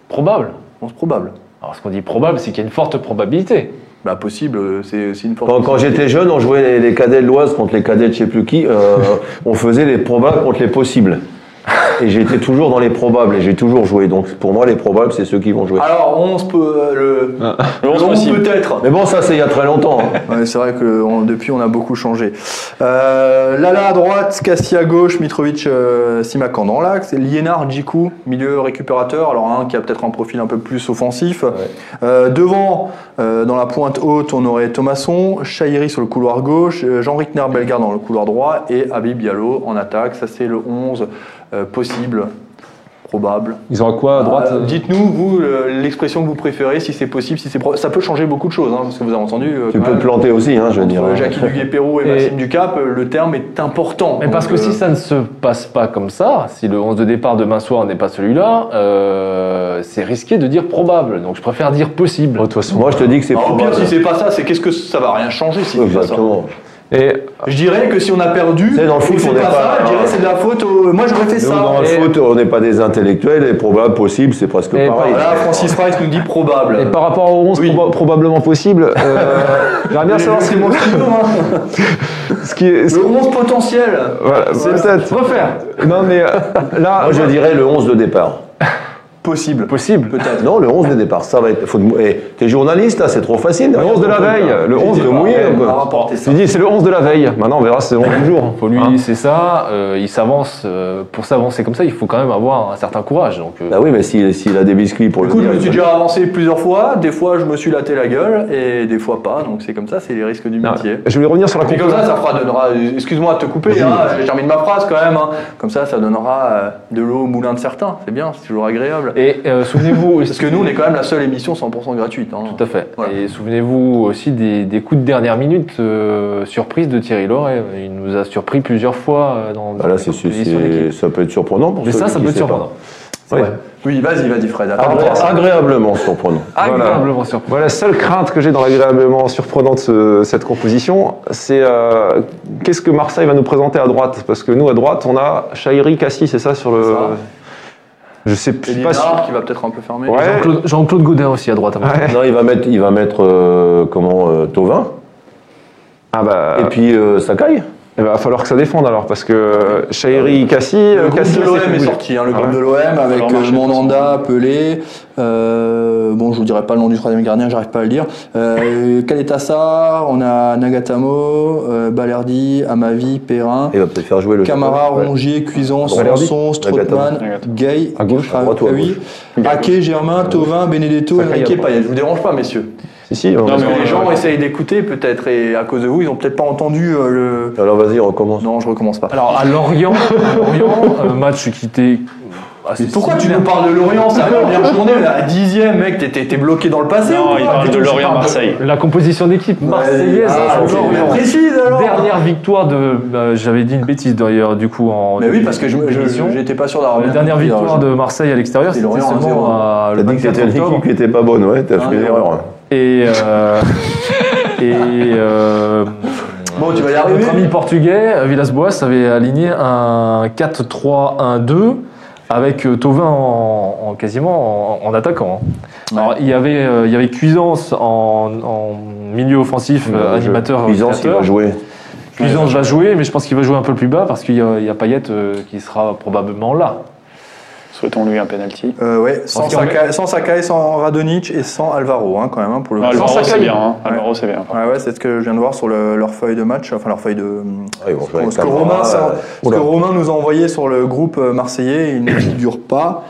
S4: Probable.
S3: 11 probable.
S4: Alors, ce qu'on dit probable, c'est qu'il y a une forte probabilité.
S3: Bah, possible, euh, c'est c'est une force.
S1: Quand, quand j'étais jeune, on jouait les, les cadets de l'Oise contre les cadets de je sais plus qui. euh, on faisait les probables contre les possibles. Et j'étais toujours dans les probables et j'ai toujours joué. Donc pour moi, les probables, c'est ceux qui vont jouer.
S3: Alors, 11 peut, euh, le,
S2: Le
S3: le
S2: 11
S3: 11
S2: possible.
S3: peut-être.
S1: Mais bon, ça, c'est il y a très longtemps. hein.
S3: Ouais, c'est vrai que on- depuis on a beaucoup changé. Euh, Lala à droite, Cassia à gauche, Mitrovic, euh, Simakan dans l'axe, Liénard, Djikou, milieu récupérateur, alors un qui a peut-être un profil un peu plus offensif. Euh, devant, euh, dans la pointe haute, on aurait Thomasson, Chahiri sur le couloir gauche, euh, Jean-Rick Bellegarde dans le couloir droit et Habib Diallo en attaque. Ça c'est le 11 euh, possible, probable.
S5: Ils auront quoi à droite
S3: Euh, Dites-nous, vous, euh, l'expression que vous préférez, si c'est possible, si c'est pro- ça peut changer beaucoup de choses, hein, parce que vous avez entendu. euh,
S1: Tu
S3: quand
S1: peux
S3: même,
S1: te planter aussi, hein, je veux
S3: entre
S1: dire.
S3: Euh, Jacques Duguay-Perrault et,
S4: Et-
S3: Maxime Ducap, euh, le terme est important.
S4: Mais parce que
S3: Donc, euh,
S4: si ça ne se passe pas comme ça, si le 11 de départ demain soir n'est pas celui-là, euh, c'est risqué de dire probable. Donc, je préfère dire possible.
S5: De toute façon.
S1: Moi, je te dis que Ah, c'est bah,
S3: bah, au pire,
S1: probable.
S3: si c'est pas ça, c'est qu'est-ce que ça va rien changer si c'est pas ça.
S1: Exactement.
S5: Et
S3: Je dirais que si on a perdu,
S1: C'est dans le
S3: et que
S1: foot,
S3: c'est
S1: on
S3: pas,
S1: n'est
S3: ça,
S1: pas-
S3: je dirais c'est de la faute. au- Moi j'aurais fait
S1: Nous,
S3: ça.
S1: dans le
S3: Et-
S1: foot, on n'est pas des intellectuels et probable, possible, c'est presque
S4: Et
S1: pareil.
S3: Voilà, Francis Rice nous dit probable.
S5: Et par rapport au 11
S3: Oui.
S5: proba- probablement possible, euh, j'aimerais bien
S3: Mais
S5: savoir
S3: je-
S5: ce
S3: c'est mon stylo, hein.
S5: ce qui est. ce-
S3: Le 11 potentiel.
S5: voilà,
S3: Voilà.
S5: peut-être.
S4: Refaire
S5: Non mais euh, là,
S1: Moi, je dirais le 11 de départ.
S3: Possible.
S4: Possible.
S3: Peut-être.
S1: Non, le 11 des départs, ça va être. Faut te mou- eh, T'es journaliste, là, c'est trop facile.
S5: Le 11 de la veille, le 11
S1: de
S5: de
S1: mouiller.
S5: mouillé.
S3: On va rapporter ça.
S5: Tu dis, c'est le 11 de la veille. Maintenant, on verra, c'est le 11 du jour.
S4: Faut lui,
S5: Hein
S4: c'est ça. euh, il s'avance. euh, pour s'avancer comme ça, il faut quand même avoir un certain courage. Donc, euh,
S1: Bah oui, mais s'il s'il a des biscuits pour
S3: Écoute,
S1: le
S3: je me
S1: dire,
S3: suis
S1: il-
S3: déjà avancé plusieurs fois. Des fois, je me suis laté la gueule et des fois pas. Donc c'est comme ça, c'est les risques du
S5: Non,
S3: métier.
S5: Je voulais revenir sur la
S3: Et puis comme
S5: concurrence.
S3: ça, ça fera, donnera. Excuse-moi de te couper, hein, je termine ma phrase quand même. hein. Comme ça, ça donnera euh, de l'eau au moulin de certains. C'est bien, c'est toujours agréable.
S4: Et euh, souvenez-vous aussi.
S3: Parce que nous, on est quand même la seule émission 100% gratuite. hein.
S4: Tout à fait.
S3: Voilà.
S4: Et souvenez-vous aussi des, des coups de dernière minute euh, surprise de Thierry Loret. Il nous a surpris plusieurs fois euh, dans.
S1: Bah là, c'est-
S4: dans les compétitions d'équipe.
S1: c'est- ça peut être surprenant pour
S4: Mais
S1: celui
S4: ça, ça
S1: qui
S4: peut être
S1: sait pas.
S4: surprenant.
S1: Ouais.
S3: Oui, vas-y, vas-y, Fred. attends.
S1: Agré- Agréablement surprenant.
S4: Agréablement surpris.
S5: Voilà, la seule crainte que j'ai dans l'agréablement surprenante ce- cette composition, c'est euh, qu'est-ce que Marseille va nous présenter à droite Parce que nous, à droite, on a Chahiri Cassis, c'est ça sur le.
S3: C'est ça.
S5: Je sais je
S3: Et
S5: suis pas sûr.
S3: Lienard, qui va peut-être un peu fermer.
S5: Ouais.
S4: Jean-Claude- Jean-Claude Godin aussi à droite. à mon avis.
S5: Ouais.
S1: Non, il va mettre, il va mettre euh, comment euh, Tovin
S5: Ah bah,
S1: et puis euh, Sakai.
S5: il va falloir que ça défende alors, parce que euh, Chahiri Cassis.
S3: Le groupe
S5: Cassis,
S3: de
S5: c'est
S3: l'OM
S5: fait
S3: est
S5: bouger.
S3: sorti, hein, le
S5: Ah
S3: groupe
S5: ouais.
S3: de l'OM avec
S2: Alors,
S3: euh,
S2: marché,
S3: Monanda, Pelé, euh, bon je vous dirai pas le nom du troisième gardien, j'arrive pas à le dire, euh, Kaletassa, on a Nagatamo, euh, Balerdi, Amavi, Perrin,
S1: Il va peut-être faire jouer le.
S3: Camara,
S1: Euh, Ouais.
S3: Rongier, Cuisance,
S1: Balerdi,
S3: Sanson, Strootman,
S2: Nagatamo.
S3: Gay,
S5: À gauche,
S1: à droite ou à
S3: Raoui, Ake, Germain, Tovin, Benedetto,
S5: Sakai, à
S3: Enrique,
S5: droite.
S3: Payet. Je vous dérange pas messieurs.
S5: Si, si, on-
S2: Non,
S3: Parce
S2: mais
S3: que
S2: on-
S3: les gens essayent d'écouter peut-être et à cause de vous ils ont peut-être pas entendu euh, le...
S1: Alors vas-y, recommence.
S3: Non je recommence pas.
S4: Alors à Lorient, à Lorient euh, match qui était. assez
S3: Mais pourquoi tu
S4: similaire.
S3: nous parles de Lorient C'est la première journée, on est à la dixième, mec, t'es- t'es t'es bloqué dans le passé ou
S2: Non,
S3: quoi
S2: il parle de
S3: Je
S2: Lorient
S3: parle
S2: Marseille.
S4: La composition d'équipe marseillaise
S3: Ah,
S4: à
S3: ok.
S4: Lorient.
S3: Précise alors
S4: Dernière victoire de. bah, J'avais dit une bêtise d'ailleurs, du coup, en.
S3: Mais oui, parce que je je- je- j'étais pas sûr d'avoir
S4: La
S3: bien
S4: dernière
S3: compris,
S4: victoire
S3: alors,
S4: de Marseille à l'extérieur,
S3: C'est
S4: c'était
S3: Lorient 1-0.
S4: seulement à-
S1: T'as
S4: le
S1: dit que
S4: 24
S1: c'était une
S4: octobre.
S1: équipe qui était pas bonne, ouais. T'as
S3: Ah,
S1: fait une
S3: ouais.
S1: erreur.
S4: Et. euh, et. euh,
S3: je- Bon, tu vas y arriver.
S4: notre ami portugais, Villas-Boas, avait aligné un 4-3-1-2 avec euh, Tovin en, en- quasiment en, en attaquant. hein.
S3: Ouais.
S4: Alors, il y avait, euh, il y avait Cuisance en, en milieu offensif, euh, animateur. euh,
S1: Cuisance, il
S4: créateur.
S1: va jouer.
S4: Cuisance va jouer, mais je pense qu'il va jouer un peu plus bas parce qu'il y a, il y a Payet euh, qui sera probablement là.
S2: Souhaitons-lui un penalty.
S3: Euh, ouais, sans
S4: Parce qu'il y en a-
S3: Sakai, sans Sakai, sans Radonic et sans Alvaro, hein, quand même, hein, pour le coup.
S2: Alvaro,
S3: Sans Sakai.
S2: c'est bien. hein.
S3: Ouais.
S2: Alvaro, c'est bien.
S3: Ouais, ouais, c'est ce que je viens de voir sur le- leur feuille de match, enfin leur feuille de.
S1: Ah, ils vont jouer avec
S3: ce que,
S1: Camara,
S3: Romain, ça-
S1: euh,
S3: ce que Romain nous a envoyé sur le groupe euh, marseillais, il ne figure pas.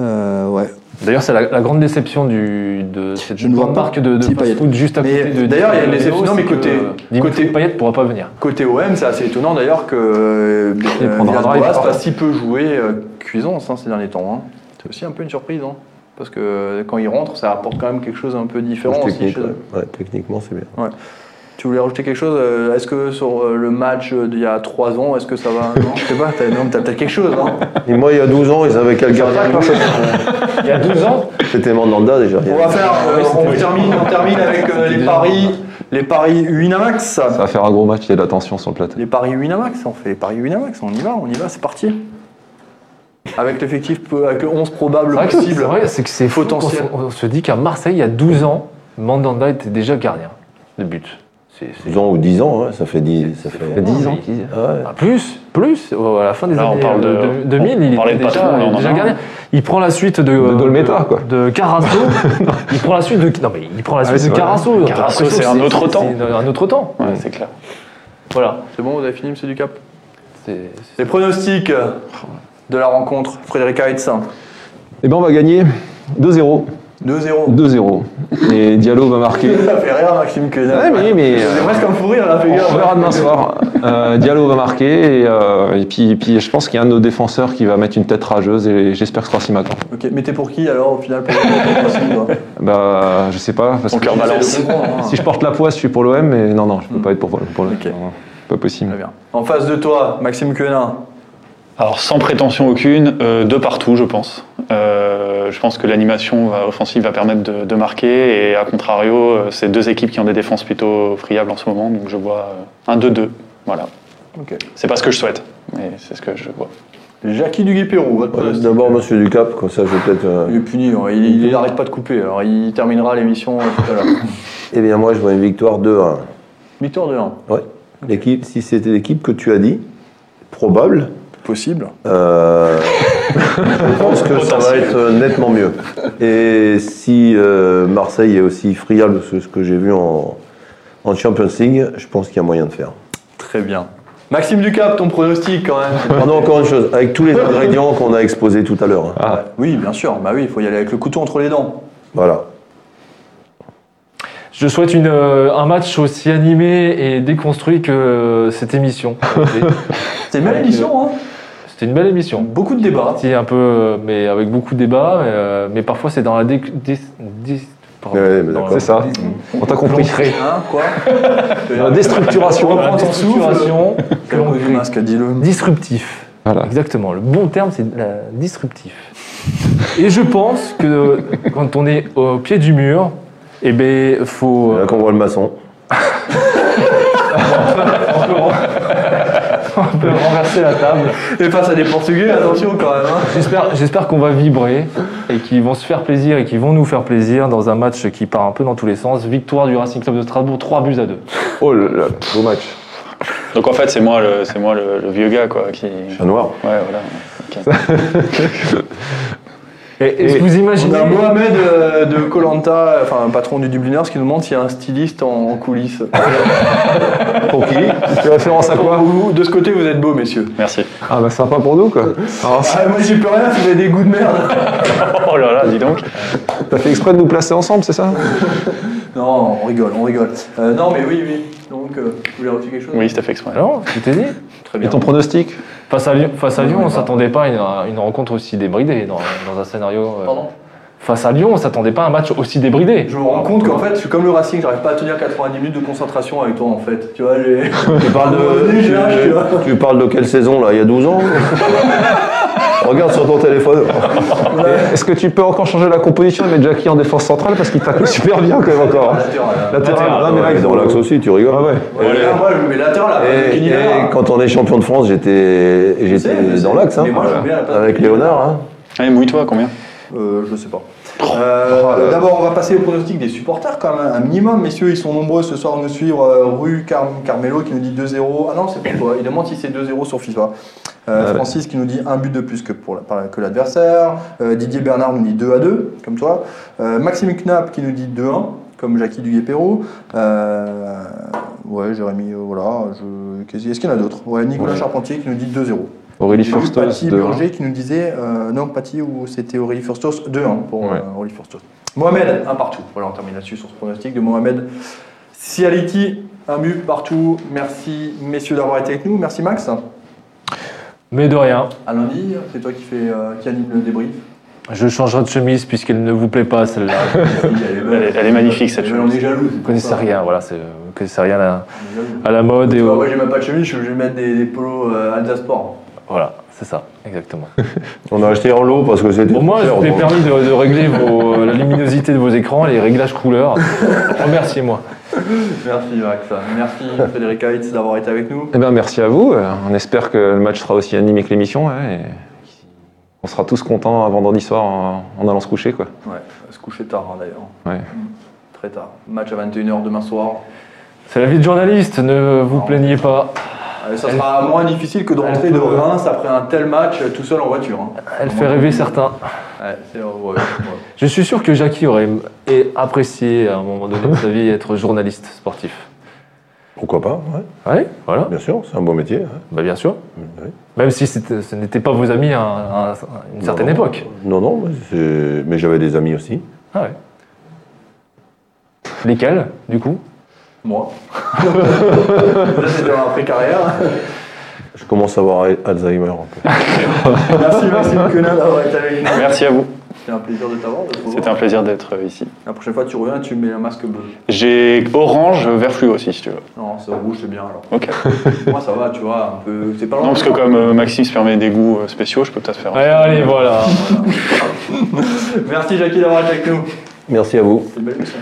S3: Euh, ouais.
S4: D'ailleurs, c'est la, la grande déception du, de cette
S3: Je ne vois
S4: grande
S3: pas
S4: marque de, de
S3: qui
S4: fast
S3: Payet.
S4: food juste à
S3: Mais
S4: côté de.
S3: d'ailleurs, il y a une
S4: de-
S3: déception,
S4: c'est
S3: mais
S4: que
S3: côté-
S4: Dimitri
S3: côté-
S4: Payet pourra pas venir.
S3: Côté OM, c'est assez étonnant d'ailleurs que euh,
S4: Il
S3: euh,
S4: prendra un drive,
S3: Villas-Boas
S4: pardon.
S3: a si peu joué euh, Cuisance hein, ces derniers temps. hein. C'est aussi un peu une surprise. hein. Parce que euh, quand il rentre, ça apporte quand même quelque chose un peu différent aussi
S1: technique,
S3: chez eux.
S1: ouais. Ouais, techniquement, c'est bien.
S3: Tu voulais rajouter quelque chose euh, Est-ce que sur euh, le match euh, d'il y a 3 ans, est-ce que ça va Non, je sais pas, t'as non, t'as peut-être quelque chose. hein.
S1: Et moi, il y a 12 ans, ils avaient quel gardien
S4: Il y a 12 ans
S1: C'était Mandanda déjà.
S3: On va faire, euh, on, termine, on termine avec euh, les paris les paris Winamax.
S5: Ça va faire un gros match, il y a de la tension sur le plateau.
S3: Les paris Winamax, on fait les paris Winamax, on y va, on y va, c'est parti. Avec l'effectif, avec le 11
S4: C'est
S3: probable
S4: vrai que c'est
S3: possible.
S4: vrai, c'est que c'est fou qu'on
S3: Potentiel.
S4: se- On, se dit qu'à Marseille, il y a 12 ans, Mandanda était déjà gardien de but. C'est. c'est-
S1: 12 ans ou 10 ans, ouais, ça fait 10, ça fait
S4: fait
S1: 10
S4: dix
S1: ans.
S4: ans.
S1: Ouais.
S4: Ah, plus, plus, Oh, à la fin des
S2: Là, on
S4: années
S2: parle de-
S4: euh, de- 2000, il
S2: on parlait
S4: était
S2: de patron,
S4: déjà,
S2: là, on en
S4: déjà
S2: a un.
S4: gardien. Il prend la suite de,
S5: De Dolmetta,
S4: de-
S5: quoi.
S4: de Carasso. il prend la suite de non mais il prend la
S5: Ah oui,
S4: suite de
S5: c'est vrai.
S4: Carasso.
S2: Carasso, c'est un autre temps.
S4: C'est un autre temps.
S2: Ouais, c'est clair.
S4: Voilà.
S3: C'est bon, vous avez fini, monsieur Ducap
S4: C'est-
S3: Les pronostics de la rencontre, Frédéric Heitz.
S5: Eh bien, on va gagner 2-0.
S3: 2-0.
S5: 2-0. Et Diallo va marquer.
S3: Ça fait rire, Maxime
S5: Ouais,
S3: Quenel.
S5: mais, mais
S3: C'est
S5: euh,
S3: presque un fou rire, là, fait
S5: on verra
S3: gaffe.
S5: demain soir. Euh, Diallo va marquer et, euh, et puis, et puis je pense qu'il y a un de nos défenseurs qui va mettre une tête rageuse et j'espère que ce sera Simakan.
S3: Ok, mais t'es pour qui alors au final pour le pronostic, toi
S5: Bah je sais pas parce
S2: Ton
S5: que
S2: cœur balance.
S3: C'est le comprendre, hein.
S5: si je porte la poisse, je suis pour l'OM mais non non, je peux
S3: Hmm.
S5: pas être pour, pour l'OM.
S3: Ok.
S5: Non, Pas
S3: Très
S5: possible.
S3: bien. En face de toi, Maxime Quenin.
S2: Alors sans prétention aucune, euh, de partout je pense. Euh, je pense que l'animation va- offensive va permettre de, de marquer et à contrario, euh, c'est deux équipes qui ont des défenses plutôt friables en ce moment, donc je vois euh, un 2-2. Voilà.
S3: Ok.
S2: C'est pas ce que je souhaite, mais c'est ce que je vois.
S3: Jackie Duguay-Pérou, votre
S1: Ouais,
S3: pronostic.
S1: D'abord, monsieur Ducap, comme ça, je vais peut-être. euh,
S3: Il est puni, hein. il, il arrête pas de couper, alors il terminera l'émission euh, tout à l'heure.
S1: Eh bien, moi, je vois une victoire 2-1.
S3: Victoire de 1.
S1: Ouais. L'équipe, si c'était l'équipe que tu as dit, probable.
S3: Possible.
S1: euh, Je pense que ça va
S2: Potentiel.
S1: être nettement mieux. Et si euh, Marseille est aussi friable que ce que j'ai vu en, en Champions League, je pense qu'il y a moyen de faire.
S3: Très bien. Maxime Ducap, ton pronostic quand même.
S1: Pardon, encore une chose, avec tous les ingrédients qu'on a exposés tout à l'heure. hein.
S5: Ah.
S3: Oui, bien sûr. Bah oui, il faut y aller avec le couteau entre les dents.
S1: Voilà.
S4: Je souhaite une, euh, un match aussi animé et déconstruit que euh, cette émission.
S3: C'est une belle
S4: Avec,
S3: émission, hein.
S4: C'était une belle émission.
S3: Beaucoup de débats.
S4: Parti un peu, euh, mais avec beaucoup de débats, mais, euh, mais parfois c'est dans la dé... dé- dé- pardon.
S1: Ouais, mais d'accord.
S4: Dans la-
S5: C'est ça. On t'a compris.
S3: Hein, quoi
S5: La déstructuration.
S3: Reprends ton souffle.
S4: Structuration que l'on Ah. crée.
S3: masque, dis-le.
S4: Disruptif.
S5: Voilà.
S4: Exactement. Le bon terme, c'est la- disruptif. Et je pense que euh, quand on est au pied du mur, eh ben, faut.
S1: C'est Là qu'on voit le maçon.
S4: On peut renverser la table.
S3: Et face à des Portugais, attention quand même. hein.
S4: J'espère, j'espère qu'on va vibrer et qu'ils vont se faire plaisir et qu'ils vont nous faire plaisir dans un match qui part un peu dans tous les sens. Victoire du Racing Club de Strasbourg, 3 buts à 2.
S5: Oh là là, beau match.
S2: Donc en fait, c'est moi, le, c'est moi le, le vieux gars, quoi, qui...
S1: Chat noir.
S2: Ouais, voilà. Ok.
S4: Et, est-ce que vous
S3: On
S4: imaginez
S3: a Mohamed euh, de Colanta, enfin un patron du Dubliners, qui nous demande s'il y a un styliste en, en coulisses.
S5: Pour qui C'est référence à quoi
S3: Vous, de ce côté, vous êtes beaux, messieurs.
S2: Merci.
S5: Ah bah sympa pour nous quoi. Alors,
S3: Ah, moi, j'y peux rien, vous avez des goûts de merde.
S2: Oh là là, dis donc.
S5: t'as fait exprès de nous placer ensemble, c'est ça
S3: Non, on rigole, on rigole. Euh, non, mais oui, oui. Donc, euh, vous voulez rajouter quelque chose
S2: Oui, c'était fait exprès.
S4: Non, je t'ai dit.
S3: Très
S5: Et
S3: bien.
S5: ton pronostic
S4: Face à Lyon, face à
S3: Non,
S4: Lyon
S3: mais
S4: on
S3: pas.
S4: s'attendait pas à une, à une rencontre aussi débridée dans, dans un scénario. euh,
S3: Pardon
S4: Face à Lyon, on s'attendait pas à un match aussi débridé.
S3: Je me rends compte qu'en fait, je suis comme le Racing, j'arrive pas à tenir 90 minutes de concentration avec toi en fait. Tu vois, les.
S1: Tu parles
S3: Revenu, j'ai l'âge, tu vois.
S1: de, tu, tu parles de quelle saison là Il y a 12 ans Regarde sur ton téléphone.
S5: Est-ce que tu peux encore changer la composition et mettre Jackie en défense centrale parce qu'il tacle super bien quand même encore. hein.
S3: Ah, Latéral. là.
S5: Latéral, non, Ah, mais là,
S1: Ouais,
S5: il
S1: dans
S5: faut-
S1: l'axe aussi, tu rigoles.
S5: Ah ouais.
S3: Ouais, là, moi, je mets latéral là,
S4: Ah,
S3: avec
S1: Et,
S3: Guignard.
S1: et quand on est champion de France, j'étais
S3: Je sais, je
S1: j'étais
S3: sais.
S1: dans l'axe, hein,
S3: Mais moi, je mets à la place
S1: avec
S3: de-
S1: Léonard. hein.
S2: Allez, mouille-toi, combien
S3: Euh, je sais pas.
S5: Oh,
S3: Euh, D'abord, on va passer au pronostic des supporters quand même, un minimum. Messieurs, ils sont nombreux ce soir à nous suivre. Euh, Rue Car- Carmelo qui nous dit 2-0. Ah non, c'est pour toi. Il demande si c'est 2-0 sur FIFA. Euh,
S5: Ah ouais.
S3: Francis qui nous dit un but de plus que, pour la- par- que l'adversaire. Euh, Didier Bernard nous dit 2 à 2, comme toi. Euh, Maxime Knapp qui nous dit 2-1, comme Jackie Duguay-Perrault. Euh, ouais, Jérémy, euh, voilà. Je... qu'est-ce- Est-ce qu'il y en a d'autres Ouais, Nicolas
S5: Ouais.
S3: Charpentier qui nous dit 2-0.
S5: Aurélie
S3: J'ai vu
S5: Furstos
S3: Paty
S5: de
S3: Burger qui nous disait, euh, non, Paty ou c'était Aurélie Furstos, 2-1 pour
S5: Ouais.
S3: euh, Aurélie Furstos. Mohamed, un partout. Voilà, on termine là-dessus sur ce pronostic de Mohamed Sialiti, un but partout. Merci messieurs d'avoir été avec nous. Merci Max.
S4: Mais de rien.
S3: À lundi, c'est toi qui, fais, euh, qui anime le débrief.
S4: Je changerai de chemise puisqu'elle ne vous plaît pas celle-là.
S3: elle, est belle.
S2: Elle est- elle est magnifique, cette
S3: Elle est belle, On est jaloux.
S4: Vous connaissez rien, voilà, c'est, vous connaissez rien à,
S3: On est jaloux.
S4: à la mode et
S3: Tu vois,
S4: au.
S3: moi j'ai même pas de chemise, je suis obligé de mettre des, des polos euh, Alsace Sport.
S4: Voilà, c'est ça, exactement.
S1: On a acheté en lot parce que c'était.
S4: Au moins, je
S1: cher,
S4: vous ai
S1: donc.
S4: permis de, de régler vos- euh, la luminosité de vos écrans, les réglages couleurs. Remerciez-moi.
S3: Merci Max, merci Frédéric Heitz d'avoir été avec nous.
S5: Eh bien, merci à vous. Euh, On espère que le match sera aussi animé que l'émission. ouais, et on sera tous contents un vendredi soir en, en allant se coucher. Quoi.
S3: Ouais, se coucher tard hein, d'ailleurs.
S5: Ouais.
S3: Mm. Très tard. Match à 21h demain soir.
S4: C'est la vie de journaliste, ne vous
S3: Non.
S4: plaignez pas.
S3: Euh, Ça sera moins difficile que de
S4: Elle
S3: rentrer de
S4: peut-
S3: Reims après un tel match euh, tout seul en voiture. hein.
S4: Elle fait rêver certains.
S3: Ouais, c'est- ouais, ouais.
S4: Je suis sûr que Jackie aurait m- et apprécié à un moment donné de sa vie être journaliste sportif.
S1: Pourquoi pas ouais,
S4: Oui, voilà,
S1: Bien sûr, c'est un beau métier. hein.
S4: bah, bien sûr.
S1: Oui.
S4: Même si c'était- ce n'était pas vos amis à, à- à une certaine
S1: Non, non.
S4: époque.
S1: Non, non, mais, c'est- mais j'avais des amis aussi.
S4: Ah ouais. Lesquels, du coup
S3: Moi. Ça, c'était dans après-carrière.
S1: Je commence à avoir Alzheimer un peu.
S3: Merci Maxime Quenin d'avoir été avec nous.
S2: Merci à vous.
S3: C'était un plaisir de t'avoir. de te
S2: C'était
S3: revoir.
S2: un plaisir d'être euh, ici.
S3: La prochaine fois, tu reviens, tu mets un masque bleu.
S2: J'ai orange, vert fluo aussi, si tu veux.
S3: Non, c'est rouge, c'est bien alors.
S2: Ok.
S3: Moi, ça va, tu vois, un peu. C'est pas
S2: Non,
S3: loin.
S2: parce que comme euh, Maxime se permet des goûts euh, spéciaux, je peux peut-être faire. un-
S4: Allez, allez, voilà.
S3: Merci Jackie d'avoir été avec nous.
S1: Merci à vous.
S3: C'est une belle mission.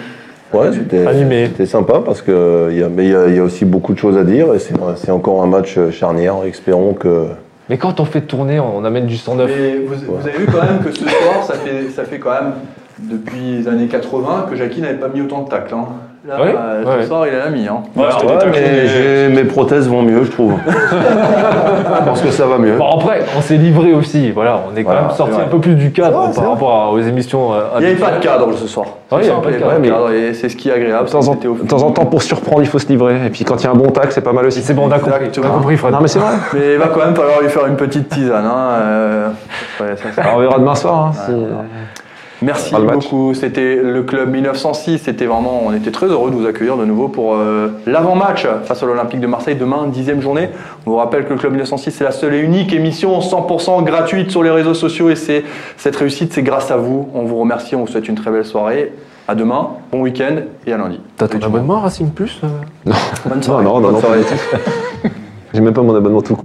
S1: Ouais, c'était
S4: Animé.
S1: c'était sympa parce que il y a, mais il y, a- il y a aussi beaucoup de choses à dire et c'est c'est encore un match euh, charnière. Espérons que
S4: Mais quand on fait tourner, on on amène du 109.
S3: Mais vous, vous avez vu quand même que ce soir, ça fait, ça fait quand même depuis les années 80 que Jackie n'avait pas mis autant de tacles. hein. Là,
S4: Ouais,
S3: euh,
S4: Ah ouais.
S3: ce soir, il a l'ami. Hein.
S2: Ouais, je te
S1: Ouais,
S2: détaque.
S1: mais j'ai- mes prothèses vont mieux, je trouve. je pense que ça va mieux.
S4: Bon, après, on s'est livré aussi, voilà, on est quand
S1: Voilà,
S4: même sorti
S3: c'est vrai.
S4: un peu plus du cadre
S3: C'est vrai, c'est
S4: par
S3: vrai.
S4: rapport à- aux émissions. euh,
S3: Il n'y avait
S4: habituelles.
S3: pas de cadre ce soir.
S4: Ouais, Ah il y avait pas de cadre,
S5: mais-
S3: et c'est ce qui est agréable.
S5: De temps, en,
S3: c'était au
S5: de temps en temps, pour surprendre, il faut se livrer. Et puis quand il y a un bon tac, c'est pas mal aussi.
S4: C'est bon, on a compris, on a compris, Fred.
S5: Non, mais c'est vrai.
S3: Mais il va quand même falloir lui faire une petite tisane. hein, euh, ouais, ça, ça-
S5: Alors, on verra demain soir. hein, si-
S3: Merci
S5: Pas le match.
S3: beaucoup. C'était le club 1906. C'était vraiment, on était très heureux de vous accueillir de nouveau pour euh, l'avant-match face à l'Olympique de Marseille demain, dixième journée. On vous rappelle que le club 1906 c'est la seule et unique émission 100% gratuite sur les réseaux sociaux et c'est cette réussite, c'est grâce à vous. On vous remercie. On vous souhaite une très belle soirée. À demain, bon week-end et à lundi.
S4: T'as ton abonnement Racing Plus euh
S3: Bonne soirée.
S5: Non, non, non, non. J'ai même pas mon abonnement tout court.